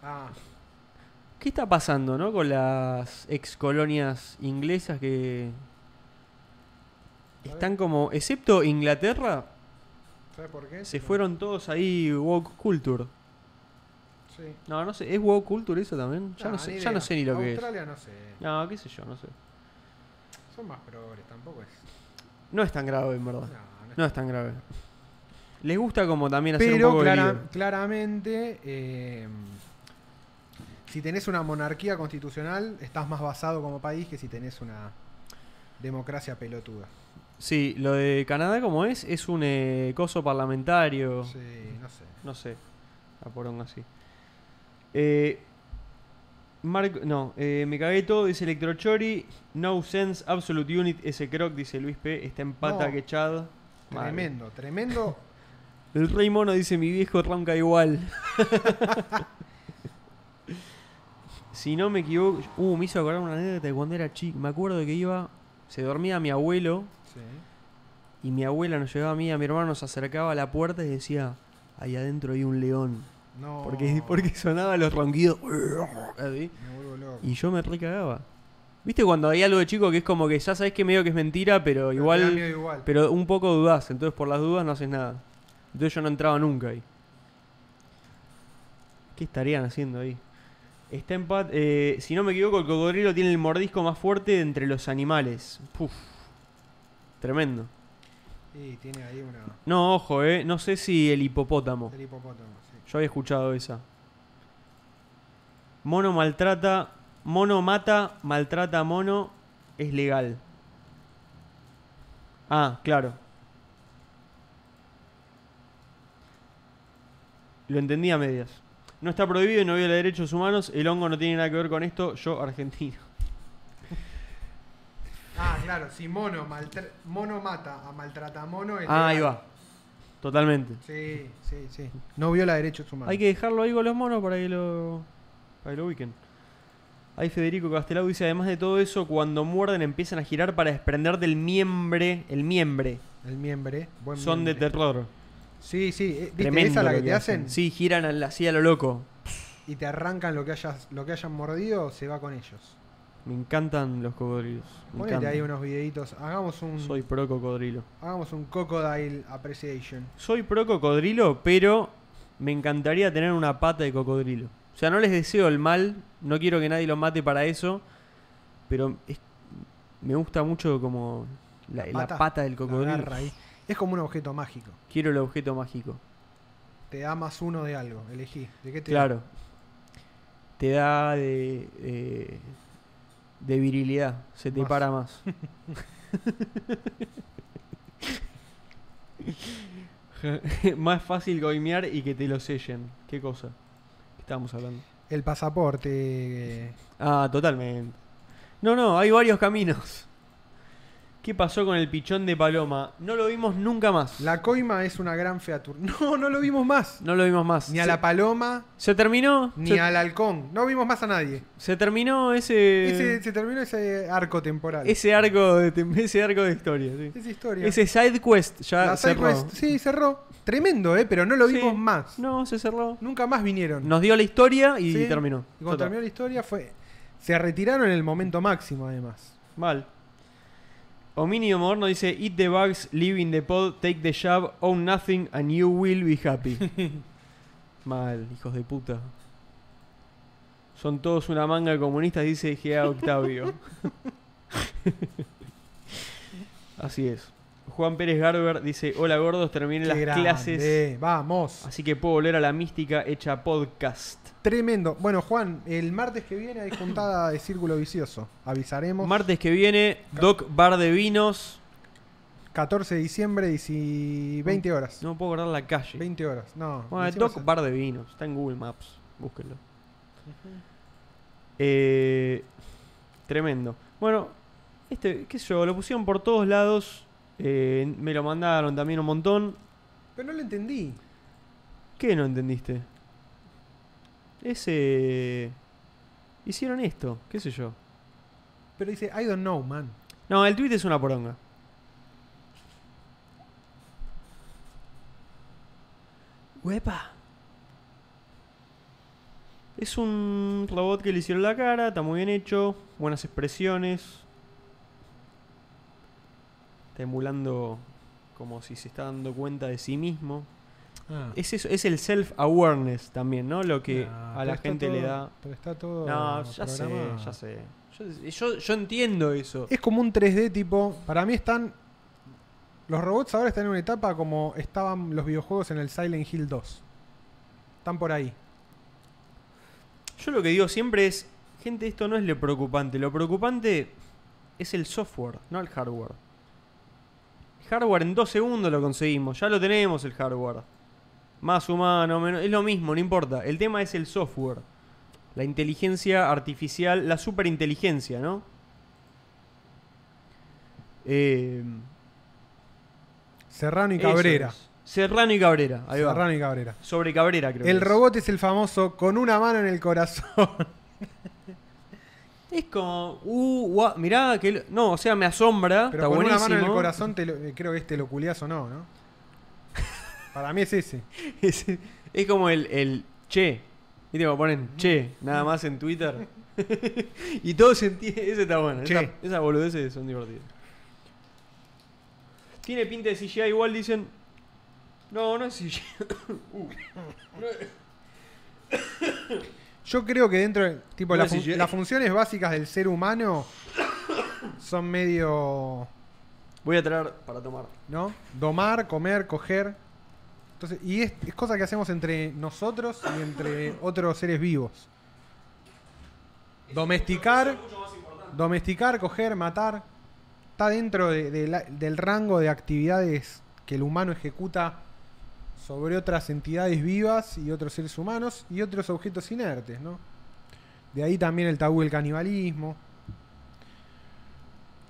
Ah, ¿Qué está pasando, no? Con las ex colonias inglesas que. Están como. Excepto Inglaterra, ¿sabes por qué? se fueron todos ahí woke culture. Sí. No, no sé. ¿Es woke culture eso también? Ya, Ah, no, ni sé, ya idea. no sé ni lo que Australia no sé. es. No, qué sé yo, no sé. Son más progres, tampoco es. No es tan grave, en verdad. No, no es- Ah. No es tan grave. Les gusta como también hacer un Pero poco clara- de lío. claramente, eh, si tenés una monarquía constitucional, estás más basado como país que si tenés una democracia pelotuda. Sí, lo de Canadá, como es, es un eh, coso parlamentario. Sí, no sé. No sé. La poronga así. Eh, Marco- no, eh, me cagué todo, dice Electrochori. No sense, absolute unit, ese croc, dice Luis P. Está en pata No. que Chad. Madre. Tremendo, tremendo. *laughs* El rey mono dice mi viejo ronca igual. *laughs* si no me equivoco, uh, me hizo acordar una anécdota de cuando era chico. Me acuerdo que iba, se dormía mi abuelo Sí. y mi abuela nos llevaba a mí, y a mi hermano nos acercaba a la puerta y decía, ahí adentro hay un león. No. Porque, porque sonaban los ronquidos. así, Me vuelvo loco. Y yo me recagaba. ¿Viste cuando hay algo de chico que es como que ya sabes que medio que es mentira, pero igual. Te da miedo igual. Pero un poco dudás, entonces por las dudas no haces nada. Entonces yo no entraba nunca ahí. ¿Qué estarían haciendo ahí? Está en pat- eh, si no me equivoco, el cocodrilo tiene el mordisco más fuerte de entre los animales. Puf. Tremendo. Y tiene ahí una. No, ojo, eh. No sé si el hipopótamo. El hipopótamo, sí. Yo había escuchado esa. Mono maltrata. Mono mata, maltrata a mono. Es legal. Ah, claro. Lo entendí a medias. No está prohibido y no viola derechos humanos. El hongo no tiene nada que ver con esto. Yo, argentino. Ah, claro, si mono, maltra- mono mata a maltratamono. es Ah, ahí legal. va. Totalmente. Sí, sí, sí. No viola derechos humanos. Hay que dejarlo ahí con los monos para que lo, para que lo ubiquen. Ahí Federico Castelao dice, además de todo eso, cuando muerden empiezan a girar para desprender del miembre, el miembre. El miembre. Buen Son de miembre. terror. Sí, sí. eh, ¿Viste Tremendo esa la lo que te hacen? Sí, giran al- así a lo loco. Y te arrancan lo que, hayas, lo que hayan mordido, se va con ellos. Me encantan los cocodrilos. Me Ponete encantan. ahí unos videitos. Hagamos un, Soy pro cocodrilo. hagamos un Crocodile Appreciation. Soy pro cocodrilo, pero me encantaría tener una pata de cocodrilo. O sea, no les deseo el mal, no quiero que nadie lo mate para eso, pero es- me gusta mucho como la, la pata, del la cocodrilo. garra ahí. Es como un objeto mágico. Quiero el objeto mágico. Te da más uno de algo. Elegí. ¿De qué te da? Claro. Te da de, eh, de virilidad, se te Más. *laughs* para más. *laughs* más fácil goimear y que te lo sellen. ¿Qué cosa? ¿Qué estábamos hablando? El pasaporte. eh, Ah, totalmente. No, no, hay varios caminos. ¿Qué pasó con el pichón de paloma? No lo vimos nunca más. La coima es una gran featur. *laughs* No, no lo vimos más. No lo vimos más. Ni a se, la paloma, se terminó. ni se, al halcón. No vimos más a nadie. se terminó ese. Ese, se terminó ese arco temporal. Eh, Ese arco de, *laughs* tem- ese arco de historia, sí. Esa historia. Ese side quest ya La side cerró. quest- sí, cerró. Tremendo, ¿eh? Pero no lo Sí. vimos más. No, se cerró. Nunca más vinieron. Nos dio la historia y Sí. terminó. Y cuando Total. terminó la historia fue... Se retiraron en el momento máximo, además. Mal. Ominium Morno dice: Eat the bugs, live in the pod, take the jab, own nothing, and you will be happy. *laughs* Mal, hijos de puta. Son todos una manga de comunistas, dice Gea *laughs* Octavio. Así es. Juan Pérez Garber dice: Hola gordos, terminé las Qué grande. eh, clases. Vamos. Así que puedo volver a la mística hecha podcast. Tremendo. Bueno, Juan, el martes que viene hay juntada de Círculo Vicioso. Avisaremos. Martes que viene, Doc Bar de Vinos. 14 de diciembre, 10 20 horas. No puedo guardar la calle. 20 horas. No. Bueno, encima Doc se- Bar de Vinos. Está en Google Maps. Búsquenlo. Eh, tremendo. Bueno, este, qué sé yo, lo pusieron por todos lados. Eh, me lo mandaron también un montón. Pero no lo entendí. ¿Qué no entendiste? Ese. Hicieron esto, qué sé yo. Pero dice, I don't know, man. No, el tweet es una poronga. ¡Huepa! Es un robot que le hicieron la cara, está muy bien hecho, buenas expresiones. Está emulando como si se está dando cuenta de sí mismo. Es, eso- es el self-awareness también, ¿no? Lo que a la gente le da. Pero está Ah, todo. No, ya sé, programado. ya sé. Yo- yo- yo entiendo eso. Es como un 3D tipo. Para mí están. Los robots ahora están en una etapa como estaban los videojuegos en el Silent Hill 2. Están por ahí. Yo lo que digo siempre es, gente, esto no es lo preocupante. Lo preocupante es el software, no el hardware. El hardware en dos segundos lo conseguimos, ya lo tenemos el hardware. Más humano, menos, es lo mismo, no importa. El tema es el software. La inteligencia artificial, la superinteligencia, ¿no? Eh, Serrano y eso Cabrera. es. Serrano y Cabrera, ahí va. Serrano y Cabrera. Sobre Cabrera, creo. que El es. robot es el famoso con una mano en el corazón. *laughs* Es como, uh, guau, mirá, que lo- no, o sea, me asombra, Pero está con buenísimo. una mano en el corazón, te lo- eh, creo que este lo culiás o no, *laughs* ¿no? Para mí es ese. *laughs* Es, es como el, el che. Viste como ponen che, nada más en Twitter. *laughs* y todos entienden. Ese está bueno. Che. esa- esas boludeces son divertidas. Tiene pinta de CGI igual, dicen. No, no es CGI. Yo creo que dentro de. Tipo, No la sé fun- si- las funciones básicas del ser humano son medio. *coughs* Voy a traer para tomar. ¿no? Domar, comer, coger. Entonces, y es, es cosa que hacemos entre nosotros y entre otros seres vivos. Domesticar, domesticar, coger, matar, está dentro de- de la- del rango de actividades que el humano ejecuta sobre otras entidades vivas y otros seres humanos y otros objetos inertes, ¿no? De ahí también el tabú del canibalismo.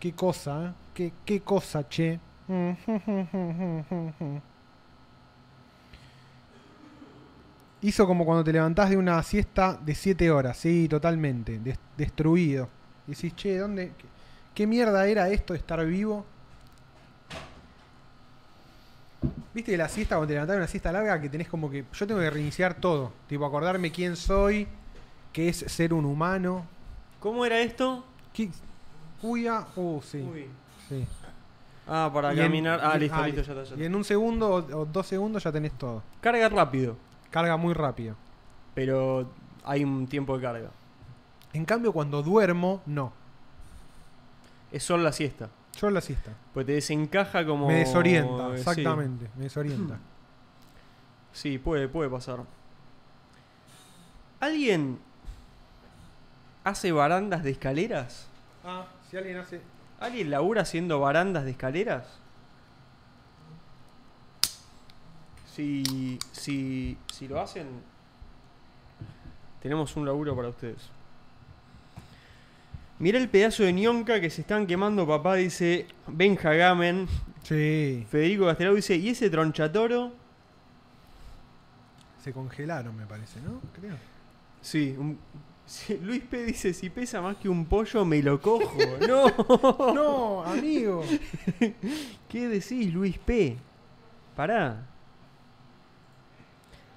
Qué cosa, ¿eh? ¿Qué, qué cosa, che. *laughs* Hizo como cuando te levantás de una siesta de 7 horas, sí, totalmente, des- destruido. Y decís, che, ¿dónde? Qué, qué mierda era esto de estar vivo? Viste que la siesta, cuando te levantás de una siesta larga, que tenés como que. Yo tengo que reiniciar todo. Tipo, acordarme quién soy, qué es ser un humano. ¿Cómo era esto? ¿Qué? Cuya. Uh, sí. Uy. sí. Ah, para Y en- caminar. ah, y- listo, ah, listo, listo. ya está, ya Y está. en un segundo o, o dos segundos ya tenés todo. Carga rápido, Carga muy rápido. pero hay un tiempo de carga. En cambio, cuando duermo, no. Es solo la siesta. Yo la siesta. Pues te desencaja como. Me eh, desorienta, sí. exactamente. Me *laughs* desorienta. Sí, puede, puede pasar. ¿Alguien hace barandas de escaleras? Ah, si alguien hace. ¿Alguien labura haciendo barandas de escaleras? Si, si, si lo hacen, tenemos un laburo para ustedes. Mirá el pedazo de ñonca que se están quemando, papá, dice Benja Gamen. Sí. Federico Castelao dice, ¿y ese tronchatoro? Se congelaron, me parece, ¿no? Creo. Sí, un- *laughs* sí, Luis P. dice, si pesa más que un pollo, me lo cojo. *laughs* no, *laughs* No, amigo. ¿Qué decís, Luis P? Pará.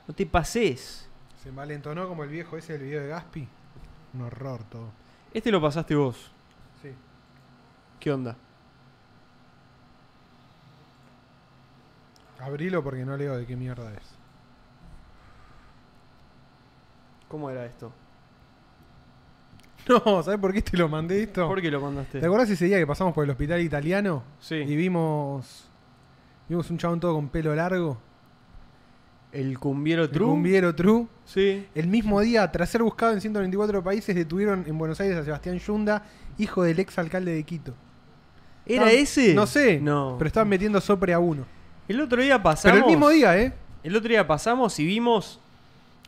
No te pases. Se envalentonó como el viejo ese del video de Gaspi. Un horror todo. Este lo pasaste vos. Sí. ¿Qué onda? Abrilo porque no leo de qué mierda es. *laughs* ¿Cómo era esto? No, ¿sabes por qué te lo mandé esto? ¿Por qué lo mandaste? ¿Te acordás ese día que pasamos por el hospital italiano? Y Sí. vimos. Vimos un chabón todo con pelo largo. ¿El cumbiero Un true? Cumbiero True. Sí. El mismo día, tras ser buscado en 124 países, detuvieron en Buenos Aires a Sebastián Yunda, hijo del ex alcalde de Quito. ¿Era Estaban- ese? No sé, No. pero estaban metiendo sopre a uno. El otro día Pero pasamos... el mismo día, ¿eh? El otro día pasamos y vimos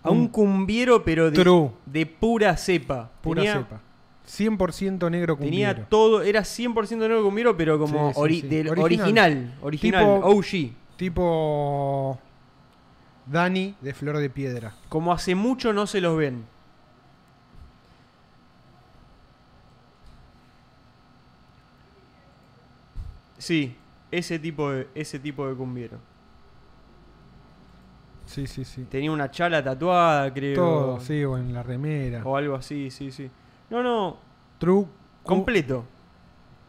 a Un un cumbiero, pero de, true. de pura cepa. Pura Tenía- cepa. 100% negro cumbiero. Tenía todo, era 100% negro cumbiero, pero como Sí, sí, ori- sí. del original. Original. Original, Tipo- OG. Tipo Dani de Flor de Piedra. Como hace mucho no se los ven. Sí, ese tipo de, ese tipo de cumbiero. Sí, sí, sí. Tenía una chala tatuada, creo. Todo, sí, o en la remera. O algo así, sí, sí. No, no, True, cu- completo.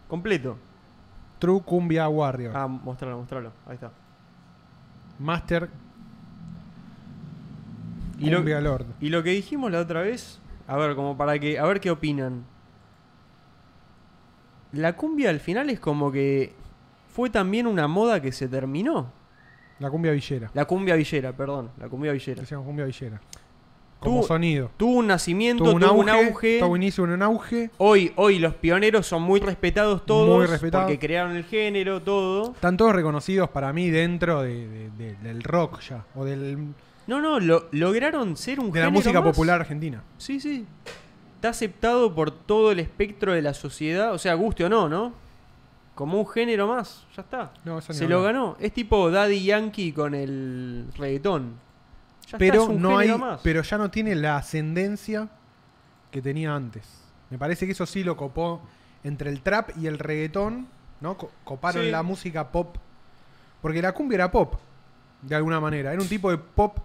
Completo. true Cumbia Warrior. Ah, mostralo, mostralo. Ahí está. Master Y lo- Cumbia Lord. Y lo que dijimos la otra vez, a ver, como para que, a ver qué opinan. La cumbia al final es como que fue también una moda que se terminó. La cumbia villera. La cumbia villera, perdón, la cumbia villera. Decíamos cumbia villera. Como Tuvo- sonido. Tuvo un nacimiento, Tuvo un auge. Tuvo un auge. inicio, un auge. Hoy, hoy los pioneros son muy respetados todos, Muy respetados. porque crearon el género, todo. Están todos reconocidos para mí dentro de- de- de- del rock ya. O del, No, no, lo- lograron ser un de género la música más. popular argentina. Sí, sí. Está aceptado por todo el espectro de la sociedad, o sea, guste o no, ¿no? Como un género más, ya está. No, eso ni Se lo hablar. ganó. Es tipo Daddy Yankee con el reggaetón. Ya está, es Pero un no hay. género más. Pero ya no tiene la ascendencia que tenía antes. Me parece que eso sí lo copó entre el trap y el reggaetón, ¿no? Co- Coparon Sí. la música pop. Porque la cumbia era pop, de alguna manera. Era un tipo de pop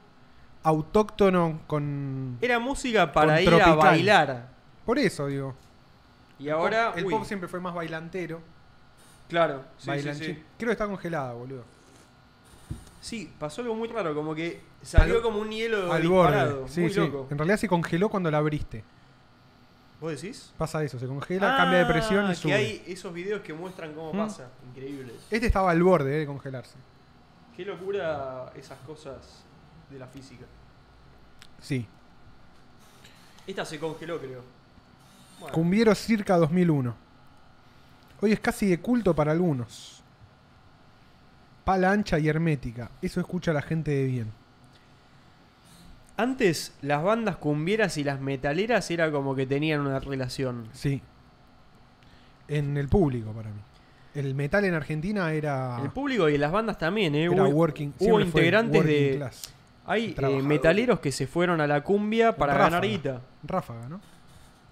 autóctono con. Era música para Con ir a tropical. bailar. Por eso digo. Y ahora. el uy, pop siempre fue más bailantero. Claro. sí, sí, bailanchín. sí. Creo que está congelada, boludo. Sí, pasó algo muy raro, como que salió Al- como un hielo Al disparado. borde. Sí, muy sí. loco. En realidad se congeló cuando la abriste. ¿Vos decís? Pasa eso, se congela, cambia de Ah, presión y sube. Que hay esos videos que muestran cómo ¿Mm? pasa. Increíbles. Este estaba al borde eh, de congelarse. Qué locura esas cosas de la física. Sí. Esta se congeló, creo. Bueno, Cumbiero circa 2001. Hoy es casi de culto para algunos. Pala ancha y hermética. Eso escucha la gente de bien. Antes las bandas cumbieras y las metaleras era como que tenían una relación. Sí. En el público para mí. El metal en Argentina era, El público y las bandas también, ¿eh? Ah. era hubo working. hubo siempre fue integrantes working de, class. Hay eh, Trabajadores. metaleros que se fueron a la cumbia para Ráfaga. ganar guita. Ráfaga, ¿no?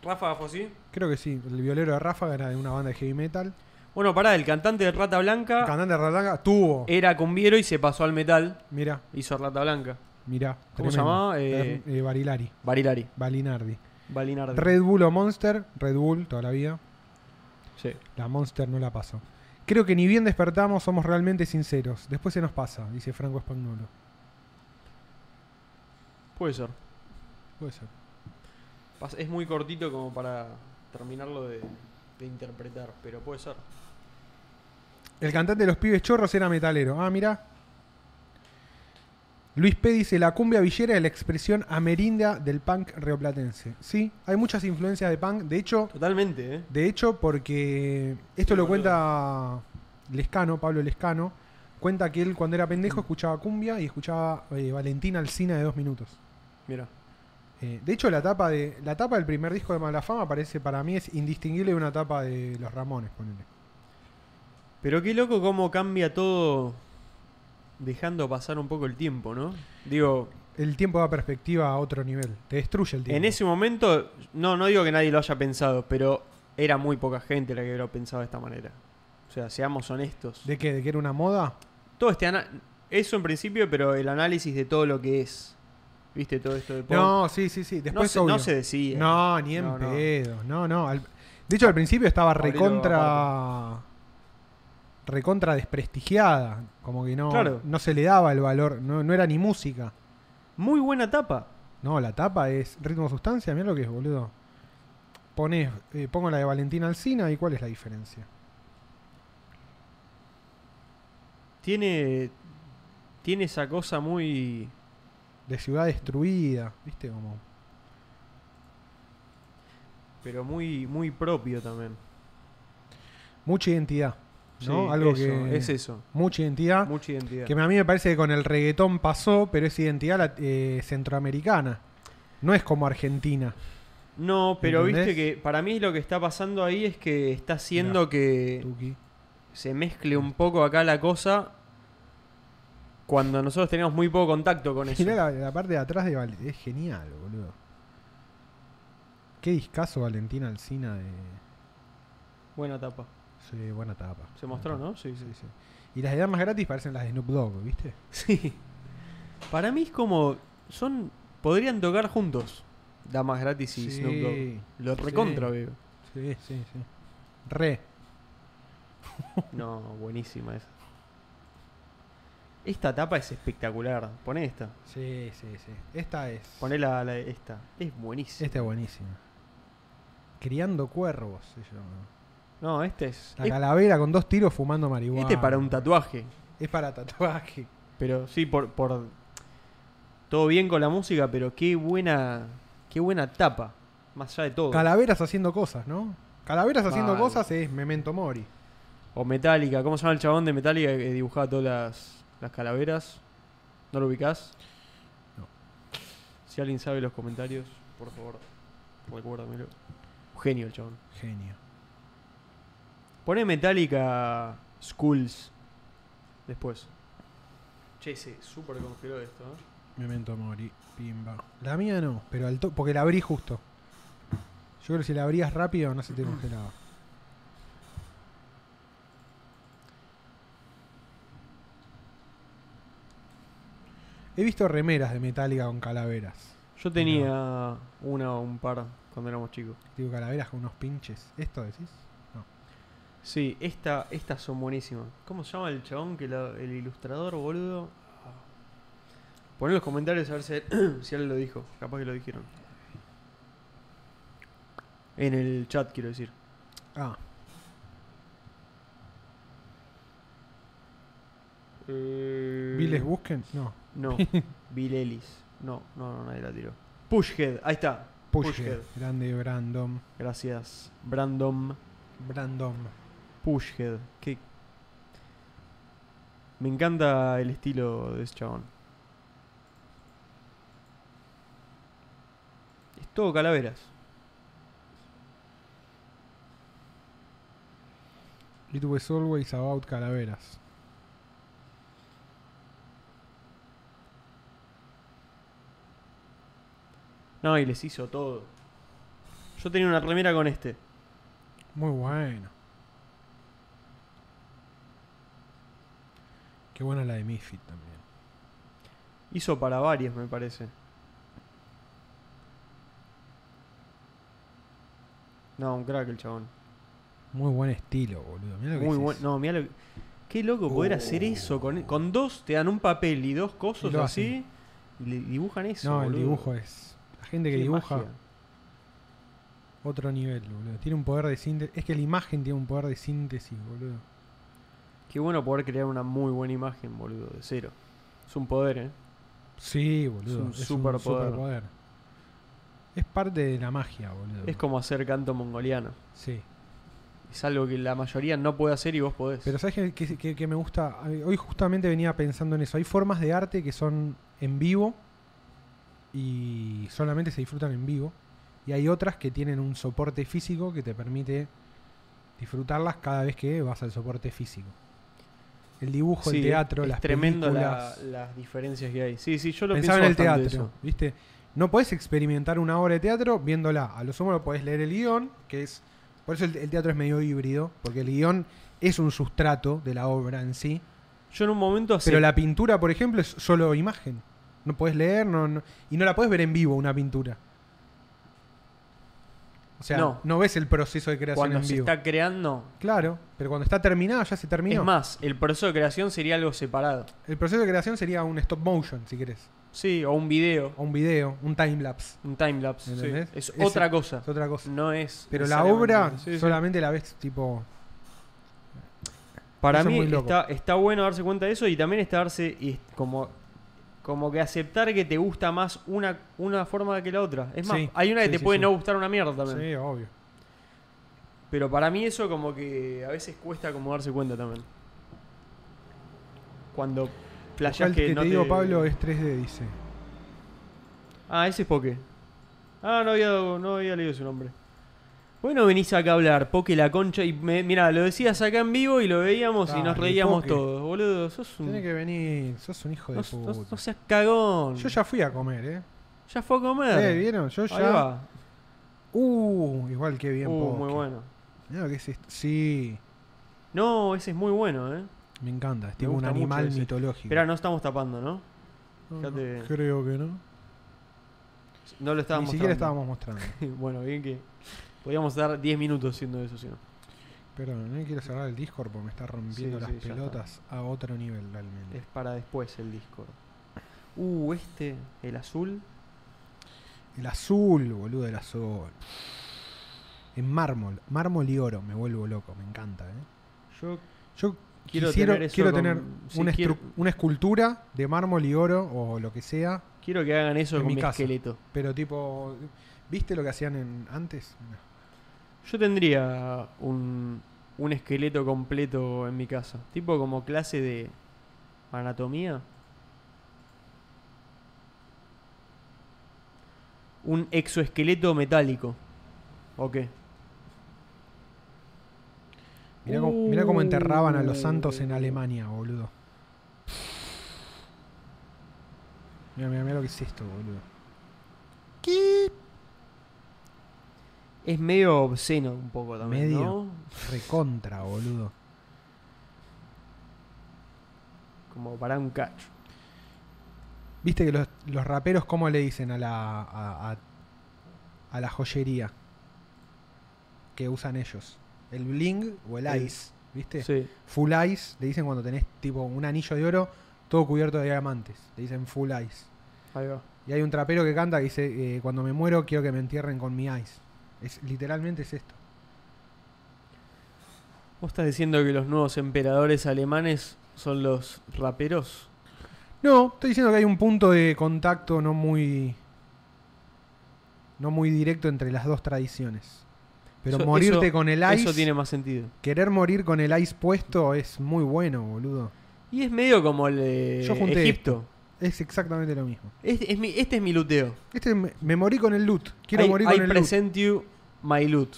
Rafa fue así. Creo que sí. El violero de Ráfaga era de una banda de heavy metal. Bueno, pará, el cantante de Rata El Blanca cantante de Ratanga tuvo. era cumbiero y se pasó al metal. Mirá, Hizo Rata Blanca. mirá. ¿Cómo tremendo. se llamaba? Eh, Eh, Barilari. Barilari. Balinardi. Balinardi. Red Bull o Monster. Red Bull toda la vida. Sí. La Monster no la pasó. Creo que ni bien despertamos, somos realmente sinceros. Después se nos pasa, dice Franco Spagnolo. Puede ser. Puede ser. Pas- Es muy cortito como para terminarlo de, de interpretar, pero puede ser. El cantante de los pibes chorros era metalero. Ah, mirá. Luis P. dice, la cumbia villera es la expresión amerinda del punk rioplatense. Sí, hay muchas influencias de punk. De hecho, Totalmente, ¿eh? de hecho porque esto lo cuenta Lescano, Pablo Lescano, cuenta que él cuando era pendejo escuchaba cumbia y escuchaba eh, Valentina Alcina de dos minutos. Mira. Eh, de hecho, la tapa, de, la tapa del primer disco de Malafama parece para mí es indistinguible de una tapa de Los Ramones, ponele. Pero qué loco cómo cambia todo dejando pasar un poco el tiempo, ¿no? Digo, El tiempo da perspectiva a otro nivel. Te destruye el tiempo. en ese momento, no, no digo que nadie lo haya pensado, pero era muy poca gente la que lo pensaba de esta manera. O sea, seamos honestos. ¿De qué? ¿De que era una moda? Todo este ana- eso en principio, pero el análisis de todo lo que es. ¿Viste todo esto de pop? No, sí, sí, sí. Después, se, obvio. no se decía. No, ni en No, no. pedo. No, no. Al- de hecho, al principio estaba Abrilo recontra. recontra desprestigiada. Como que no, Claro. no se le daba el valor. No, no era ni música. Muy buena tapa. No, la tapa es ritmo sustancia, mira lo que es, boludo. Ponés, eh, pongo la de Valentina Alcina y cuál es la diferencia. Tiene. Tiene esa cosa muy. De ciudad destruida, viste como. Pero muy, muy propio también. Mucha identidad. ¿No? Sí, Algo eso, que. Es eso. Mucha identidad. Ah, Mucha identidad. Que a mí me parece que con el reggaetón pasó, pero es identidad lat- eh, centroamericana. No es como Argentina. No, pero ¿Entendés? viste que para mí lo que está pasando ahí es que está haciendo que Tuki. se mezcle un poco acá la cosa cuando nosotros teníamos muy poco contacto con *laughs* eso. Mirá la, la parte de atrás de Valentina. Es genial, boludo. Qué discazo Valentina Alcina de. Buena tapa. Sí, buena tapa. Se mostró, ¿no? Sí, sí. Sí, sí. Y las de damas gratis parecen las de Snoop Dogg, ¿viste? Sí. *laughs* Para mí es como. Son. Podrían tocar juntos. Damas gratis y Sí. Snoop Dogg. Lo Sí. recontra, veo. Sí, sí, sí. Re. No, buenísima esa. Esta tapa es espectacular. Poné esta. Sí, sí, sí. Esta es. Poné la, la- esta. Es buenísima. Esta es buenísima. Criando cuervos se llama. No, esta es. La es- calavera con dos tiros fumando marihuana. este es para un tatuaje. Es para tatuaje. Pero sí, por, por. Todo bien con la música, pero qué buena. Qué buena tapa. Más allá de todo. Calaveras haciendo cosas, ¿no? Calaveras haciendo Vale. cosas es Memento Mori. O Metallica, ¿cómo se llama el chabón de Metallica que dibujaba todas las, las calaveras? ¿No lo ubicás? No. Si alguien sabe los comentarios, por favor, recuérdamelo. Un genio el chabón. Genio. Pone Metallica Schools después. Che, se súper congeló esto, ¿eh? Memento Mori. Pimba. La mía no, pero al to- porque la abrí justo. Yo creo que si la abrías rápido no se te congelaba. He visto remeras de Metallica con calaveras. Yo tenía una o un par cuando éramos chicos. Digo, calaveras con unos pinches. ¿Esto decís? Sí, esta, estas son buenísimas. ¿Cómo se llama el chabón que la- el ilustrador, boludo? Pon en los comentarios a ver si, *coughs* si alguien lo dijo. Capaz que lo dijeron. En el chat, quiero decir. Ah, Eh, ¿Viles Busquen? No. No, *laughs* Bill Ellis. No, no, no, nadie la tiró. Pushhead, ahí está. Pushhead. Grande Brandon. Gracias, Brandon Brandon. Pushhead. Que... Me encanta el estilo de ese chabón. Es todo calaveras. It was always about calaveras. No, y les hizo todo. Yo tenía una remera con este. Muy bueno. Qué buena la de Misfit también. Hizo para varias, me parece. No, un crack el chabón. Muy buen estilo, boludo. Mirá lo que Muy es bueno. eso. No, mirá lo que- Qué loco poder Oh. hacer eso. Con, con dos te dan un papel y dos cosas lo así. Y le dibujan eso. No, el boludo. dibujo es. La gente que Qué dibuja, magia. otro nivel, boludo. Tiene un poder de síntesis. Es que la imagen tiene un poder de síntesis, boludo. Qué bueno poder crear una muy buena imagen, boludo, de cero. Es un poder, ¿eh? Sí, boludo. un superpoder. superpoder. Es parte de la magia, boludo. Es como hacer canto mongoliano. Sí. Es algo que la mayoría no puede hacer y vos podés. Pero ¿sabes qué, qué- qué- qué me gusta? A mí- Hoy justamente venía pensando en eso. Hay formas de arte que son en vivo y solamente se disfrutan en vivo. Y hay otras que tienen un soporte físico que te permite disfrutarlas cada vez que vas al soporte físico. El dibujo, Sí, el teatro, es las tremendo la- películas. las diferencias que hay. Sí, sí, yo lo Pensaba en pienso el teatro, bastante eso. ¿viste? No podés experimentar una obra de teatro viéndola. A lo sumo lo podés leer el guión, que es. Por eso el, el teatro es medio híbrido, porque el guión es un sustrato de la obra en sí. Yo en un momento hace- Pero la pintura, por ejemplo, es solo imagen. No podés leer, no, no- y no la podés ver en vivo una pintura. O sea, No. no, ves el proceso de creación cuando en se vivo. está creando. Claro, pero cuando está terminada ya se terminó. Es más, el proceso de creación sería algo separado. El proceso de creación sería un stop motion, si querés. Sí, o un video, O un video, un time lapse. un timelapse. sí. ¿Entendés? Es Ese- otra cosa. Es otra cosa. No es. Pero la necesariamente- obra Sí, sí. solamente la ves tipo. Para Eso es mí muy loco. está, está bueno darse cuenta de eso y también está darse y es como, como que aceptar que te gusta más una, una forma que la otra. Es más, Sí, hay una que sí, te sí, puede sí. no gustar una mierda también. Sí, obvio. Pero para mí eso como que a veces cuesta como darse cuenta también. Cuando ¿Cuál playas que, que, no Mm. te digo, Pablo, es 3D, dice. Ah, ese es Poke. Ah, no había, no había leído su nombre. Bueno, venís acá a hablar, Poke la concha. Y me- mirá, lo decías acá en vivo y lo veíamos y Dale, nos reíamos Poke. todos, boludo. Sos un. Tiene que venir. Sos un hijo de No, puta. no- no seas cagón. Yo ya fui a comer, ¿eh? Ya fue a comer. Eh, ¿Vieron? Yo Ahí ya. va. Uh, igual que bien. Uh, Poké. muy bueno. Mirá lo que es esto. Sí, No, ese es muy bueno, ¿eh? me encanta. Es tipo un gusta mucho animal ese. mitológico. Espera, no estamos tapando, ¿no? No, no, fíjate. creo que no. No lo Ni estábamos siquiera estábamos *laughs* mostrando. bueno, bien que. Podíamos dar 10 minutos haciendo eso, si no. Perdón, no quiero cerrar el Discord porque me está rompiendo Sí, las sí, ya pelotas a otro nivel realmente. Es para después el Discord. Uh, este, el azul. El azul, boludo, el azul. En mármol, mármol y oro, me vuelvo loco, me encanta. ¿eh? Yo Yo Quiero quiero tener eso quiero con- tener sí, una, quiero- estru- una escultura de mármol y oro o lo que sea, quiero que hagan eso En con mi, mi casa. esqueleto. pero tipo, ¿viste lo que hacían en- antes? No. Yo tendría un, un esqueleto completo en mi casa. Tipo como clase de anatomía. Un exoesqueleto metálico. ¿O qué? Mirá, cómo, mirá cómo enterraban a los santos en Alemania, boludo. Mirá, mirá, mirá lo que es esto, boludo. Es medio obsceno un poco también, Medio. ¿no? Recontra, boludo. Como para un cacho. Viste que los, los raperos, ¿cómo le dicen a la, a, a- a la joyería que usan ellos? ¿El bling o el El- ice? ¿Viste? Sí. Full ice le dicen cuando tenés tipo un anillo de oro todo cubierto de diamantes. Le dicen full ice. Ahí va. Y hay un trapero que canta que dice, eh, cuando me muero quiero que me entierren con mi ice. Es, literalmente es esto. ¿Vos estás diciendo que los nuevos emperadores alemanes son los raperos? No, estoy diciendo que hay un punto de contacto no muy. no muy directo entre las dos tradiciones. Pero Eso- morirte eso- con el ice. Eso tiene más sentido. Querer morir con el ice puesto es muy bueno, boludo. Y es medio como el de Yo junté Egipto. Es exactamente lo mismo. Este es mi, este es mi luteo. Este me, me morí con el loot. Quiero I, morir I con el loot. present you my loot.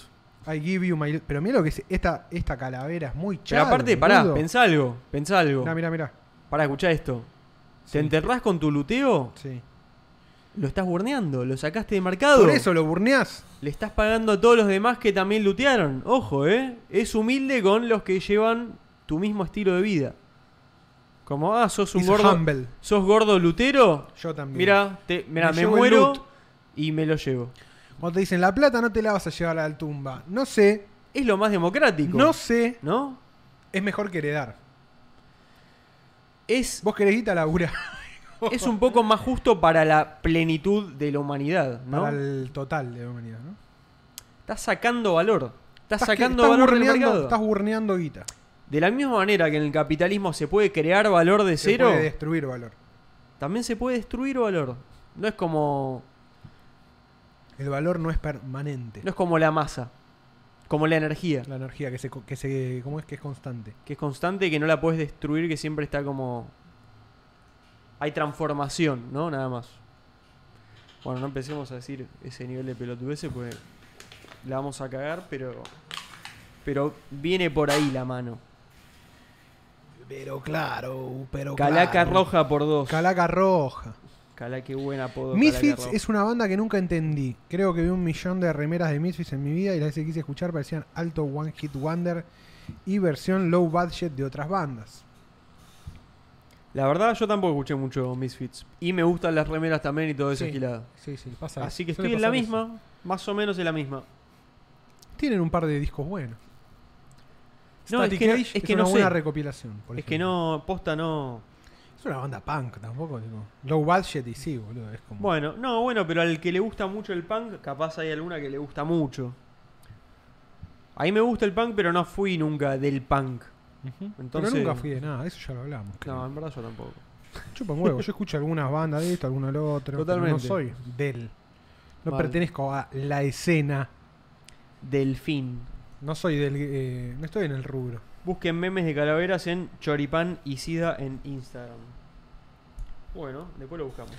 I give you my loot. Pero mira lo que es. Esta, esta calavera es muy Pero chata. aparte, pará, pensá algo, pensá algo. Mirá, mirá, mirá. Pará, escuchá esto. Sí, ¿Te enterrás con tu luteo? Sí. Lo estás burneando, lo sacaste de mercado. Por eso lo burneás. Le estás pagando a todos los demás que también lootearon. Ojo, ¿eh? Es humilde con los que llevan tu mismo estilo de vida. Como, ah, sos un He's gordo. humble. ¿Sos gordo lutero? Yo también. Mira, te, mirá, Me me, llevo el muero loot. y me lo llevo. Cuando te dicen la plata no te la vas a llevar a la tumba. No sé, Es lo más democrático. no sé. ¿No? Es mejor que heredar. Es, Vos querés guita labura es un poco más justo para la plenitud de la humanidad, *laughs* ¿no? para el total de la humanidad, ¿no? Estás sacando valor. Estás, que- sacando estás valor del burneando- mercado. Estás burneando guita. De la misma manera que en el capitalismo se puede crear valor de Se cero, puede destruir valor. también se puede destruir valor. No es como El valor no es permanente. no es como la masa, como la energía, La energía que se, co- que se ¿cómo es que es constante? que es constante y que no la puedes destruir, que siempre está como hay transformación, ¿no? Nada más. Bueno, no empecemos a decir ese nivel de pelotudeces pues la vamos a cagar, pero pero viene por ahí la mano. Pero Oh, claro, pero Calaca roja por dos. Calaca roja. Cala, qué buen apodo. Misfits Calaca Roja. es una banda que nunca entendí. Creo que vi un millón de remeras de Misfits en mi vida y las que quise escuchar parecían alto One Hit Wonder y versión low budget de otras bandas. La verdad, yo tampoco escuché mucho Misfits. Y me gustan las remeras también y todo eso gilado. Sí, sí, pasa. Así que suele estoy en la pasar misma, más o menos en la misma. eso. Tienen un par de discos buenos. No, es Static que no, Age es que una no buena sé. recopilación. por Es que ejemplo. no, posta no. Es una banda punk tampoco. digo. Low budget y sí, boludo. Es como... Bueno, no, bueno, pero al que le gusta mucho el punk, capaz hay alguna que le gusta mucho. A mí me gusta el punk, pero no fui nunca del punk. Entonces, Pero nunca fui de nada, eso ya lo hablamos. No, creo. en verdad yo tampoco. Chupa un huevo, yo escucho algunas bandas de esto, alguna de lo otro. pero Totalmente. no soy del. No Mal. pertenezco a la escena. Delfín. No soy del. eh, no estoy en el rubro. Busquen memes de calaveras en Choripán y Sida en Instagram. Bueno, después lo buscamos.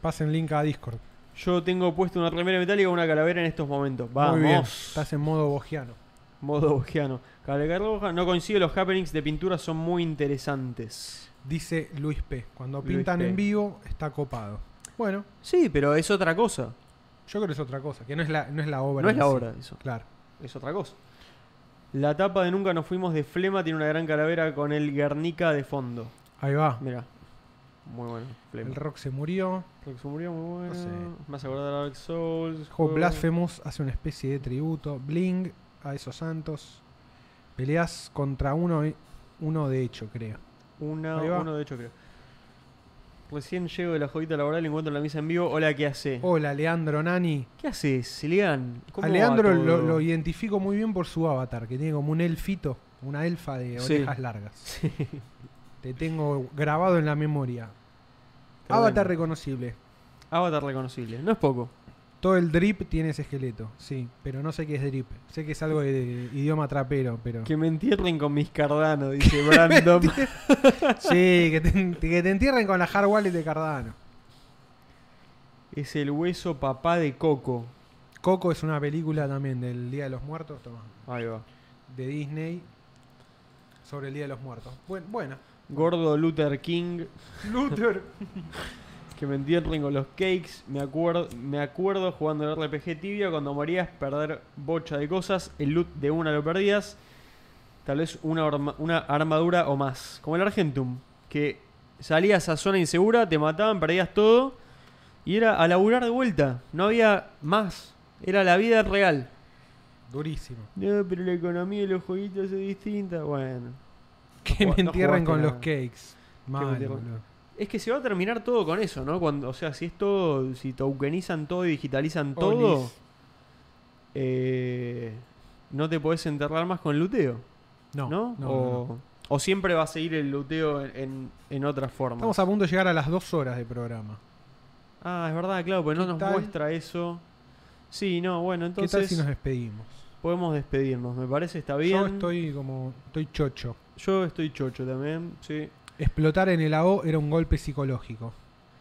Pasen link a Discord. Yo tengo puesto una remera metálica y una calavera en estos momentos. Muy bien. Vamos. Estás en modo bogiano. Modo bogiano. Calavera roja. No coincido, los happenings de pintura son muy interesantes. Dice Luis P. Cuando Luis pintan P. en vivo, está copado. Bueno, Sí, pero es otra cosa. yo creo que es otra cosa, que no es la, no es la obra. no es en la sí. obra eso. Claro. Es otra cosa. La tapa de Nunca nos fuimos de Flema tiene una gran calavera con el Guernica de fondo. Ahí va. Mirá. Muy bueno. Flema. El rock se murió. Rock se murió, muy No bueno. sé. Oh, Me hace acordar a Dark Souls. Juego juego- Blasphemous hace una especie de tributo. Bling a esos santos. Peleas contra uno, eh, uno de hecho, creo. Una, Ahí va. uno de hecho creo. Recién llego de la jodita laboral y encuentro la misa en vivo. Hola, ¿qué hace? Hola, Leandro Nani. ¿Qué haces, Lean? A Leandro lo, *laughs* lo identifico muy bien por su avatar, que tiene como un elfito, una elfa de Sí. orejas largas. Te tengo grabado en la memoria. Tremendo. Avatar reconocible. Avatar reconocible. No es poco. Todo el drip tiene ese esqueleto, sí, pero no sé qué es drip. Sé que es algo de, de idioma trapero, pero... Que me entierren con mis *laughs* Cardano, dice Brandon. Sí, que te, que te entierren con la hard wallet de Cardano. es el hueso papá de Coco. Coco es una película también del Día de los Muertos, toma, Ahí va. de Disney sobre el Día de los Muertos. Buen- *laughs* buena. Gordo Luther King. Luther. Que me entierren con los cakes. Me acuerdo, me acuerdo jugando el RPG tibia cuando morías, perder bocha de cosas. El loot de una lo perdías. Tal vez una, arma- una armadura o más. Como el Argentum. Que salías a zona insegura, te mataban, perdías todo. Y era a laburar de vuelta. No había más. Era la vida real. Durísimo. No, pero la economía de los jueguitos es distinta. Bueno. Que No me ju- no entierren jugaste con los nada. cakes. Mal, entierren. boludo. Es que se va a terminar todo con eso, ¿no? Cuando, o sea, si es todo, si tokenizan todo y digitalizan todo, Olis. eh, no te podés enterrar más con luteo, No, ¿no? no, no, o, no. o siempre va a seguir el luteo en, en, en otra forma. Estamos a punto de llegar a las dos horas de programa. Ah, es verdad, claro, porque no ¿Qué nos tal? muestra eso. Sí, no, bueno, ¿Qué tal entonces si nos despedimos? podemos despedirnos, me parece, está bien. Yo estoy como. Estoy chocho. Yo estoy chocho también, sí. Explotar en el AO era un golpe psicológico.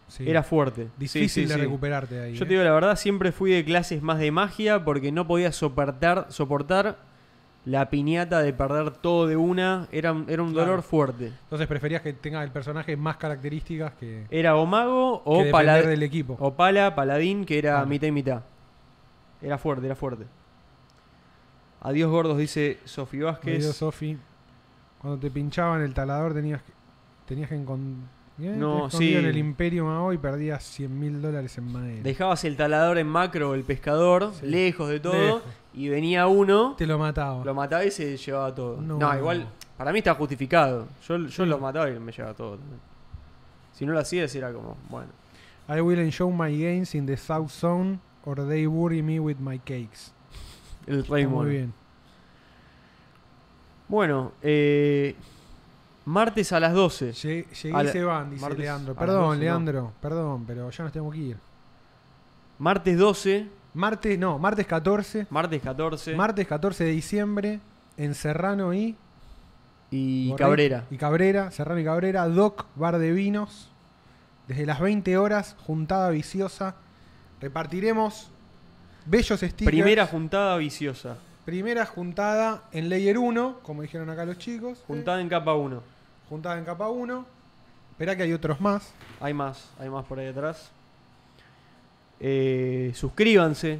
Sí. Era fuerte. Sí, difícil sí, de sí. recuperarte de ahí. Yo ¿eh? te digo la verdad, siempre fui de clases más de magia porque no podía soportar, soportar la piñata de perder todo de una era, un- era un Claro. dolor fuerte. Entonces preferías que tenga el personaje más características que, Era o mago que o, depender pala- del equipo. o pala, paladín, que era Claro. mitad y mitad. Era fuerte, era fuerte. Adiós gordos, dice Sofi Vázquez. Querido Sofi, cuando te pinchaban el talador tenías que, tenías que encon- eh, No, te escondías sí. en el Imperio Mao y perdías 100 mil dólares en madera. Dejabas el talador en macro, el pescador, Sí. lejos de todo, Lejos. y venía uno, Te lo mataba. lo mataba y se llevaba todo. No, No. igual, para mí está justificado. Yo, yo lo mataba y me llevaba todo. también. Si no lo hacías era como, bueno. I will enjoy my games in the South Zone or they bury me with my cakes. El Está Raymond. muy bien. Bueno, eh, martes a las 12. Lle- Llegué A y la- se van, dice martes a Leandro. las Perdón, 12, no. Leandro, perdón, pero ya nos tenemos que ir. Martes 12, Martes, no, martes 14. martes 14 Martes 14 de diciembre en Serrano y... y Borrell- Cabrera. Y Cabrera, Serrano y Cabrera, Doc, Bar de Vinos. Desde las 20 horas, juntada viciosa. Repartiremos bellos stickers. Primera juntada viciosa. Primera juntada en Layer 1, como dijeron acá los chicos. Juntada en capa 1. Juntada en capa 1. Esperá que hay otros más. Hay más, hay más por ahí atrás. Eh, suscríbanse.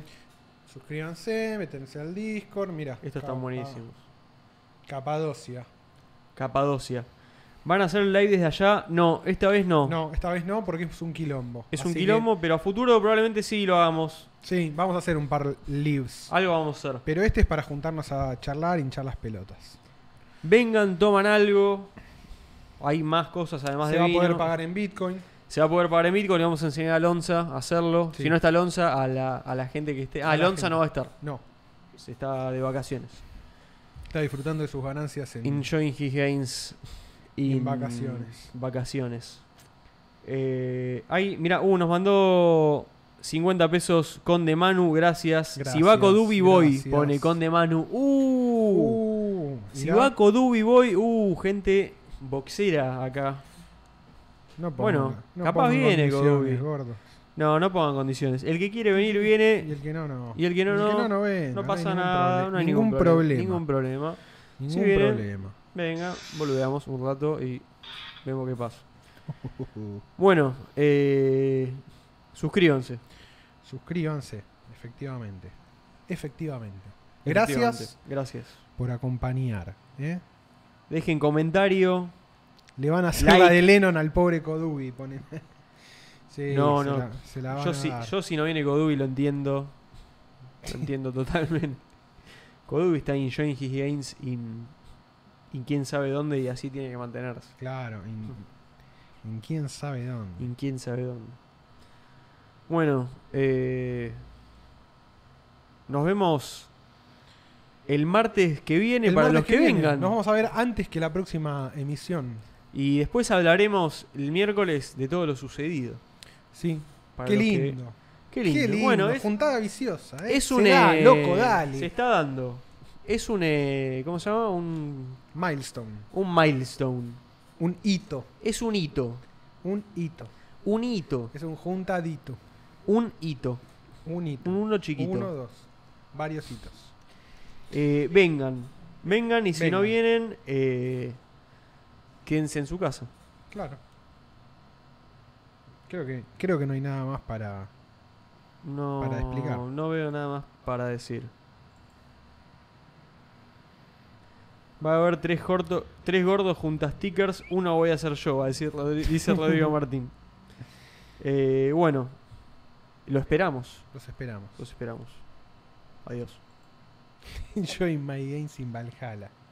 Suscríbanse, métanse al Discord. Mira. Estos Capa- están buenísimos. Capadocia. Capadocia. ¿Van a hacer el live desde allá? No, esta vez no. No, esta vez no, porque es un quilombo. es Así un que- quilombo, pero a futuro probablemente sí lo hagamos. sí, vamos a hacer un par lives. Algo vamos a hacer. Pero este es para juntarnos a charlar, hinchar las pelotas. Vengan, toman algo. Hay más cosas además Se de va vino. a poder pagar en Bitcoin. Se va a poder pagar en Bitcoin. Le vamos a enseñar a Lonza a hacerlo. Sí. Si no está Lonza, a la, a la gente que esté. Ah, A la Lonza gente. no va a estar. No, Se está de vacaciones. está disfrutando de sus ganancias en Enjoying his gains. En vacaciones. Vacaciones. Eh, ahí, mira, uh, nos mandó 50 pesos Conde Manu, gracias. Gracias, Sibaco Dubi Boy gracias. pone Conde Manu. Uh, Uh, mirá. Sibaco Dubi Boy, uh, gente boxera acá. No pongo- Bueno, no capaz pongo viene condiciones, Godoy. gordo. No, no pongan condiciones. El que quiere venir Y viene, el que no, no. Eh, Y el que no, Y no. ven, no hay pasa ningún nada, proble- no hay ningún, problema. Ningún problema. Ningún Si viene- problema. Venga, boludeamos un rato y vemos qué pasa. Bueno, eh, suscríbanse. *laughs* Suscríbanse, efectivamente. Efectivamente. Gracias Efectivamente, Gracias. por acompañar. ¿eh? Dejen comentario. Le van a hacer Like. la de Lennon al pobre Kodubi. Pone. *laughs* Sí, No, se no. la- se la van Yo a si, dar. yo si no viene Kodubi lo entiendo. Lo entiendo *laughs* totalmente. Kodubi está enjoying his gains in, in quién sabe dónde y así tiene que mantenerse. Claro, en, en quién sabe dónde. In quién sabe dónde. Bueno, eh, nos vemos el martes que viene El para martes los que, viene. vengan. Nos vamos a ver antes que la próxima emisión. Y después hablaremos el miércoles de todo lo sucedido. Sí. Para Qué los que- lindo. qué lindo. Bueno, es, juntada viciosa. ¿eh? es Se un. da, eh, loco, dale. Se está dando. Es un. eh, ¿Cómo se llama? Un, Milestone. un milestone. Un hito. Es un hito. Un hito. Un hito. Es un juntadito. Un hito. Un hito. Un uno chiquito. Uno, dos. Varios hitos. Eh, vengan. Vengan y si no Vengan. vienen, eh, quédense en su casa. Claro. Creo que, creo que no hay nada más para. No, Para explicar. no veo nada más para decir. Va a haber tres, gordo- tres gordos juntas stickers. Uno voy a hacer yo, va a decir Rodri- *laughs* dice Rodrigo Martín. Eh, bueno, lo esperamos. Los *laughs* esperamos. Los esperamos. Adiós. Enjoy my games in Valhalla.